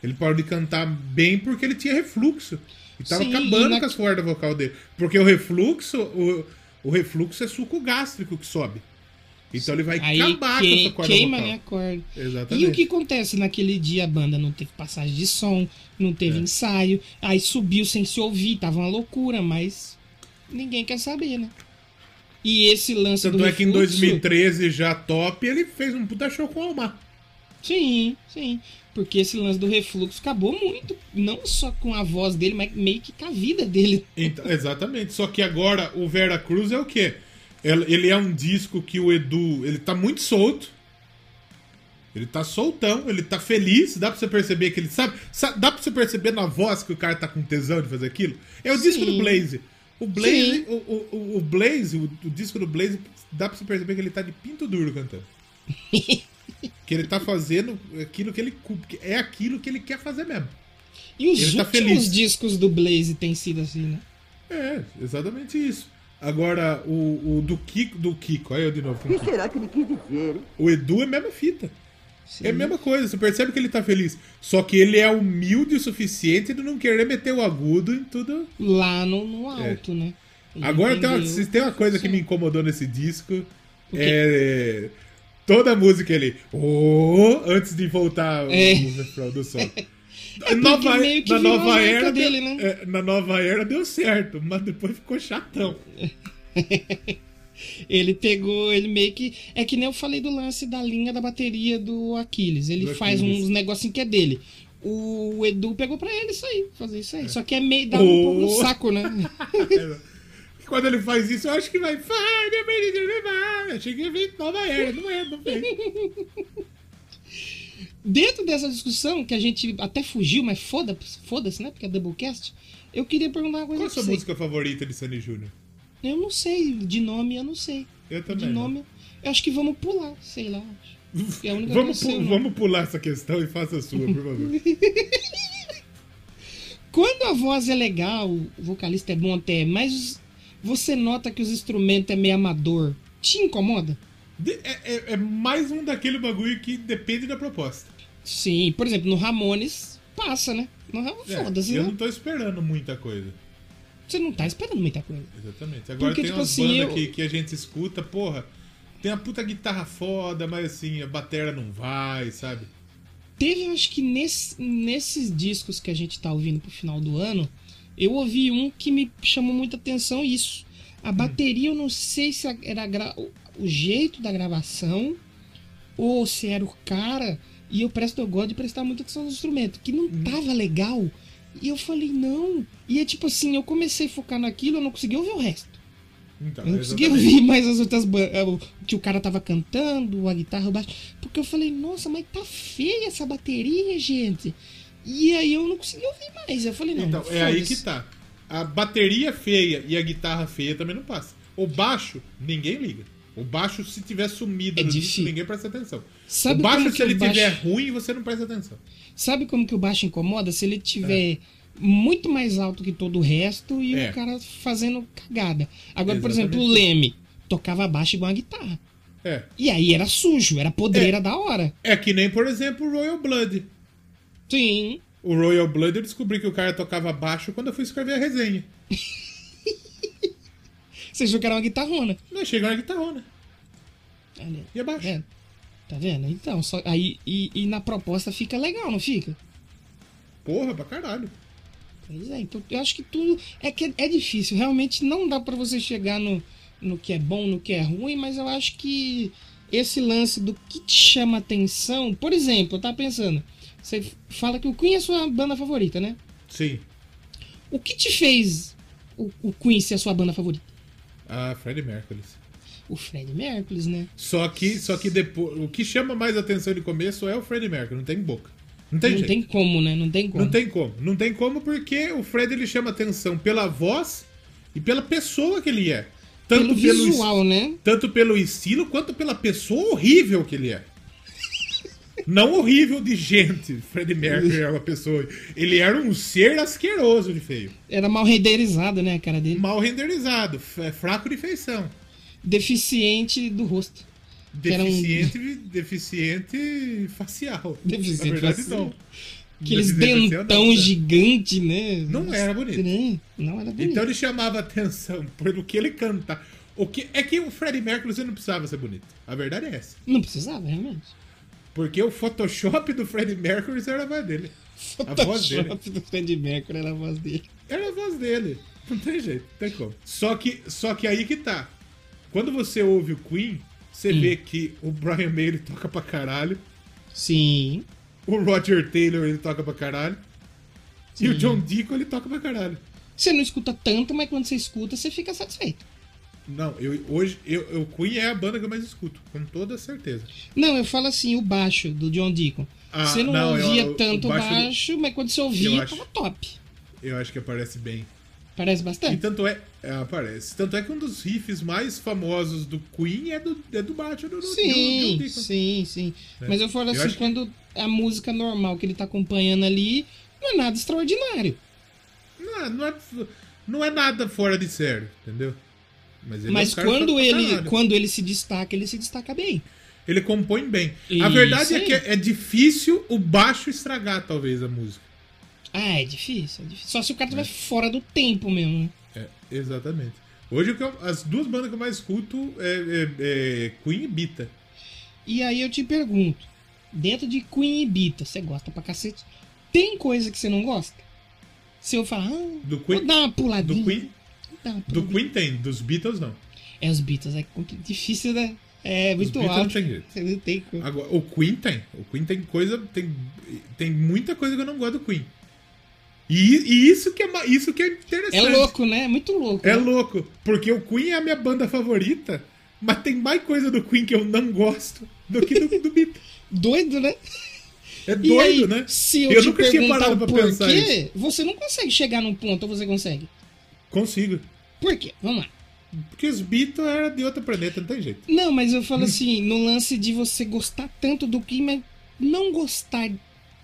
Speaker 2: ele parou de cantar bem porque ele tinha refluxo. E tava
Speaker 1: Sim,
Speaker 2: acabando
Speaker 1: e na-
Speaker 2: com as cordas vocal dele. Porque o refluxo, o, o refluxo é suco gástrico que sobe. Então ele vai
Speaker 1: é. Aí
Speaker 2: acabar
Speaker 1: que-
Speaker 2: com essa corda
Speaker 1: queima
Speaker 2: vocal.
Speaker 1: né, a corda.
Speaker 2: Exatamente.
Speaker 1: E o que acontece? Naquele dia a banda não teve passagem de som, não
Speaker 2: É.
Speaker 1: teve ensaio, aí subiu sem se ouvir, tava uma loucura, mas ninguém quer saber, né? E esse lance do
Speaker 2: Tanto é que em
Speaker 1: refluxo-
Speaker 2: 2013, já top, ele fez um puta show com o Almar.
Speaker 1: Sim, sim. Porque esse lance do refluxo acabou muito, não só com a voz dele, mas meio que com a vida dele.
Speaker 2: Então, exatamente. Só que agora o Vera Cruz é o quê? Ele ele é um disco que o Edu. Ele tá muito solto. Ele tá soltão, ele tá feliz. Dá pra você perceber que ele sabe. sa- Dá pra você perceber na voz que o cara tá com tesão de fazer aquilo? É o disco
Speaker 1: Sim.
Speaker 2: do Blaze. O Blaze,
Speaker 1: Sim.
Speaker 2: o, o, o- o Blaze, o, o disco do Blaze, dá pra você perceber que ele tá de pinto duro cantando. que ele tá fazendo aquilo que ele. cu- que É aquilo que ele quer fazer mesmo.
Speaker 1: E os
Speaker 2: Ele tá
Speaker 1: últimos
Speaker 2: feliz.
Speaker 1: discos do Blaze têm sido assim, né?
Speaker 2: É, exatamente isso. Agora, o, o do Kiko, do Kiko, olha eu de novo. com o Kiko.
Speaker 4: será que ele quis dizer, hein?
Speaker 2: O Edu é a mesma fita.
Speaker 1: Sim.
Speaker 2: É a mesma coisa, você percebe que ele tá feliz. Só que ele é humilde o suficiente de não querer meter o agudo em tudo.
Speaker 1: Lá no, no alto, né? Ele
Speaker 2: É. Agora tem uma,
Speaker 1: entendeu.
Speaker 2: se tem uma coisa que
Speaker 1: Sim.
Speaker 2: me incomodou nesse disco.
Speaker 1: O quê?
Speaker 2: É. Toda a música ele. Oh, antes de voltar o-
Speaker 1: É.
Speaker 2: o refrão do som.
Speaker 1: meio que virou
Speaker 2: na
Speaker 1: a
Speaker 2: nova
Speaker 1: marca
Speaker 2: era
Speaker 1: dele,
Speaker 2: deu,
Speaker 1: né?
Speaker 2: é, na nova era deu certo, mas depois ficou chatão.
Speaker 1: Ele pegou, ele meio que. É que nem eu falei do lance da linha da bateria do Aquiles. Ele
Speaker 2: Do
Speaker 1: faz
Speaker 2: Aquiles.
Speaker 1: uns negocinhos que é dele. O Edu pegou pra ele isso aí, fazer isso aí. Só que é meio dá um
Speaker 2: Oh.
Speaker 1: pouco no saco, né?
Speaker 2: E Quando ele faz isso, eu acho que vai. Vai, meu menino, ele vai. Achei que ia vir nova era. Não é, não vem.
Speaker 1: Dentro dessa discussão, que a gente até fugiu, mas foda- foda-se, né? Porque é Doublecast. Eu queria perguntar uma coisa
Speaker 2: Qual a
Speaker 1: pra
Speaker 2: sua
Speaker 1: você.
Speaker 2: música favorita de Sandy Júnior?
Speaker 1: Eu não sei, de nome eu não sei.
Speaker 2: Eu
Speaker 1: De
Speaker 2: também. não.
Speaker 1: nome, eu acho que vamos pular, sei lá. acho. É a única
Speaker 2: Vamos,
Speaker 1: que eu sei,
Speaker 2: pu-
Speaker 1: né?
Speaker 2: vamos pular essa questão e faça a sua, por favor.
Speaker 1: Quando a voz é legal, o vocalista é bom até, mas você nota que os instrumentos é meio amador. Te incomoda?
Speaker 2: De- é, é- é mais um daquele bagulho que depende da proposta.
Speaker 1: Sim, por exemplo, no Ramones passa, né? No Ramones,
Speaker 2: É,
Speaker 1: foda-se,
Speaker 2: eu
Speaker 1: né?
Speaker 2: não tô esperando muita coisa.
Speaker 1: Você não tá esperando muita coisa.
Speaker 2: Exatamente. Agora
Speaker 1: Porque,
Speaker 2: tem
Speaker 1: tipo
Speaker 2: umas
Speaker 1: assim,
Speaker 2: bandas
Speaker 1: eu-
Speaker 2: que, que a gente escuta, porra. Tem a puta guitarra foda, mas assim, a batera não vai, sabe?
Speaker 1: Teve, eu acho que nesse- nesses discos que a gente tá ouvindo pro final do ano, eu ouvi um que me chamou muita atenção isso. A bateria, eu não sei se era a gra- o- o jeito da gravação ou se era o cara. E eu presto, eu gosto de prestar muita atenção no instrumento, que não tava legal. E eu falei, não. E é tipo assim, eu comecei a focar naquilo, eu não consegui ouvir o resto.
Speaker 2: Então,
Speaker 1: Eu não consegui
Speaker 2: exatamente.
Speaker 1: ouvir mais as outras bandas. Que o cara tava cantando, a guitarra, o baixo. Porque eu falei, nossa, mas tá feia essa bateria, gente. E aí eu não consegui ouvir mais. Eu falei, não.
Speaker 2: Então, é aí que
Speaker 1: foda-se.
Speaker 2: tá. é A bateria feia e a guitarra feia também não passa. O baixo, ninguém liga. O baixo, se tiver sumido
Speaker 1: É
Speaker 2: no disco,
Speaker 1: difícil.
Speaker 2: ninguém presta atenção.
Speaker 1: Sabe
Speaker 2: o baixo,
Speaker 1: como que é
Speaker 2: se ele
Speaker 1: o baixo-
Speaker 2: tiver ruim, você não presta atenção.
Speaker 1: Sabe como que o baixo incomoda? Se
Speaker 2: É.
Speaker 1: ele tiver muito mais alto que todo o resto e
Speaker 2: É.
Speaker 1: o cara fazendo cagada. Agora, por
Speaker 2: Exatamente.
Speaker 1: exemplo, o Leme tocava baixo igual uma guitarra.
Speaker 2: É.
Speaker 1: E aí era sujo, era podreira da hora.
Speaker 2: É que nem, por exemplo, o Royal Blood.
Speaker 1: Sim.
Speaker 2: O Royal Blood eu descobri que o cara tocava baixo quando eu fui escrever a resenha.
Speaker 1: Você achou que era uma guitarrona.
Speaker 2: Não, chegou na guitarrona.
Speaker 1: Olha,
Speaker 2: E
Speaker 1: tá
Speaker 2: é baixo.
Speaker 1: vendo? Tá vendo? Então, só, aí e, e na proposta fica legal, não fica?
Speaker 2: Porra, pra caralho.
Speaker 1: Pois é, então eu acho que tudo é que é difícil, realmente não dá pra você chegar no, no que é bom, no que é ruim, mas eu acho que esse lance do que te chama atenção, por exemplo, eu tava pensando, você fala que o Queen é sua banda favorita, né?
Speaker 2: Sim.
Speaker 1: O que te fez o, o Queen ser a sua banda favorita?
Speaker 2: Ah, Freddie Mercury.
Speaker 1: O Fred Mercury, né?
Speaker 2: Só que, só que depois, o que chama mais atenção de começo é o Freddie Mercury, não tem boca. Não tem
Speaker 1: não
Speaker 2: jeito.
Speaker 1: tem como, né? Não tem como.
Speaker 2: Não tem como. Não tem como porque o Fred ele chama atenção pela voz e pela pessoa que ele é. Tanto
Speaker 1: Pelo
Speaker 2: pelo,
Speaker 1: visual, né?
Speaker 2: tanto pelo estilo quanto pela pessoa horrível que ele é. Não horrível de gente. Fred Mercury era uma pessoa. Ele era um ser asqueroso de feio.
Speaker 1: Era mal renderizado, né, a cara dele?
Speaker 2: Mal renderizado, f- é fraco de feição.
Speaker 1: Deficiente do rosto. Que era um-
Speaker 2: Deficiente, deficiente facial.
Speaker 1: Deficiente
Speaker 2: Na verdade,
Speaker 1: facial.
Speaker 2: não.
Speaker 1: Aqueles
Speaker 2: Deficiente facial,
Speaker 1: dentão
Speaker 2: não, né?
Speaker 1: gigante, né?
Speaker 2: Não era bonito.
Speaker 1: Estranho. Não era bonito.
Speaker 2: Então ele chamava atenção pelo que ele canta. O que, é que o Freddie Mercury você não precisava ser bonito. A verdade é essa.
Speaker 1: Não precisava, realmente.
Speaker 2: Porque o Photoshop do Freddie Mercury era a voz dele. A voz dele.
Speaker 1: Photoshop do Fred Mercury era a voz dele.
Speaker 2: Era a voz dele. Não tem jeito, não tem como. Só que, só que aí que tá. Quando você ouve o Queen, você vê que o Brian May ele toca pra caralho.
Speaker 1: Sim.
Speaker 2: O Roger Taylor ele toca pra caralho. E o John Deacon ele toca pra caralho.
Speaker 1: Você não escuta tanto, mas quando você escuta, você fica satisfeito.
Speaker 2: Não, eu, hoje, eu, eu- o Queen é a banda que eu mais escuto, com toda certeza.
Speaker 1: Não, eu falo assim, o baixo do John Deacon.
Speaker 2: Ah,
Speaker 1: você não,
Speaker 2: não, eu-
Speaker 1: ouvia
Speaker 2: eu- o
Speaker 1: tanto
Speaker 2: baixo
Speaker 1: baixo,
Speaker 2: do-
Speaker 1: mas quando você
Speaker 2: Eu
Speaker 1: ouvia,
Speaker 2: acho.
Speaker 1: tava top.
Speaker 2: Eu acho que aparece bem.
Speaker 1: Parece
Speaker 2: E
Speaker 1: bastante.
Speaker 2: tanto é, é, aparece. Tanto é que um dos riffs mais famosos do Queen é do, é do baixo do do-
Speaker 1: sim,
Speaker 2: do- do- do-
Speaker 1: sim, sim.
Speaker 2: Né?
Speaker 1: Mas eu falo
Speaker 2: Eu
Speaker 1: assim,
Speaker 2: acho-
Speaker 1: quando a música normal que ele tá acompanhando ali, não é nada extraordinário.
Speaker 2: Não, não, é, não é nada fora de sério, entendeu? Mas, ele é
Speaker 1: Mas
Speaker 2: um cara
Speaker 1: quando
Speaker 2: pra
Speaker 1: ele,
Speaker 2: caralho.
Speaker 1: quando ele se destaca, ele se destaca bem.
Speaker 2: Ele compõe bem. A
Speaker 1: Isso
Speaker 2: verdade é
Speaker 1: aí.
Speaker 2: que é é difícil o baixo estragar, talvez, a música.
Speaker 1: Ah, é difícil, é difícil. Só se o cara tiver fora do tempo mesmo, né?
Speaker 2: É, exatamente. Hoje o que eu- as duas bandas que eu mais escuto é, é- é Queen e Bita.
Speaker 1: E aí eu te pergunto, dentro de Queen e Bita, você gosta pra cacete? Tem coisa que você não gosta? Se eu falar, ah,
Speaker 2: Do Queen-
Speaker 1: vou dar uma
Speaker 2: Do
Speaker 1: puladinha.
Speaker 2: Queen,
Speaker 1: vou dar uma
Speaker 2: do
Speaker 1: puladinha.
Speaker 2: Queen tem, dos Beatles não.
Speaker 1: É, os Beatles é compli- difícil, né? É
Speaker 2: Dos
Speaker 1: muito
Speaker 2: Beatles não Ah,
Speaker 1: alto.
Speaker 2: tem jeito.
Speaker 1: Você não tem como.
Speaker 2: Agora, o Queen tem. O Queen tem coisa. Tem, tem muita coisa que eu não gosto do Queen. E, e isso, que é, ma- isso que é interessante.
Speaker 1: É louco, né? É muito louco.
Speaker 2: É
Speaker 1: né?
Speaker 2: louco. Porque o Queen é a minha banda favorita, mas tem mais coisa do Queen que eu não gosto do que do, do Beatles.
Speaker 1: Doido, né?
Speaker 2: É
Speaker 1: E
Speaker 2: doido,
Speaker 1: aí,
Speaker 2: né?
Speaker 1: Se eu, te
Speaker 2: nunca tinha
Speaker 1: perguntar
Speaker 2: parado
Speaker 1: o
Speaker 2: pra
Speaker 1: porquê,
Speaker 2: pensar isso.
Speaker 1: você não consegue chegar num ponto, ou você consegue?
Speaker 2: Consigo.
Speaker 1: Por quê? Vamos lá.
Speaker 2: Porque os Beatles eram de outro planeta, não tem jeito.
Speaker 1: Não, mas eu falo assim, no lance de você gostar tanto do que, mas não gostar,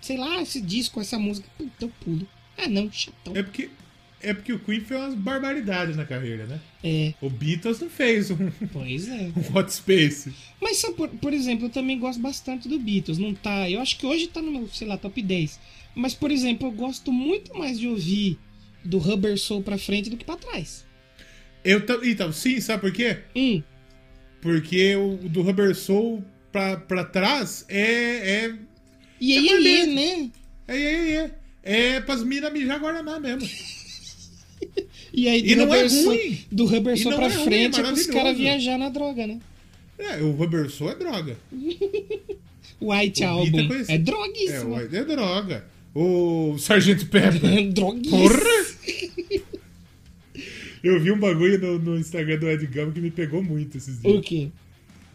Speaker 1: sei lá, esse disco, essa música, puta, eu pulo. Ah, não, chatão.
Speaker 2: É porque, é porque o Queen fez umas barbaridades na carreira, né?
Speaker 1: É,
Speaker 2: O Beatles não fez um,
Speaker 1: pois é.
Speaker 2: um Hot Space.
Speaker 1: Mas, sabe, por, por exemplo, eu também gosto bastante do Beatles, não tá? Eu acho que hoje tá no meu, sei lá, top 10. Mas, por exemplo, eu gosto muito mais de ouvir do Rubber Soul pra frente do que pra trás.
Speaker 2: Eu, ta- então, sim, sabe por quê?
Speaker 1: Hum,
Speaker 2: Porque o do Rubber Soul pra, pra trás é. É.
Speaker 1: e
Speaker 2: É
Speaker 1: aí,
Speaker 2: maneiro.
Speaker 1: né?
Speaker 2: É. É. É, é pras minas mijar Guaraná mesmo.
Speaker 1: E aí, do
Speaker 2: E não é
Speaker 1: Rubber Soul-
Speaker 2: ruim.
Speaker 1: do Rubber
Speaker 2: E
Speaker 1: Soul
Speaker 2: não
Speaker 1: pra
Speaker 2: é ruim, é
Speaker 1: frente é pros caras
Speaker 2: maravilhoso.
Speaker 1: viajar na droga, né?
Speaker 2: É, o Rubber Soul é droga.
Speaker 1: White
Speaker 2: O Beatles
Speaker 1: Album.
Speaker 2: é conhecido.
Speaker 1: É
Speaker 2: É,
Speaker 1: droguíssimo.
Speaker 2: o é droga. O Sargento Pepper.
Speaker 1: Droguíssimo.
Speaker 2: Porra! Eu vi um bagulho no, no Instagram do Ed Gama que me pegou muito esses dias.
Speaker 1: O quê?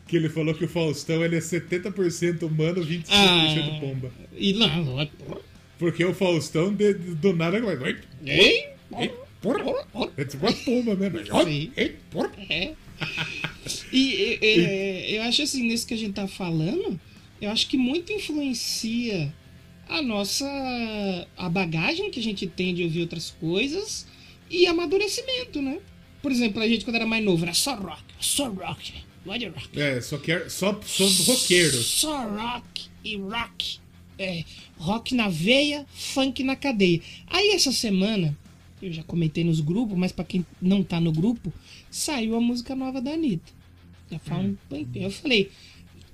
Speaker 2: Que ele falou que o Faustão ele é 70% humano, 25%
Speaker 1: Ah.
Speaker 2: pomba.
Speaker 1: E lá, lá, porra.
Speaker 2: Porque o Faustão, de, do nada, vai. vai,
Speaker 1: Ei?
Speaker 2: Porra!
Speaker 1: Porra, porra.
Speaker 2: É tipo uma pomba mesmo.
Speaker 1: Sim.
Speaker 2: Ei, porra.
Speaker 1: É. E, e, e, eu acho assim, nesse que a gente tá falando, eu acho que muito influencia a nossa a bagagem que a gente tem de ouvir outras coisas e amadurecimento, né? Por exemplo, a gente quando era mais novo era só rock, só rock, God rock.
Speaker 2: É, só quer. Só, só roqueiro.
Speaker 1: Só rock e rock. É, rock na veia, funk na cadeia. Aí essa semana, eu já comentei nos grupos, mas para quem não tá no grupo, saiu a música nova da Anitta. Já fala
Speaker 2: Hum.
Speaker 1: um tempinho. Eu falei,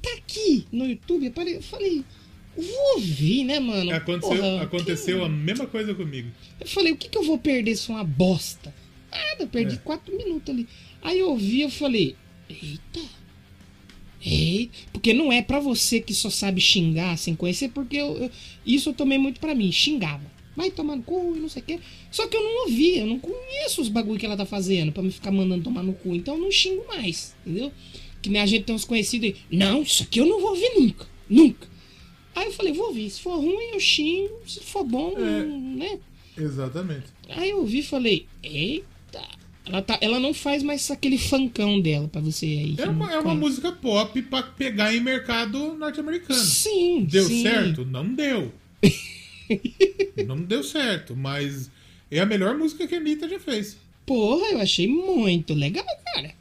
Speaker 1: tá aqui no YouTube, eu falei, vou ouvir, né, mano?
Speaker 2: É, Aconteceu,
Speaker 1: Porra,
Speaker 2: aconteceu
Speaker 1: quem-
Speaker 2: a mesma coisa comigo.
Speaker 1: Eu falei, o que, que eu vou perder se é uma bosta? Nada, eu perdi
Speaker 2: É.
Speaker 1: quatro minutos ali. Aí eu ouvi, eu falei, eita. Ei, porque não é pra você que só sabe xingar sem conhecer, porque eu, eu- isso eu tomei muito pra mim, xingava. Vai tomar no cu e não sei o quê. Só que eu não ouvia, eu não conheço os bagulho que ela tá fazendo pra me ficar mandando tomar no cu. Então eu não xingo mais, entendeu? Que nem a gente tem uns conhecidos aí. Não, isso aqui eu não vou ouvir nunca. Nunca. Aí eu falei, vou ouvir. Se for ruim, eu xingo. Se for bom, né?
Speaker 2: Exatamente.
Speaker 1: Aí eu vi e falei, eita. Ela, tá, ela não faz mais aquele funkão dela pra você aí. que
Speaker 2: É uma,
Speaker 1: não
Speaker 2: é uma
Speaker 1: conhece.
Speaker 2: música pop pra pegar em mercado norte-americano.
Speaker 1: Sim,
Speaker 2: Deu
Speaker 1: sim.
Speaker 2: certo? Não deu. não deu certo, mas é a melhor música que a Anitta já fez.
Speaker 1: Porra, eu achei muito legal, cara.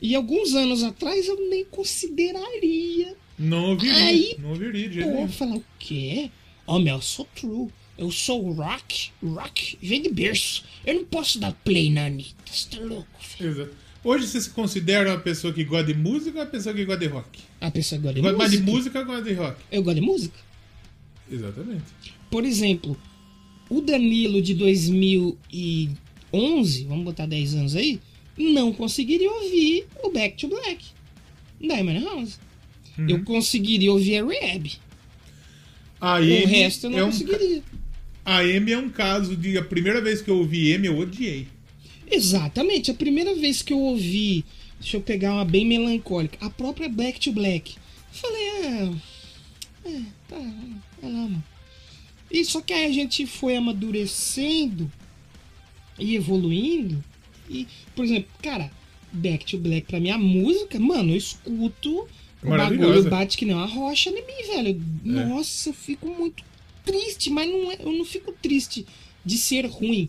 Speaker 1: E alguns anos atrás eu nem consideraria.
Speaker 2: Não ouviria.
Speaker 1: Aí,
Speaker 2: não ouviria de jeito
Speaker 1: Porra,
Speaker 2: nenhum.
Speaker 1: falar o quê? Ó, meu, eu sou true. Eu sou rock, rock, vem de berço. Eu não posso dar play na Anitta, você tá louco, velho?
Speaker 2: Exato. Hoje você se considera uma pessoa que gosta de música ou uma pessoa que gosta de rock?
Speaker 1: A pessoa gosta de
Speaker 2: Gosta mais de
Speaker 1: música.
Speaker 2: música ou gosta de rock?
Speaker 1: Eu gosto de música.
Speaker 2: Exatamente.
Speaker 1: Por exemplo, o Danilo de 2011, vamos botar 10 anos aí, não conseguiria ouvir o Back to Black da Emily House.
Speaker 2: Uhum.
Speaker 1: Eu conseguiria ouvir a Rehab.
Speaker 2: A
Speaker 1: O
Speaker 2: Amy
Speaker 1: resto eu não
Speaker 2: é um ca-
Speaker 1: conseguiria.
Speaker 2: A Amy é um caso de. A primeira vez que eu ouvi Amy, eu odiei.
Speaker 1: Exatamente, a primeira vez que eu ouvi, deixa eu pegar uma bem melancólica, a própria Black to Black. Eu Falei, ah, é, tá, é lá, mano. E só que aí a gente foi amadurecendo e evoluindo. E, por exemplo, cara, Back to Black pra mim, a música, mano, eu escuto, o bagulho
Speaker 2: Maravilhosa.
Speaker 1: bate que nem uma rocha em mim, velho. Nossa, eu fico muito triste, mas não é- eu não fico triste de ser ruim.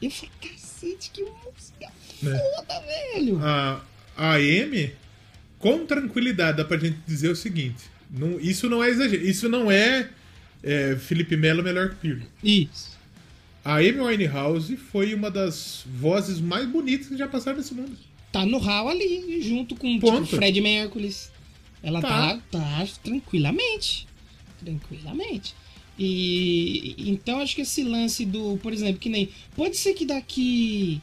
Speaker 1: Eu falo, cacete, que música foda, velho.
Speaker 2: a, a AM, com tranquilidade, dá pra gente dizer o seguinte: não- isso não é exagero, isso não é, é, Felipe Melo melhor que Pirlo.
Speaker 1: Isso.
Speaker 2: A Amy Winehouse foi uma das vozes mais bonitas que já passaram nesse mundo.
Speaker 1: Tá no hall ali, junto com tipo,
Speaker 2: Ponto.
Speaker 1: Fred Mercury. Ela tá.
Speaker 2: Tá.
Speaker 1: tá tranquilamente. Tranquilamente. E então acho que esse lance do, por exemplo, que nem. Pode ser que daqui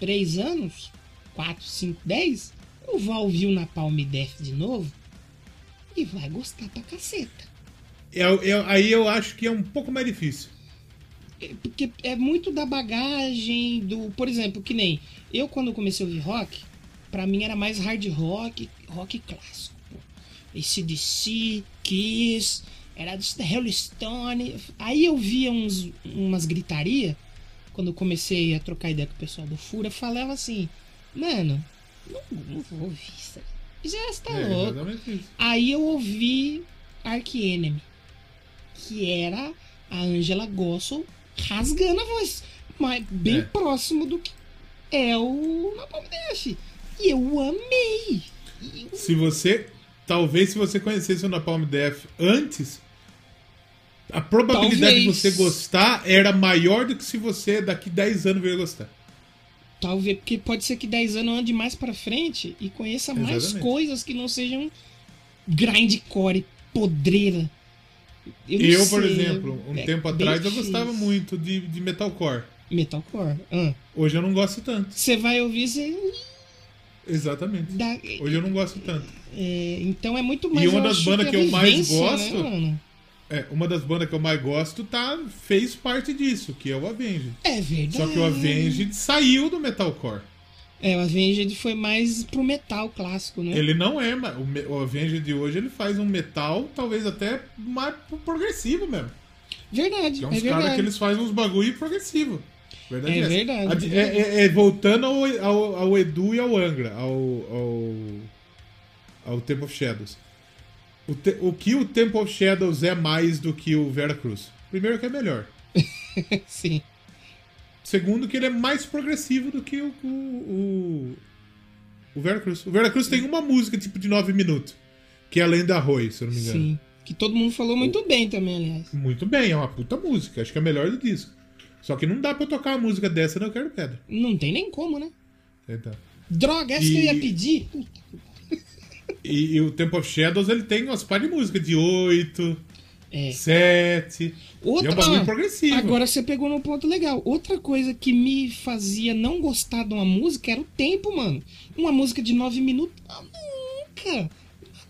Speaker 1: três anos, 4, 5, 10, eu vá ouvir o Napalm Death de novo e vai gostar pra caceta.
Speaker 2: É- é- aí eu acho que é um pouco mais difícil.
Speaker 1: É, porque é muito da bagagem do, por exemplo, que nem eu quando comecei a ouvir rock, pra mim era mais hard rock, rock clássico. Esse DC, Kiss, era dos Rolling Stone. Aí eu via uns, umas gritaria quando eu comecei a trocar ideia com o pessoal do Fura, falava assim: "Mano, não, não vou ouvir isso. aí. Isso aí você tá
Speaker 2: é,
Speaker 1: louco".
Speaker 2: exatamente isso.
Speaker 1: Aí eu ouvi Ark Enemy, que era a Angela Gossel rasgando a voz, mas bem
Speaker 2: É.
Speaker 1: próximo do que é o Napalm Death. E eu amei. E eu-
Speaker 2: Se você. Talvez se você conhecesse o Napalm Death antes, a probabilidade
Speaker 1: Talvez.
Speaker 2: de você gostar era maior do que se você daqui 10 anos vier gostar.
Speaker 1: Talvez, porque pode ser que 10 anos eu ande mais pra frente e conheça mais
Speaker 2: Exatamente.
Speaker 1: coisas que não sejam grindcore, podreira. não
Speaker 2: Eu, por
Speaker 1: sei,
Speaker 2: exemplo, um
Speaker 1: é
Speaker 2: tempo
Speaker 1: bem
Speaker 2: atrás eu
Speaker 1: difícil.
Speaker 2: gostava muito de, de metalcore.
Speaker 1: Metalcore. ah.
Speaker 2: Hoje eu não gosto tanto.
Speaker 1: Você vai ouvir, você.
Speaker 2: Exatamente.
Speaker 1: dá-
Speaker 2: Hoje eu não gosto tanto.
Speaker 1: É, então é muito mais.
Speaker 2: uma das
Speaker 1: acho,
Speaker 2: bandas
Speaker 1: a
Speaker 2: que eu mais
Speaker 1: vivência,
Speaker 2: gosto-
Speaker 1: né, mano?
Speaker 2: É, uma das bandas que eu mais gosto tá, fez parte disso, que é o Avenged.
Speaker 1: É verdade.
Speaker 2: Só que o Avenged saiu do metalcore.
Speaker 1: É, o Avenged foi mais pro metal clássico, né?
Speaker 2: Ele não é, ma- o, me- o Avenged de hoje ele faz um metal talvez até mais pro- progressivo mesmo.
Speaker 1: Verdade.
Speaker 2: É
Speaker 1: É,
Speaker 2: uns caras
Speaker 1: verdade.
Speaker 2: que eles fazem uns bagulho progressivo. Verdade
Speaker 1: É
Speaker 2: essa.
Speaker 1: verdade.
Speaker 2: A di- É, é- é voltando ao, ao, ao Edu e ao Angra, ao, ao, ao Temple of Shadows. O, te- o que o Temple of Shadows é mais do que o Veracruz? Primeiro que é melhor.
Speaker 1: Sim.
Speaker 2: Segundo que ele é mais progressivo do que o, o, o, o Veracruz. O Veracruz tem uma música tipo de 9 minutos, que é Além da Arroz, se eu não me engano.
Speaker 1: Sim. Que todo mundo falou muito bem também, aliás.
Speaker 2: Muito bem, é uma puta música, acho que é a melhor do disco. Só que não dá pra eu tocar uma música dessa, não quero pedra.
Speaker 1: Não tem nem como, né?
Speaker 2: Então.
Speaker 1: Droga, essa que eu ia
Speaker 2: E-
Speaker 1: pedir. Puta.
Speaker 2: E, e o Temple of Shadows ele tem umas par de música de 8,
Speaker 1: É.
Speaker 2: 7.
Speaker 1: Outra...
Speaker 2: E é um bagulho
Speaker 1: ah,
Speaker 2: progressivo.
Speaker 1: Agora você pegou num ponto legal. Outra coisa que me fazia não gostar de uma música era o tempo, mano. Uma música de nove minutos. ah, Nunca!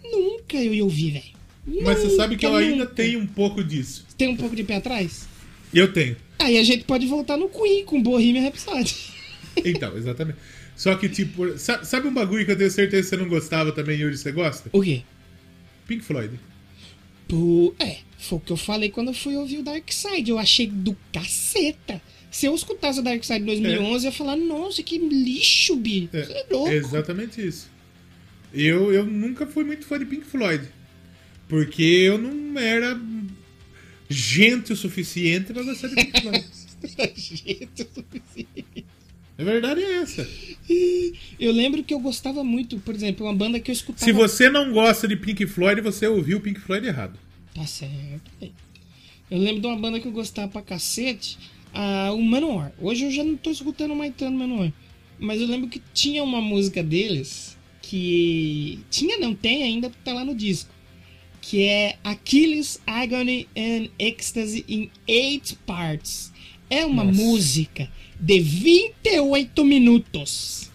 Speaker 1: Nunca eu ia ouvir, velho.
Speaker 2: Mas você
Speaker 1: Nunca,
Speaker 2: sabe que eu ainda
Speaker 1: nunca.
Speaker 2: tenho um pouco disso.
Speaker 1: Tem um pouco de pé atrás?
Speaker 2: Eu tenho.
Speaker 1: Aí a gente pode voltar no Queen com Bohemian Rhapsody.
Speaker 2: Então, exatamente. Só que, tipo, sa- sabe um bagulho que eu tenho certeza que você não gostava também, Yuri, você gosta?
Speaker 1: O quê?
Speaker 2: Pink Floyd.
Speaker 1: Pô, é, foi o que eu falei quando eu fui ouvir o Dark Side. Eu achei do caceta. Se eu escutasse o Dark Side 2011, eu ia falar, nossa, que lixo, bi. Você é louco.
Speaker 2: É exatamente isso. Eu, eu nunca fui muito fã de Pink Floyd. Porque eu não era gente o suficiente pra gostar de Pink Floyd. A verdade é essa.
Speaker 1: eu lembro que eu gostava muito, por exemplo, uma banda que eu escutava.
Speaker 2: Se você não gosta de Pink Floyd, você ouviu Pink Floyd errado.
Speaker 1: Tá certo. Eu lembro de uma banda que eu gostava pra cacete, a, o Manowar. Hoje eu já não tô escutando mais tanto Manowar. Mas eu lembro que tinha uma música deles que. Tinha, não tem ainda, porque tá lá no disco. Que é Achilles, Agony and Ecstasy in Eight Parts. É uma música de 28 minutos.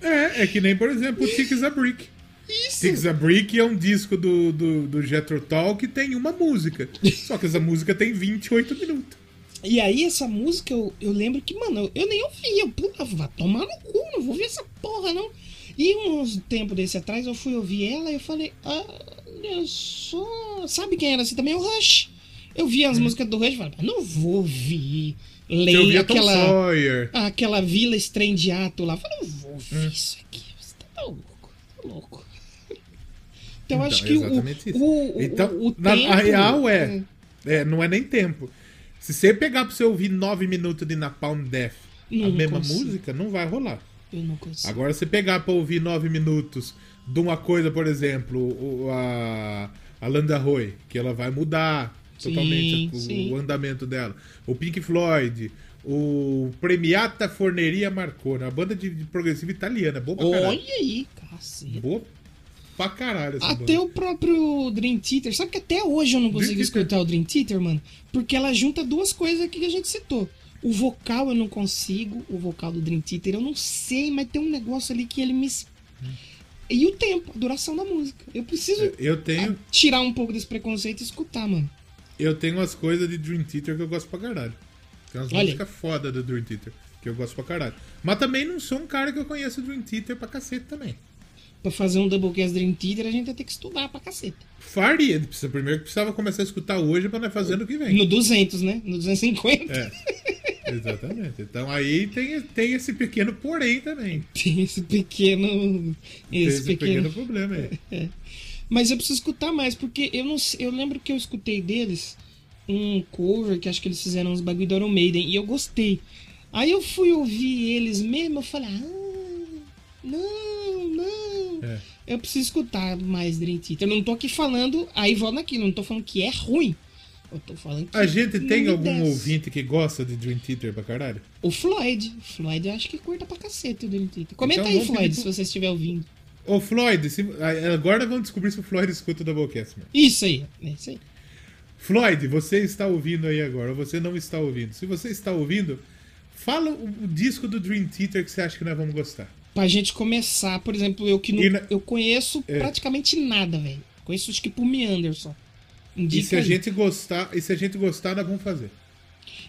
Speaker 2: É, é que nem, por exemplo, Tick is a Brick.
Speaker 1: Isso!
Speaker 2: Tick is a Brick é um disco do, do, do Jethro Tull que tem uma música. Só que essa música tem 28 minutos.
Speaker 1: E aí, essa música, eu, eu lembro que, mano, eu, eu nem ouvia. Eu, puta, vai tomar no cu, não vou ouvir essa porra, não. E uns tempo desse atrás, eu fui ouvir ela e eu falei, olha só... Sabe quem era assim também? O Rush. Eu vi as músicas do Rush e falei, "Mas não vou ouvir.
Speaker 2: Hum. Eu
Speaker 1: Leio
Speaker 2: ouvi a Tom
Speaker 1: aquela,
Speaker 2: Sawyer.
Speaker 1: aquela Vila Estranho de Ato lá. Eu falei, não vou ouvir
Speaker 2: Hum.
Speaker 1: isso aqui. Você tá louco, tá louco. Então,
Speaker 2: Então,
Speaker 1: acho
Speaker 2: é
Speaker 1: que o,
Speaker 2: exatamente isso.
Speaker 1: o, o,
Speaker 2: Então,
Speaker 1: o, o
Speaker 2: na,
Speaker 1: tempo...
Speaker 2: a real é, é, não é nem tempo. Se você pegar pra você ouvir 9 minutos de Napalm Death,
Speaker 1: Não,
Speaker 2: a
Speaker 1: não
Speaker 2: mesma
Speaker 1: consigo.
Speaker 2: música, não vai rolar.
Speaker 1: Eu não consigo.
Speaker 2: Agora, se pegar pra ouvir 9 minutos de uma coisa, por exemplo, o- a, a Landa Roy, que ela vai mudar
Speaker 1: Sim,
Speaker 2: totalmente o-
Speaker 1: sim.
Speaker 2: o andamento dela. O Pink Floyd, o Premiata Forneria Marcona, a banda de, de progressiva italiana, boa pra caralho.
Speaker 1: Olha aí, caceta.
Speaker 2: Boa pra caralho essa
Speaker 1: Até
Speaker 2: banda.
Speaker 1: o próprio Dream Theater. Sabe que até hoje eu não consigo
Speaker 2: Dream Theater.
Speaker 1: escutar o Dream Theater, mano? Porque ela junta duas coisas aqui que a gente citou. O vocal eu não consigo, o vocal do Dream Theater eu não sei, mas tem um negócio ali que ele me.
Speaker 2: Hum.
Speaker 1: E o tempo, a duração da música. Eu preciso
Speaker 2: Eu tenho,
Speaker 1: tirar um pouco desse preconceito e escutar, mano.
Speaker 2: eu tenho umas coisas de Dream Theater que eu gosto pra caralho. Tem umas
Speaker 1: Olha aí.
Speaker 2: músicas foda do Dream Theater que eu gosto pra caralho. Mas também não sou um cara que eu conheço o Dream Theater pra cacete também.
Speaker 1: Pra fazer um Doublecast Dream Theater a gente vai ter que estudar pra caceta.
Speaker 2: Faria. Precisa, primeiro que precisava começar a escutar hoje pra nós fazer ano que vem.
Speaker 1: No 200, né? No 250.
Speaker 2: É. Exatamente. Então aí tem, tem esse pequeno porém também.
Speaker 1: Tem esse pequeno.
Speaker 2: É. Tem
Speaker 1: Esse, pequeno
Speaker 2: problema aí.
Speaker 1: Mas eu preciso escutar mais, porque eu não sei- eu lembro que eu escutei deles um cover que acho que eles fizeram uns bagulho do Iron Maiden e eu gostei. Aí eu fui ouvir eles mesmo, eu falei, ah, não, não.
Speaker 2: É.
Speaker 1: Eu preciso escutar mais Dream Theater. Eu não tô aqui falando, aí volta naquilo, eu não tô falando que é ruim. Eu tô falando que
Speaker 2: A gente
Speaker 1: não
Speaker 2: tem
Speaker 1: me
Speaker 2: algum
Speaker 1: desce.
Speaker 2: ouvinte que gosta de Dream Theater pra caralho?
Speaker 1: O Floyd. Floyd eu acho que curta pra cacete o Dream Theater. Comenta
Speaker 2: Então
Speaker 1: aí,
Speaker 2: vamos pedir
Speaker 1: Floyd,
Speaker 2: pro-
Speaker 1: se você estiver ouvindo.
Speaker 2: Ô Floyd, se- a- agora vamos descobrir se o Floyd escuta o Doublecast, mano.
Speaker 1: Isso aí, é isso aí.
Speaker 2: Floyd, você está ouvindo aí agora, ou você não está ouvindo. Se você está ouvindo, fala o, o disco do Dream Theater que você acha que nós vamos gostar.
Speaker 1: Pra gente começar, por exemplo, eu que não,
Speaker 2: E na-
Speaker 1: eu conheço
Speaker 2: É.
Speaker 1: praticamente nada, velho. Conheço os tipo Anderson.
Speaker 2: E se
Speaker 1: Indica
Speaker 2: a
Speaker 1: aí.
Speaker 2: gente gostar, e se a gente gostar, nós vamos fazer.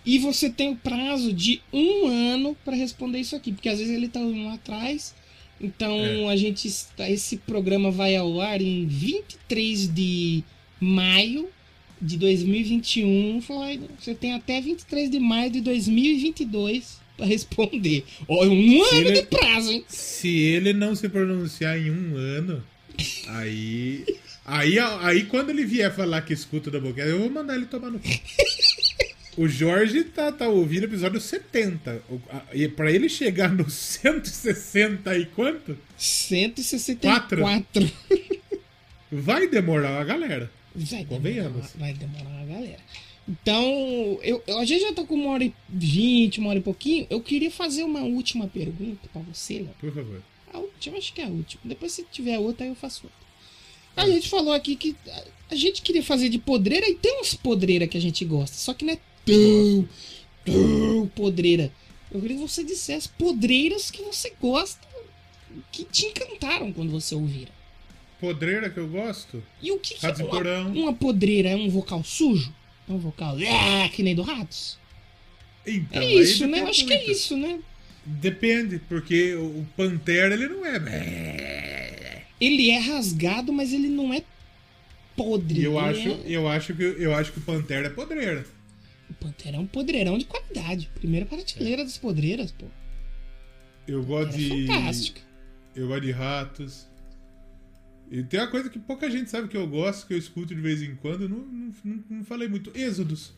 Speaker 1: E você tem o prazo de um ano pra responder isso aqui, porque às vezes ele tá um atrás. Então
Speaker 2: É.
Speaker 1: a gente está- esse programa vai ao ar em 23 de maio de 2021, Floyd, você tem até 23 de maio de 2022 para responder. Olha, um
Speaker 2: Se
Speaker 1: ano
Speaker 2: ele-
Speaker 1: de prazo, hein?
Speaker 2: Se ele não se pronunciar em um ano, aí. Aí, aí quando ele vier falar que escuta da boquete, eu vou mandar ele tomar no cu. O Jorge tá, tá ouvindo o episódio 70. O- a- E pra ele chegar no 160 e quanto,
Speaker 1: 164.
Speaker 2: vai demorar a galera.
Speaker 1: Vai demorar,
Speaker 2: Convenhamos.
Speaker 1: vai demorar a galera. Então, eu, eu- a gente já tá com uma hora e vinte, uma hora e pouquinho. Eu queria fazer uma última pergunta para você, Léo.
Speaker 2: Por favor.
Speaker 1: A última, acho que é a última. Depois, se tiver outra, aí eu faço outra. A gente falou aqui que a- a gente queria fazer de podreira e tem uns podreira que a gente gosta, só que não é tão, tão podreira. Eu queria que você dissesse podreiras que você gosta, que te encantaram quando você ouvira.
Speaker 2: Podreira que eu gosto?
Speaker 1: E o que, que é
Speaker 2: Ratos de
Speaker 1: uma,
Speaker 2: porão.
Speaker 1: uma podreira? É um vocal sujo? É um vocal "Ah", que nem do Ratos?
Speaker 2: Então,
Speaker 1: É
Speaker 2: aí
Speaker 1: isso, né?
Speaker 2: depende
Speaker 1: Eu acho que é
Speaker 2: muito.
Speaker 1: isso, né?
Speaker 2: Depende, porque o o Pantera ele não é.
Speaker 1: Ele é rasgado, mas ele não é podre.
Speaker 2: E eu
Speaker 1: ele
Speaker 2: acho,
Speaker 1: é-
Speaker 2: eu acho que eu acho que o Pantera é podreira.
Speaker 1: O Pantera é um podreirão de qualidade. Primeira prateleira das podreiras, pô. é
Speaker 2: Eu gosto
Speaker 1: Era
Speaker 2: de.
Speaker 1: fantástico.
Speaker 2: Eu gosto de ratos. E tem uma coisa que pouca gente sabe que eu gosto, que eu escuto de vez em quando, eu não, não, não, não falei muito. Êxodos.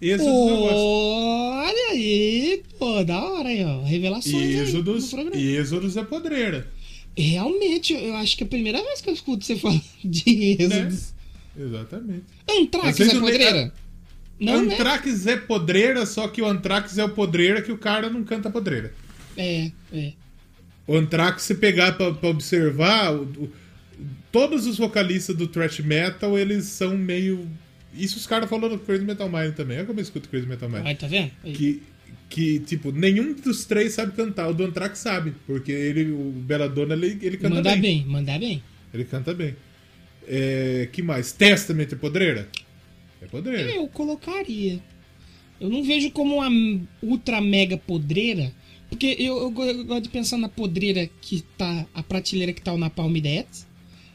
Speaker 2: Êxodos eu gosto.
Speaker 1: Olha aí, pô, da hora aí, ó. Revelações
Speaker 2: E
Speaker 1: aí
Speaker 2: Êxodos,
Speaker 1: no programa.
Speaker 2: e Êxodos é podreira.
Speaker 1: Realmente, eu acho que é a primeira vez que eu escuto você falar de Êxodos.
Speaker 2: Exatamente.
Speaker 1: Antrax
Speaker 2: Vocês
Speaker 1: é
Speaker 2: não le-
Speaker 1: podreira? Não, né?
Speaker 2: Ah, Antrax é podreira, só que o Antrax é o podreira que o cara não canta podreira.
Speaker 1: É, é.
Speaker 2: O Anthrax, se pegar pra, pra observar, o- o- todos os vocalistas do thrash metal, eles são meio. Isso os caras falam no Crazy Metal Mind também. Olha como eu escuto Crazy Metal Mind.
Speaker 1: Aí, tá vendo? Aí.
Speaker 2: Que, que, tipo, nenhum dos três sabe cantar. O do Anthrax sabe, porque ele, o Belladonna, ele, ele canta
Speaker 1: Mandar
Speaker 2: bem.
Speaker 1: bem, mandar bem.
Speaker 2: Ele canta bem. É, que mais? Testament é podreira? É podreira.
Speaker 1: Eu colocaria. Eu não vejo como uma ultra mega podreira, porque eu, eu go- eu gosto de pensar na podreira que tá. A prateleira que tá o Napalm Death.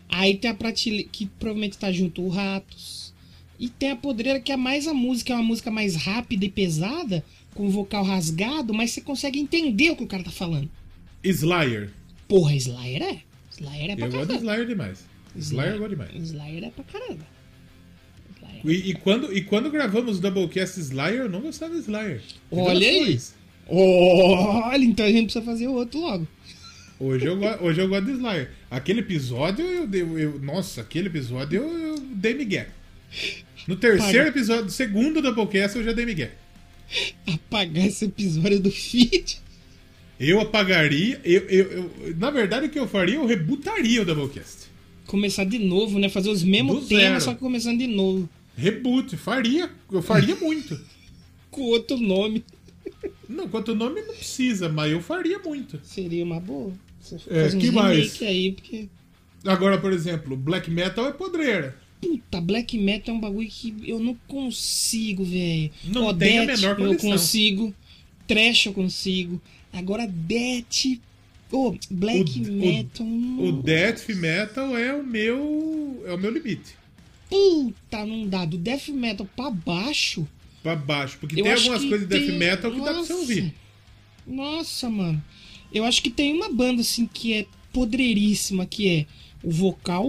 Speaker 1: Aí tem a prateleira que provavelmente tá junto o Ratos. E tem a podreira que é mais a música, é uma música mais rápida e pesada, com vocal rasgado, mas você consegue entender o que o cara tá falando.
Speaker 2: Slayer.
Speaker 1: Porra, Slayer é. Slayer é pra
Speaker 2: Eu gosto de
Speaker 1: caramba.
Speaker 2: Slayer demais. Slayer eu gosto demais.
Speaker 1: Slayer é pra caramba. Slayer é
Speaker 2: E, e quando, e quando gravamos o Doublecast Slayer, eu não gostava de Slayer.
Speaker 1: Olha aí.
Speaker 2: Revelações.
Speaker 1: Olha, então a gente precisa fazer o outro logo.
Speaker 2: Hoje eu, go- hoje eu gosto de Slayer. Aquele episódio, eu, dei- eu, Nossa, aquele episódio eu, eu dei migué. No terceiro
Speaker 1: Paga.
Speaker 2: episódio, segundo Doublecast, eu já dei migué.
Speaker 1: Apagar esse episódio do feed.
Speaker 2: Eu apagaria. Eu, eu, eu- na verdade, o que eu faria, eu rebutaria o Doublecast.
Speaker 1: Começar de novo, né? Fazer os
Speaker 2: Do
Speaker 1: mesmos
Speaker 2: zero.
Speaker 1: temas, só que começando de novo.
Speaker 2: Reboot, faria. Eu faria muito.
Speaker 1: Com outro nome.
Speaker 2: Não, quanto o nome não precisa, mas eu faria muito.
Speaker 1: Seria uma boa. Você
Speaker 2: É,
Speaker 1: faz uns
Speaker 2: que mais?
Speaker 1: remake aí, porque.
Speaker 2: Agora, por exemplo, black metal é podreira.
Speaker 1: Puta, black metal é um bagulho que eu não consigo, velho.
Speaker 2: Não
Speaker 1: Ó,
Speaker 2: tem a
Speaker 1: Death
Speaker 2: menor
Speaker 1: Eu
Speaker 2: condição.
Speaker 1: consigo. Trash eu consigo. Agora, Death. Ô, black
Speaker 2: O- o-
Speaker 1: metal.
Speaker 2: O
Speaker 1: não.
Speaker 2: death metal é o meu, é o meu limite.
Speaker 1: Puta, não dá. Do death metal pra baixo.
Speaker 2: Pra baixo. Porque
Speaker 1: Eu
Speaker 2: tem
Speaker 1: acho
Speaker 2: algumas
Speaker 1: que
Speaker 2: coisas de death
Speaker 1: tem-
Speaker 2: metal que dá pra você
Speaker 1: Nossa.
Speaker 2: ouvir.
Speaker 1: Nossa, mano. Eu acho que tem uma banda assim que é podreiríssima, que é o vocal,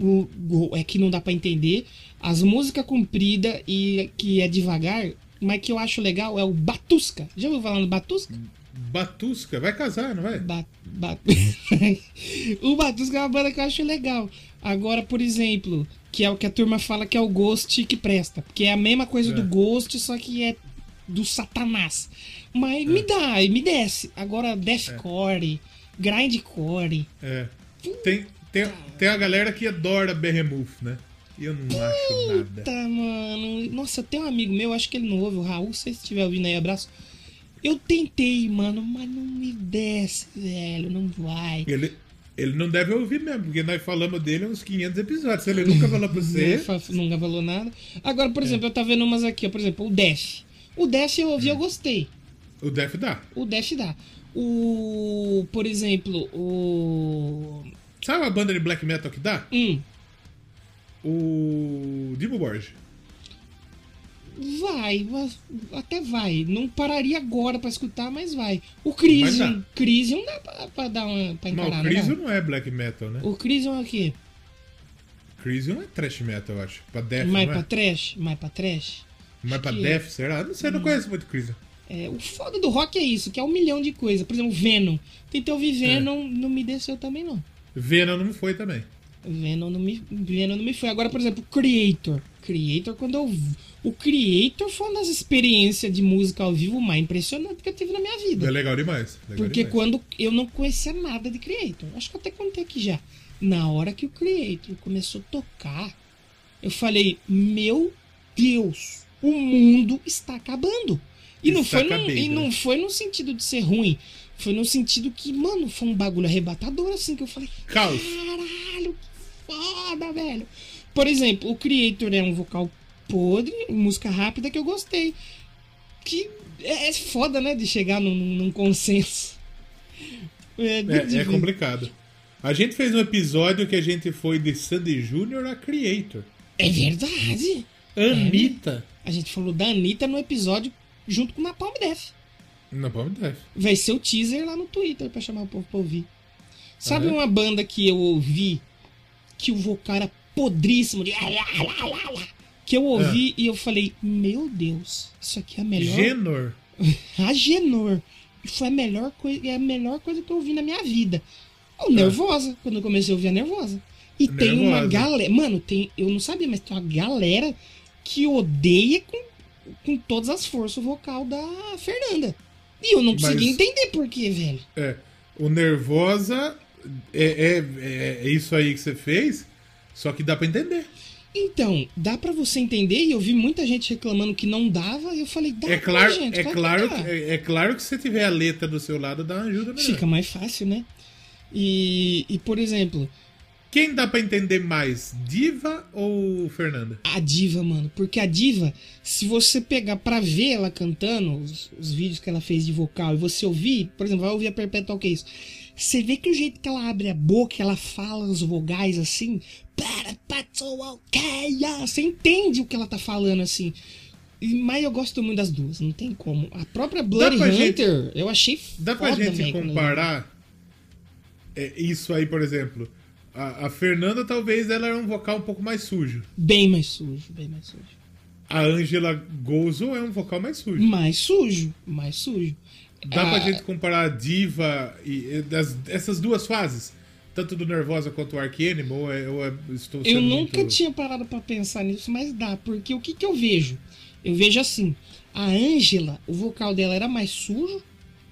Speaker 1: o, o- é que não dá pra entender, as músicas compridas e que é devagar, mas que eu acho legal é o Batusca. Já ouviu falar no Batusca?
Speaker 2: Batusca, vai casar, não vai?
Speaker 1: Ba- ba- o Batusca é uma banda que eu acho legal. Agora, por exemplo, que é o que a turma fala que é o Ghost que presta. Porque é a mesma coisa
Speaker 2: É.
Speaker 1: do Ghost, só que é do Satanás. Mas me dá, e me desce. Agora, Deathcore, Grindcore.
Speaker 2: É. Tem, tem, tem a galera que adora Behemoth, né? E eu não acho nada.
Speaker 1: Puta, Tá, mano. Nossa, tem um amigo meu, acho que ele não ouve, o Raul, se você estiver ouvindo aí, abraço. Eu tentei, mano, mas não me desce, velho. Não vai.
Speaker 2: Ele, ele não deve ouvir mesmo, porque nós falamos dele uns 500 episódios. Se ele nunca falou pra você.
Speaker 1: Nunca, né? fa- nunca falou nada. Agora,
Speaker 2: É.
Speaker 1: por exemplo, eu tava vendo umas aqui, ó, por exemplo, o Def. O Def eu
Speaker 2: Hum.
Speaker 1: ouvi, eu gostei.
Speaker 2: o Death dá.
Speaker 1: O Def dá. O. Por exemplo, o.
Speaker 2: Sabe a banda de black metal que dá?
Speaker 1: Hum.
Speaker 2: O. Dimmu Borgir.
Speaker 1: Vai, mas- até vai. Não pararia agora pra escutar, mas vai. O Crisium,
Speaker 2: dá.
Speaker 1: Crisium dá pra, pra dar uma, pra
Speaker 2: Mas
Speaker 1: encarar,
Speaker 2: o
Speaker 1: né?
Speaker 2: Crisium não é black metal, né?
Speaker 1: O Crisium é o quê?
Speaker 2: Crisium é trash metal, eu acho. Pra death,
Speaker 1: mais
Speaker 2: não
Speaker 1: pra
Speaker 2: é?
Speaker 1: trash? Mais pra trash?
Speaker 2: Mas pra
Speaker 1: que-
Speaker 2: death, será? Não sei, eu não conheço muito Crisium.
Speaker 1: É, o foda do rock é isso, que é um milhão de coisas. Por exemplo, Venom. Tentei ouvir
Speaker 2: É.
Speaker 1: Venom, não me desceu também, não.
Speaker 2: Venom não foi também.
Speaker 1: Venom não me, Venom não me foi. Agora, por exemplo, Creator. Creator, quando eu. O Creator foi uma das experiências de música ao vivo mais impressionante que eu tive na minha
Speaker 2: É
Speaker 1: vida.
Speaker 2: legal demais. legal
Speaker 1: Porque
Speaker 2: demais.
Speaker 1: quando eu não conhecia nada de Creator, acho que eu até contei aqui já. Na hora que o Creator começou a tocar, eu falei: Meu Deus, o mundo está acabando. E, não,
Speaker 2: Está
Speaker 1: foi num,
Speaker 2: acabando,
Speaker 1: e
Speaker 2: né?
Speaker 1: não foi no sentido de ser ruim. Foi no sentido que, mano, foi um bagulho arrebatador, assim, que eu falei,
Speaker 2: Caos.
Speaker 1: Caralho, que foda, velho. Por exemplo, o Creator é um vocal podre, música rápida que eu gostei. Que é, é foda, né? De chegar num, num- num consenso. É,
Speaker 2: É, é
Speaker 1: difícil.
Speaker 2: complicado. A gente fez um episódio que a gente foi de Sandy Júnior a Creator.
Speaker 1: É verdade.
Speaker 2: Anitta.
Speaker 1: A gente falou da Anitta no episódio junto com o Napalm Death.
Speaker 2: É. Não, Palm Death.
Speaker 1: Vai ser o teaser lá no Twitter pra chamar o povo pra ouvir. Sabe
Speaker 2: Ah, é?
Speaker 1: uma banda que eu ouvi que o vocal era podríssimo de que eu ouvi e eu falei, meu Deus, isso aqui é a melhor.
Speaker 2: Genor.
Speaker 1: Agenor. Foi a melhor coisa, é a melhor coisa que eu ouvi na minha vida. Ou nervosa, quando eu comecei a ouvir a nervosa. E tem uma
Speaker 2: É. Nervosa.
Speaker 1: galera, mano, tem, eu não sabia, mas tem uma galera que odeia com, com todas as forças o vocal da Fernanda. E eu não
Speaker 2: Mas-
Speaker 1: consegui entender por quê, velho.
Speaker 2: É. O Nervosa é, é, é- é isso aí que você fez, só que dá pra entender.
Speaker 1: Então, dá pra você entender e eu vi muita gente reclamando que não dava, e eu falei, dá
Speaker 2: É claro,
Speaker 1: pra, gente,
Speaker 2: é,
Speaker 1: claro que
Speaker 2: claro,
Speaker 1: dá.
Speaker 2: que- é, é claro que se você tiver a letra do seu lado, dá uma ajuda melhor.
Speaker 1: Fica mais fácil, né? E, e, por exemplo,
Speaker 2: Quem dá pra entender mais, Diva ou Fernanda?
Speaker 1: a diva, mano. Porque a diva, se você pegar pra ver ela cantando, os, os vídeos que ela fez de vocal, e você ouvir, por exemplo, vai ouvir a Perpetual que é isso. Você vê que o jeito que ela abre a boca, ela fala os vogais assim. Para, Perpetual Chaos. Você entende o que ela tá falando assim. E, mas eu gosto muito das duas, não tem como. A própria Bloody
Speaker 2: pra gente-
Speaker 1: Hunter, eu achei
Speaker 2: Dá pra
Speaker 1: foda,
Speaker 2: gente
Speaker 1: velho, quando eu-
Speaker 2: comparar é, isso aí, por exemplo. A, a Fernanda, talvez, ela era um vocal um pouco mais sujo.
Speaker 1: Bem mais sujo, bem mais sujo.
Speaker 2: A Angela Gozo é um vocal mais sujo.
Speaker 1: Mais sujo, mais sujo.
Speaker 2: Dá pra
Speaker 1: Ah,
Speaker 2: gente comparar a diva e, e das- essas duas fases? Tanto do Nervosa quanto o Arch Enemy, ou, é, ou é- estou sendo
Speaker 1: Eu nunca
Speaker 2: muito-
Speaker 1: tinha parado pra pensar nisso, mas dá, porque o que, que eu vejo? Eu vejo assim, a Ângela, o vocal dela era mais sujo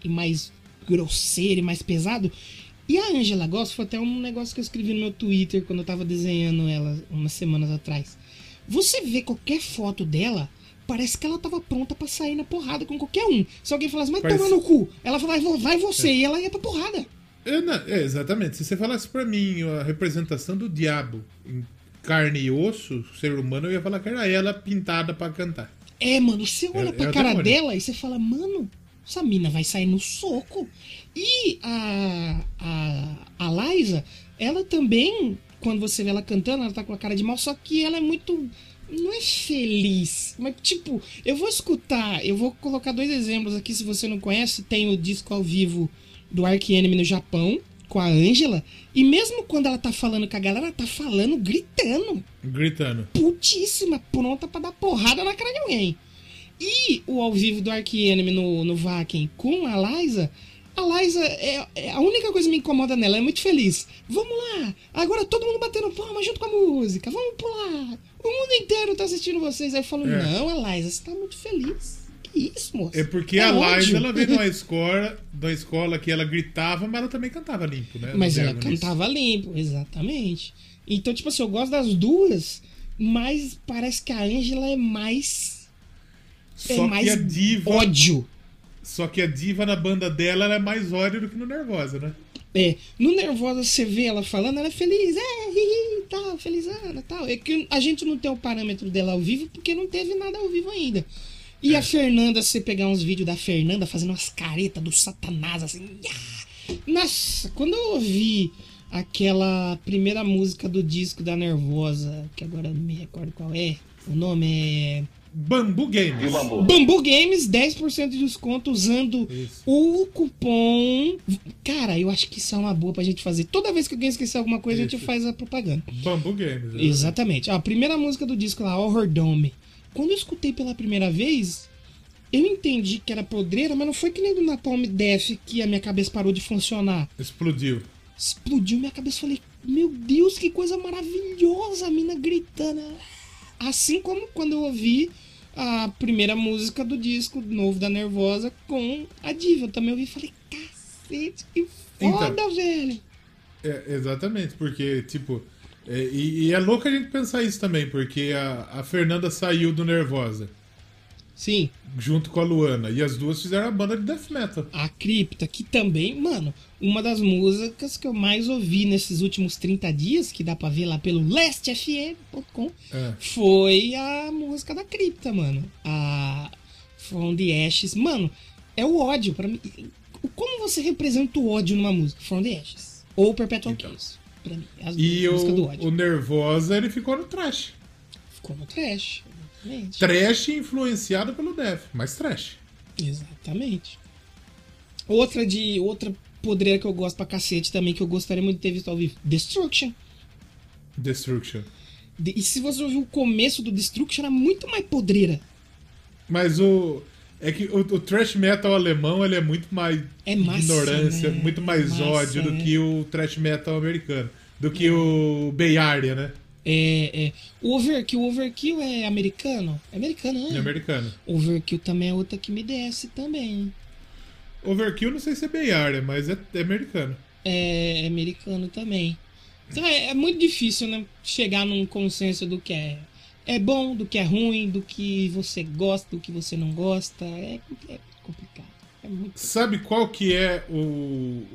Speaker 1: e mais grosseiro e mais pesado. E a Ângela Goss foi até um negócio que eu escrevi no meu Twitter quando eu tava desenhando ela umas semanas atrás. Você vê qualquer foto dela, parece que ela tava pronta pra sair na porrada com qualquer um. Se alguém falasse, mas
Speaker 2: Parece-
Speaker 1: toma no cu, ela falava, "Vai- vai você, e ela ia pra porrada.
Speaker 2: Eu não- é, exatamente. Se você falasse pra mim a representação do diabo em carne e osso, ser humano, eu ia falar que era ela pintada pra cantar.
Speaker 1: É, mano, você olha
Speaker 2: É-
Speaker 1: pra
Speaker 2: é o
Speaker 1: cara
Speaker 2: demônio.
Speaker 1: dela e você fala, mano, essa mina vai sair no soco. E a, a, a Liza, ela também, quando você vê ela cantando, ela tá com a cara de mal, só que ela é muito. Não é feliz, mas tipo, eu vou escutar, eu vou colocar dois exemplos aqui, se você não conhece, tem o disco ao vivo do Ark Enemy no Japão, com a Angela, e mesmo quando ela tá falando com a galera, ela tá falando gritando
Speaker 2: Gritando.
Speaker 1: putíssima, pronta pra dar porrada na cara de alguém. E o ao vivo do Ark Enemy no, no Vaken com a Liza, a Liza é, é a única coisa que me incomoda nela, ela é muito feliz. Vamos lá, agora todo mundo batendo palma junto com a música, vamos pular. O mundo inteiro tá assistindo vocês. Aí eu falo,
Speaker 2: É.
Speaker 1: não, a Liza, você tá muito feliz. Que isso, moça?
Speaker 2: É porque
Speaker 1: É
Speaker 2: a
Speaker 1: ódio.
Speaker 2: Liza, ela veio de uma escola, de uma escola que ela gritava, mas ela também cantava limpo, né?
Speaker 1: Mas
Speaker 2: Não
Speaker 1: ela
Speaker 2: nego nisso.
Speaker 1: cantava limpo, exatamente. Então, tipo assim, eu gosto das duas, mas parece que a Angela é mais
Speaker 2: Só
Speaker 1: é mais
Speaker 2: que a diva,
Speaker 1: ódio.
Speaker 2: só que a diva na banda dela era mais ódio do que no Nervosa, né?
Speaker 1: É, no Nervosa você vê ela falando, ela é feliz, é, hi, hi, tal, felizana, tal. É que a gente não tem o parâmetro dela ao vivo porque não teve nada ao vivo ainda. E
Speaker 2: É.
Speaker 1: a Fernanda, se você pegar uns vídeos da Fernanda fazendo umas caretas do satanás, assim. "Yá!" Nossa, quando eu ouvi aquela primeira música do disco da Nervosa, que agora eu não me recordo qual é, o nome é
Speaker 2: Bambu Games.
Speaker 4: E o bambu?
Speaker 1: Bambu Games, 10% de desconto usando
Speaker 2: Isso.
Speaker 1: o cupom. Cara, eu acho que isso é uma boa pra gente fazer. Toda vez que alguém esquecer alguma coisa, a gente
Speaker 2: Isso.
Speaker 1: faz a propaganda.
Speaker 2: Bambu Games. né?
Speaker 1: Exatamente. Ó, A primeira música do disco lá, Horror Dome. Quando eu escutei pela primeira vez, eu entendi que era podreira, mas não foi que nem do Napalm Death que a minha cabeça parou de funcionar.
Speaker 2: Explodiu.
Speaker 1: Explodiu minha cabeça, falei, meu Deus, que coisa maravilhosa, a mina gritando. Assim como quando eu ouvi a primeira música do disco novo da Nervosa com a Diva, eu também ouvi e falei, cacete, que foda,
Speaker 2: Então.
Speaker 1: velho.
Speaker 2: É, exatamente, porque, tipo. é, e, e é louco a gente pensar isso também, porque a, a Fernanda saiu do Nervosa
Speaker 1: Sim,
Speaker 2: junto com a Luana. E as duas fizeram a banda de death metal.
Speaker 1: A Cripta, que também, mano, uma das músicas que eu mais ouvi nesses últimos 30 dias, que dá pra ver lá pelo lastfm.com,
Speaker 2: É.
Speaker 1: foi a música da Cripta, mano. A From the Ashes. Mano, é o ódio pra mim. Como você representa o ódio numa música? From the Ashes. Ou Perpetual
Speaker 2: Então.
Speaker 1: Chaos. Pra mim, as
Speaker 2: E
Speaker 1: duas músicas do
Speaker 2: o,
Speaker 1: ódio.
Speaker 2: o Nervosa ele ficou no trash.
Speaker 1: Ficou no trash. Exatamente.
Speaker 2: Trash influenciado pelo death, mas trash.
Speaker 1: Exatamente. Outra de outra podreira que eu gosto pra cacete também, que eu gostaria muito de ter visto ao vivo, Destruction.
Speaker 2: Destruction.
Speaker 1: De- e se você ouvir o começo do Destruction, era muito mais podreira.
Speaker 2: Mas o. É que o, o trash metal alemão ele é muito mais
Speaker 1: É massa,
Speaker 2: ignorância,
Speaker 1: né?
Speaker 2: muito mais
Speaker 1: Massa,
Speaker 2: ódio do
Speaker 1: né?
Speaker 2: que o trash metal americano. Do que o Bay Area, né?
Speaker 1: É, é. O Overkill, o Overkill é americano? É americano,
Speaker 2: É
Speaker 1: né?
Speaker 2: americano.
Speaker 1: Overkill também é outra que me desce também.
Speaker 2: Overkill não sei se é Bay Area, mas é, é americano.
Speaker 1: É, é americano também. Então é, é muito difícil, né? Chegar num consenso do que é, é bom, do que é ruim, do que você gosta, do que você não gosta. É, é complicado. É muito.
Speaker 2: Sabe qual que é o, o-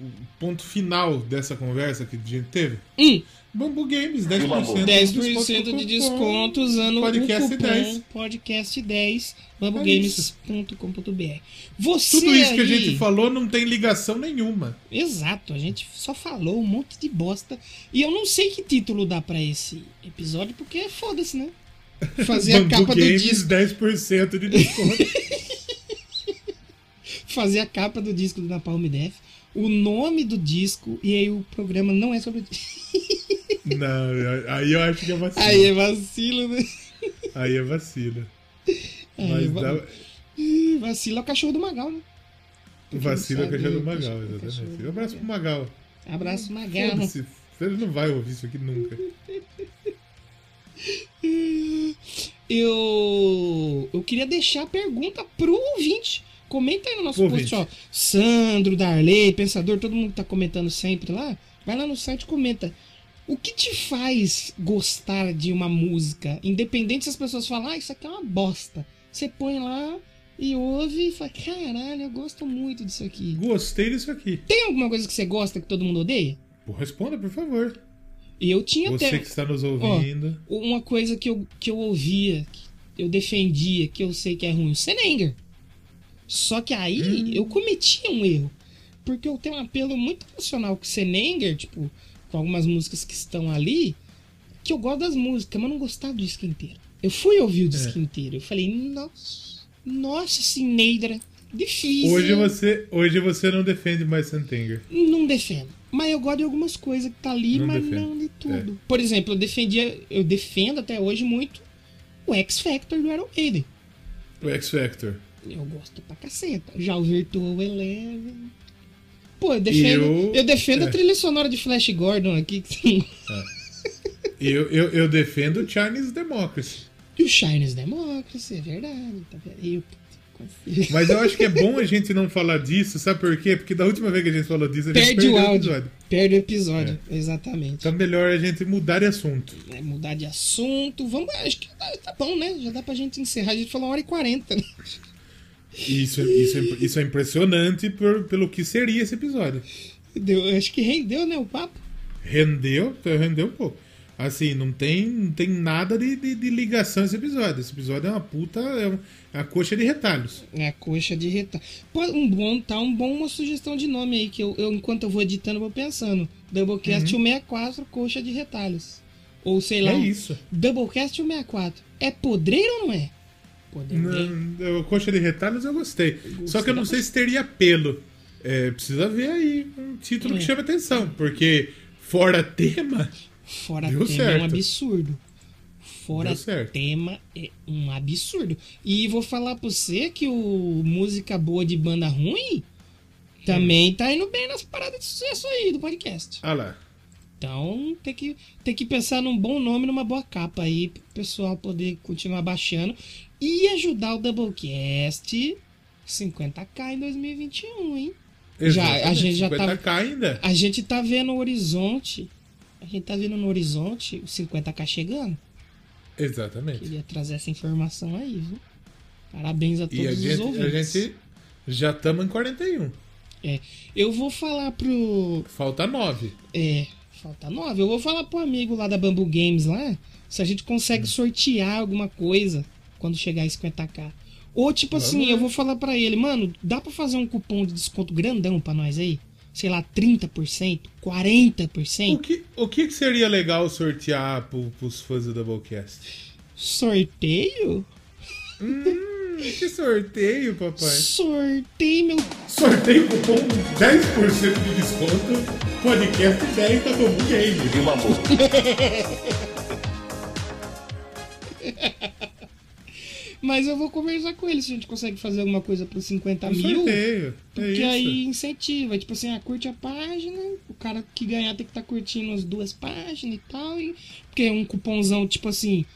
Speaker 2: o ponto final dessa conversa que a gente teve?
Speaker 1: Hum.
Speaker 2: Bambu Games, 10% de
Speaker 1: 10% de desconto usando
Speaker 2: Podcast
Speaker 1: o cupom
Speaker 2: 10.
Speaker 1: podcast 10
Speaker 2: É
Speaker 1: bambugames.com.br. Você
Speaker 2: Tudo isso que a
Speaker 1: aí-
Speaker 2: gente falou não tem ligação nenhuma.
Speaker 1: Exato, a gente só falou um monte de bosta e eu não sei que título dá pra esse episódio porque foda-se, né? Fazer a
Speaker 2: Bambu
Speaker 1: capa do
Speaker 2: Games,
Speaker 1: disco,
Speaker 2: 10% de desconto.
Speaker 1: fazer a capa do disco do Napalm Death, o nome do disco e aí o programa não é sobre o disco.
Speaker 2: não, aí eu acho que é vacilo.
Speaker 1: Aí é vacilo, né?
Speaker 2: Aí é vacilo.
Speaker 1: Aí é
Speaker 2: Mas
Speaker 1: va-
Speaker 2: dá-
Speaker 1: Ih, Vacilo é o cachorro do Magal, né?
Speaker 2: vacilo é o cachorro do
Speaker 1: Sabe,
Speaker 2: Magal,
Speaker 1: o cachorro do
Speaker 2: exatamente. Um
Speaker 1: Magal.
Speaker 2: abraço pro Magal.
Speaker 1: Abraço, Magal.
Speaker 2: Foda-se, Você não vai ouvir isso aqui nunca.
Speaker 1: Eu, eu queria deixar a pergunta pro ouvinte. Comenta aí no nosso
Speaker 2: Ouvinte.
Speaker 1: post, ó. Sandro, Darley, Pensador, todo mundo tá comentando sempre lá. Vai lá no site e comenta. O que te faz gostar de uma música? Independente se as pessoas falam, ah, isso aqui é uma bosta. Você põe lá e ouve e fala, caralho, eu gosto muito disso aqui.
Speaker 2: Gostei disso aqui.
Speaker 1: Tem alguma coisa que você gosta que todo mundo odeia?
Speaker 2: Pô, Responda, por favor.
Speaker 1: Eu tinha
Speaker 2: Você
Speaker 1: até.
Speaker 2: que está nos ouvindo.
Speaker 1: Uma coisa que eu, que eu ouvia, que eu defendia, que eu sei que é ruim, o Senenger. Só que aí
Speaker 2: Hum.
Speaker 1: eu cometia um erro. Porque eu tenho um apelo muito emocional com o Senenger, tipo, com algumas músicas que estão ali, que eu gosto das músicas, mas não gostava do disco inteiro. Eu fui ouvir o disco
Speaker 2: É.
Speaker 1: inteiro, eu falei, nossa, nossa, Sineidra, difícil.
Speaker 2: Hoje
Speaker 1: hein?"
Speaker 2: você, hoje você não defende mais Santenger.
Speaker 1: Não defendo. Mas eu gosto de algumas coisas que tá ali,
Speaker 2: Não É.
Speaker 1: mas
Speaker 2: defende.
Speaker 1: não de tudo. Por exemplo, eu defendia, eu defendo até hoje muito o X Factor do Iron Maiden.
Speaker 2: O X Factor.
Speaker 1: Eu gosto pra caceta. Já o Virtual Eleven. Pô, eu defendo,
Speaker 2: Eu-
Speaker 1: eu... defendo
Speaker 2: é.
Speaker 1: a trilha sonora de Flash Gordon aqui. que tem-
Speaker 2: Eu, eu, eu defendo o Chinese Democracy.
Speaker 1: e o Chinese Democracy, é verdade. Tá vendo? Eu...
Speaker 2: Mas eu acho que é bom a gente não falar disso, sabe por quê? Porque da última vez que a gente falou disso, a gente
Speaker 1: Perde
Speaker 2: perdeu
Speaker 1: o
Speaker 2: o
Speaker 1: áudio.
Speaker 2: episódio.
Speaker 1: Perde o episódio, exatamente.
Speaker 2: Então melhor a gente mudar de assunto.
Speaker 1: É, mudar de assunto. Vamos, acho que tá, tá bom, né? Já dá pra gente encerrar. A gente falou uma hora e quarenta, né?
Speaker 2: Isso, isso, é- isso é impressionante por- pelo que seria esse episódio.
Speaker 1: Deu, acho que rendeu, né, o papo?
Speaker 2: Rendeu, rendeu um pouco. Assim, não tem, não tem nada de, de, de ligação esse episódio. Esse episódio é uma puta. É um- é uma coxa de retalhos.
Speaker 1: É a coxa de retalho. Pô, um bom, tá um bom, uma sugestão de nome aí, que eu, eu, enquanto eu vou editando, eu vou pensando. Doublecast 164, coxa de retalhos. Ou sei lá,
Speaker 2: Uhum. É
Speaker 1: um
Speaker 2: isso.
Speaker 1: Doublecast 164. É podreiro ou não é? Podreiro.
Speaker 2: Não, É, a coxa de retalhos eu gostei. Só que eu não sei se teria pelo. É, precisa ver aí um título que
Speaker 1: É.
Speaker 2: chame atenção, porque fora tema.
Speaker 1: Fora
Speaker 2: Deu
Speaker 1: tema é um
Speaker 2: certo.
Speaker 1: absurdo. Fora
Speaker 2: Deu certo.
Speaker 1: tema é um absurdo. E vou falar pra você que o música boa de banda ruim
Speaker 2: Hum.
Speaker 1: também tá indo bem nas paradas de sucesso aí do podcast.
Speaker 2: Ah lá.
Speaker 1: Então tem que, tem que pensar num bom nome, numa boa capa aí, pro pessoal poder continuar baixando e ajudar o Doublecast 50k em 2021, hein? Já, a gente já
Speaker 2: 50k
Speaker 1: tava-
Speaker 2: ainda.
Speaker 1: A gente tá vendo o horizonte. A gente tá vendo no horizonte o 50k chegando.
Speaker 2: Exatamente.
Speaker 1: Queria trazer essa informação aí, viu? Parabéns a todos
Speaker 2: E a
Speaker 1: os
Speaker 2: gente, a
Speaker 1: ouvintes.
Speaker 2: gente já estamos em 41.
Speaker 1: É, eu vou falar pro.
Speaker 2: Falta 9.
Speaker 1: É, falta nove. Eu vou falar pro amigo lá da Bamboo Games lá se a gente consegue sortear alguma coisa quando chegar em 50k. Ou tipo
Speaker 2: Vamos
Speaker 1: assim,
Speaker 2: lá.
Speaker 1: eu vou falar pra ele, mano, dá pra fazer um cupom de desconto grandão pra nós aí? Sei lá, 30%, 40%?
Speaker 2: O que, o que que seria legal sortear pro, pros fãs do Doublecast?
Speaker 1: Sorteio?
Speaker 2: Hum, que sorteio, papai.
Speaker 1: Sorteio, meu.
Speaker 2: Sorteio cupom 10% de desconto. Podcast 10 da Bambu Game.
Speaker 4: de uma boa.
Speaker 1: Mas eu vou conversar com ele se a gente consegue fazer alguma coisa por 50
Speaker 2: Um
Speaker 1: mil.
Speaker 2: sorteio. É
Speaker 1: Porque
Speaker 2: isso.
Speaker 1: aí incentiva, tipo assim, ah, curte a página, o cara que ganhar tem que estar curtindo as duas páginas e tal. E... Porque um cupomzão, tipo assim,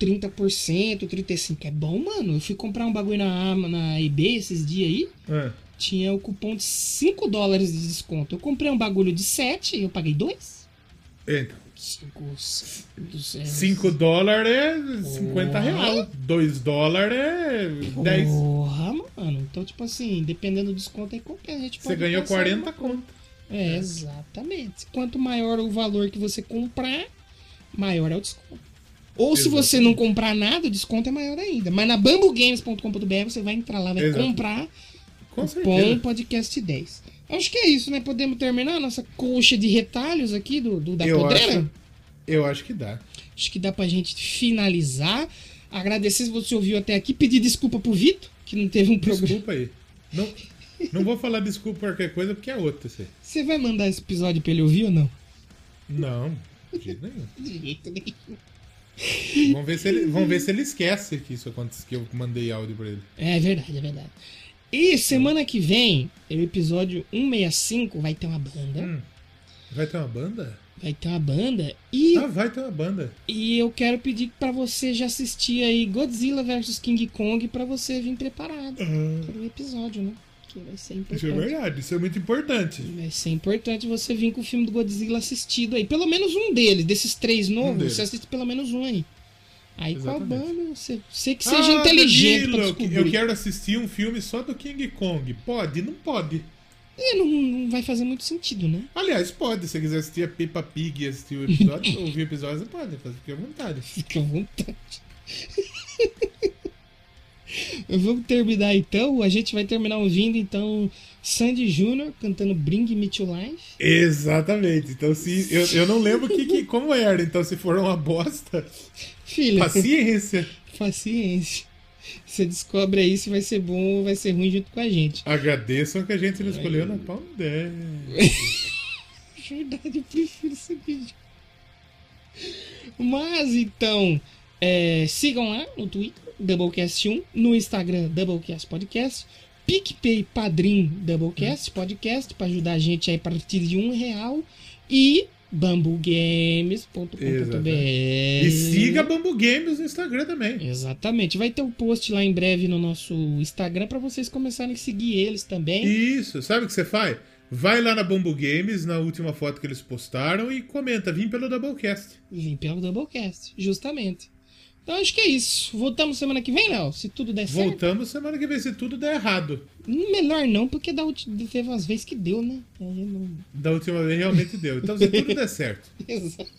Speaker 1: 30%, 35% é bom, mano. Eu fui comprar um bagulho na, Ama- na eBay esses dias aí,
Speaker 2: Ah,
Speaker 1: tinha o cupom de 5 dólares de desconto. Eu comprei um bagulho de 7 e eu paguei 2.
Speaker 2: então,
Speaker 1: 5,
Speaker 2: 5 dólares é 50 real. 2 dólares é 10.
Speaker 1: Porra, mano. Então, tipo assim, dependendo do desconto aí, compensa. A gente
Speaker 2: Você
Speaker 1: pode
Speaker 2: ganhou
Speaker 1: pensar
Speaker 2: 40
Speaker 1: numa-
Speaker 2: conto.
Speaker 1: É, exatamente. Quanto maior o valor que você comprar, maior é o desconto. Ou se
Speaker 2: Exatamente.
Speaker 1: você não comprar nada, o desconto é maior ainda. Mas na bambugames.com.br você vai entrar lá, vai
Speaker 2: Exato.
Speaker 1: comprar
Speaker 2: Com
Speaker 1: Pom
Speaker 2: certeza.
Speaker 1: Podcast 10. Acho que é isso, né? Podemos terminar a nossa colcha de retalhos aqui do, do- da
Speaker 2: Eu
Speaker 1: podreira?
Speaker 2: acho- Eu acho que dá.
Speaker 1: Acho que dá pra gente finalizar. Agradecer se você ouviu até aqui. Pedir desculpa pro Vitor, que não teve um programa.
Speaker 2: Desculpa aí. Não, não vou falar desculpa por qualquer coisa, porque é outra. Você.
Speaker 1: Você vai mandar esse episódio pra ele ouvir ou não?
Speaker 2: Não, de jeito nenhum.
Speaker 1: De jeito nenhum.
Speaker 2: Vamos ver se ele, vamos ver se ele esquece que isso aconteceu, que eu mandei áudio pra ele.
Speaker 1: É verdade, é verdade. E semana que vem, é o episódio 165, vai ter uma banda.
Speaker 2: Hum. Vai ter uma banda?
Speaker 1: Vai ter uma banda. E,
Speaker 2: Ah, vai ter uma banda.
Speaker 1: e eu quero pedir pra você já assistir aí Godzilla vs King Kong pra você vir preparado pro episódio, né? Que vai ser
Speaker 2: Hum, Isso é
Speaker 1: importante.
Speaker 2: verdade, isso é muito importante.
Speaker 1: Vai ser importante você vir com o filme do Godzilla assistido aí. Pelo menos um deles, desses três novos,
Speaker 2: deles.
Speaker 1: você assiste pelo menos um aí. Aí qual
Speaker 2: Exatamente.
Speaker 1: banda? Você, você que seja
Speaker 2: Ah,
Speaker 1: inteligente
Speaker 2: Danilo,
Speaker 1: pra
Speaker 2: eu que-
Speaker 1: descobrir.
Speaker 2: eu quero assistir um filme só do King Kong. Pode? Não pode.
Speaker 1: É, não, não vai fazer muito sentido, né?
Speaker 2: Aliás, pode. Se você quiser assistir a Peppa Pig e assistir o episódio, ouvir o episódio, você pode. Faz- Fique à vontade.
Speaker 1: Fica à vontade. Vamos terminar então. A gente vai terminar ouvindo então Sandy Júnior cantando Bring Me to Life.
Speaker 2: Exatamente. Então, se eu, eu não lembro que, que- como era. Então, se for uma bosta,
Speaker 1: Filha,
Speaker 2: paciência.
Speaker 1: paciência. Você descobre aí se vai ser bom ou vai ser ruim junto com a gente.
Speaker 2: Agradeçam que a gente não escolheu na palma dela.
Speaker 1: Verdade, eu prefiro esse vídeo. Mas então, é, sigam lá no Twitter, Doublecast1, no Instagram, Doublecast Podcast, PicPay Padrim Doublecast Podcast, para ajudar a gente aí a partir de um real, e bambugames.com.br. É.
Speaker 2: E siga a Bambu Games no Instagram também.
Speaker 1: Exatamente, vai ter um post lá em breve no nosso Instagram para vocês começarem a seguir eles também.
Speaker 2: Isso. Sabe o que você faz? Vai lá na Bambu Games, na última foto que eles postaram, e comenta. Vim pelo Doublecast.
Speaker 1: Vim pelo Doublecast, justamente. Então acho que é isso. Voltamos semana que vem, Léo? Se tudo der certo.
Speaker 2: Voltamos semana que vem, se tudo der errado.
Speaker 1: Melhor não, porque da última, teve umas vezes que deu, né? Aí não-
Speaker 2: Da última vez realmente deu. Então, se tudo der certo.
Speaker 1: Exato.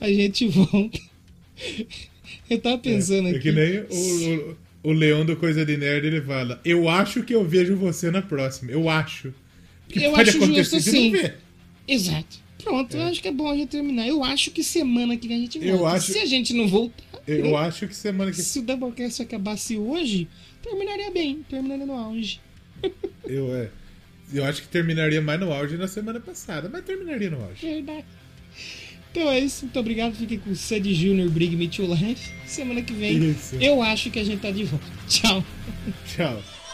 Speaker 1: A gente volta. Eu tava pensando
Speaker 2: É
Speaker 1: aqui.
Speaker 2: que nem o, o, o Leão do Coisa de Nerd, ele fala: Eu acho que eu vejo você na próxima. Eu acho. Que
Speaker 1: Eu
Speaker 2: pode
Speaker 1: acho
Speaker 2: acontecer
Speaker 1: justo,
Speaker 2: de
Speaker 1: sim.
Speaker 2: não ver.
Speaker 1: Exato. Pronto, eu acho que é bom a gente terminar. Eu acho que semana que vem a gente volta.
Speaker 2: Eu acho-
Speaker 1: Se a gente não voltar,
Speaker 2: Eu acho que semana que
Speaker 1: se o Doublecast acabasse hoje, terminaria bem, terminaria no auge.
Speaker 2: eu é, eu acho que terminaria mais no auge na semana passada, mas terminaria no auge.
Speaker 1: Verdade. Então é isso, muito obrigado. Fiquem com o Sandy Jr. Brig Me to Life. Semana que vem,
Speaker 2: Isso.
Speaker 1: eu acho que a gente tá de volta. Tchau.
Speaker 2: Tchau.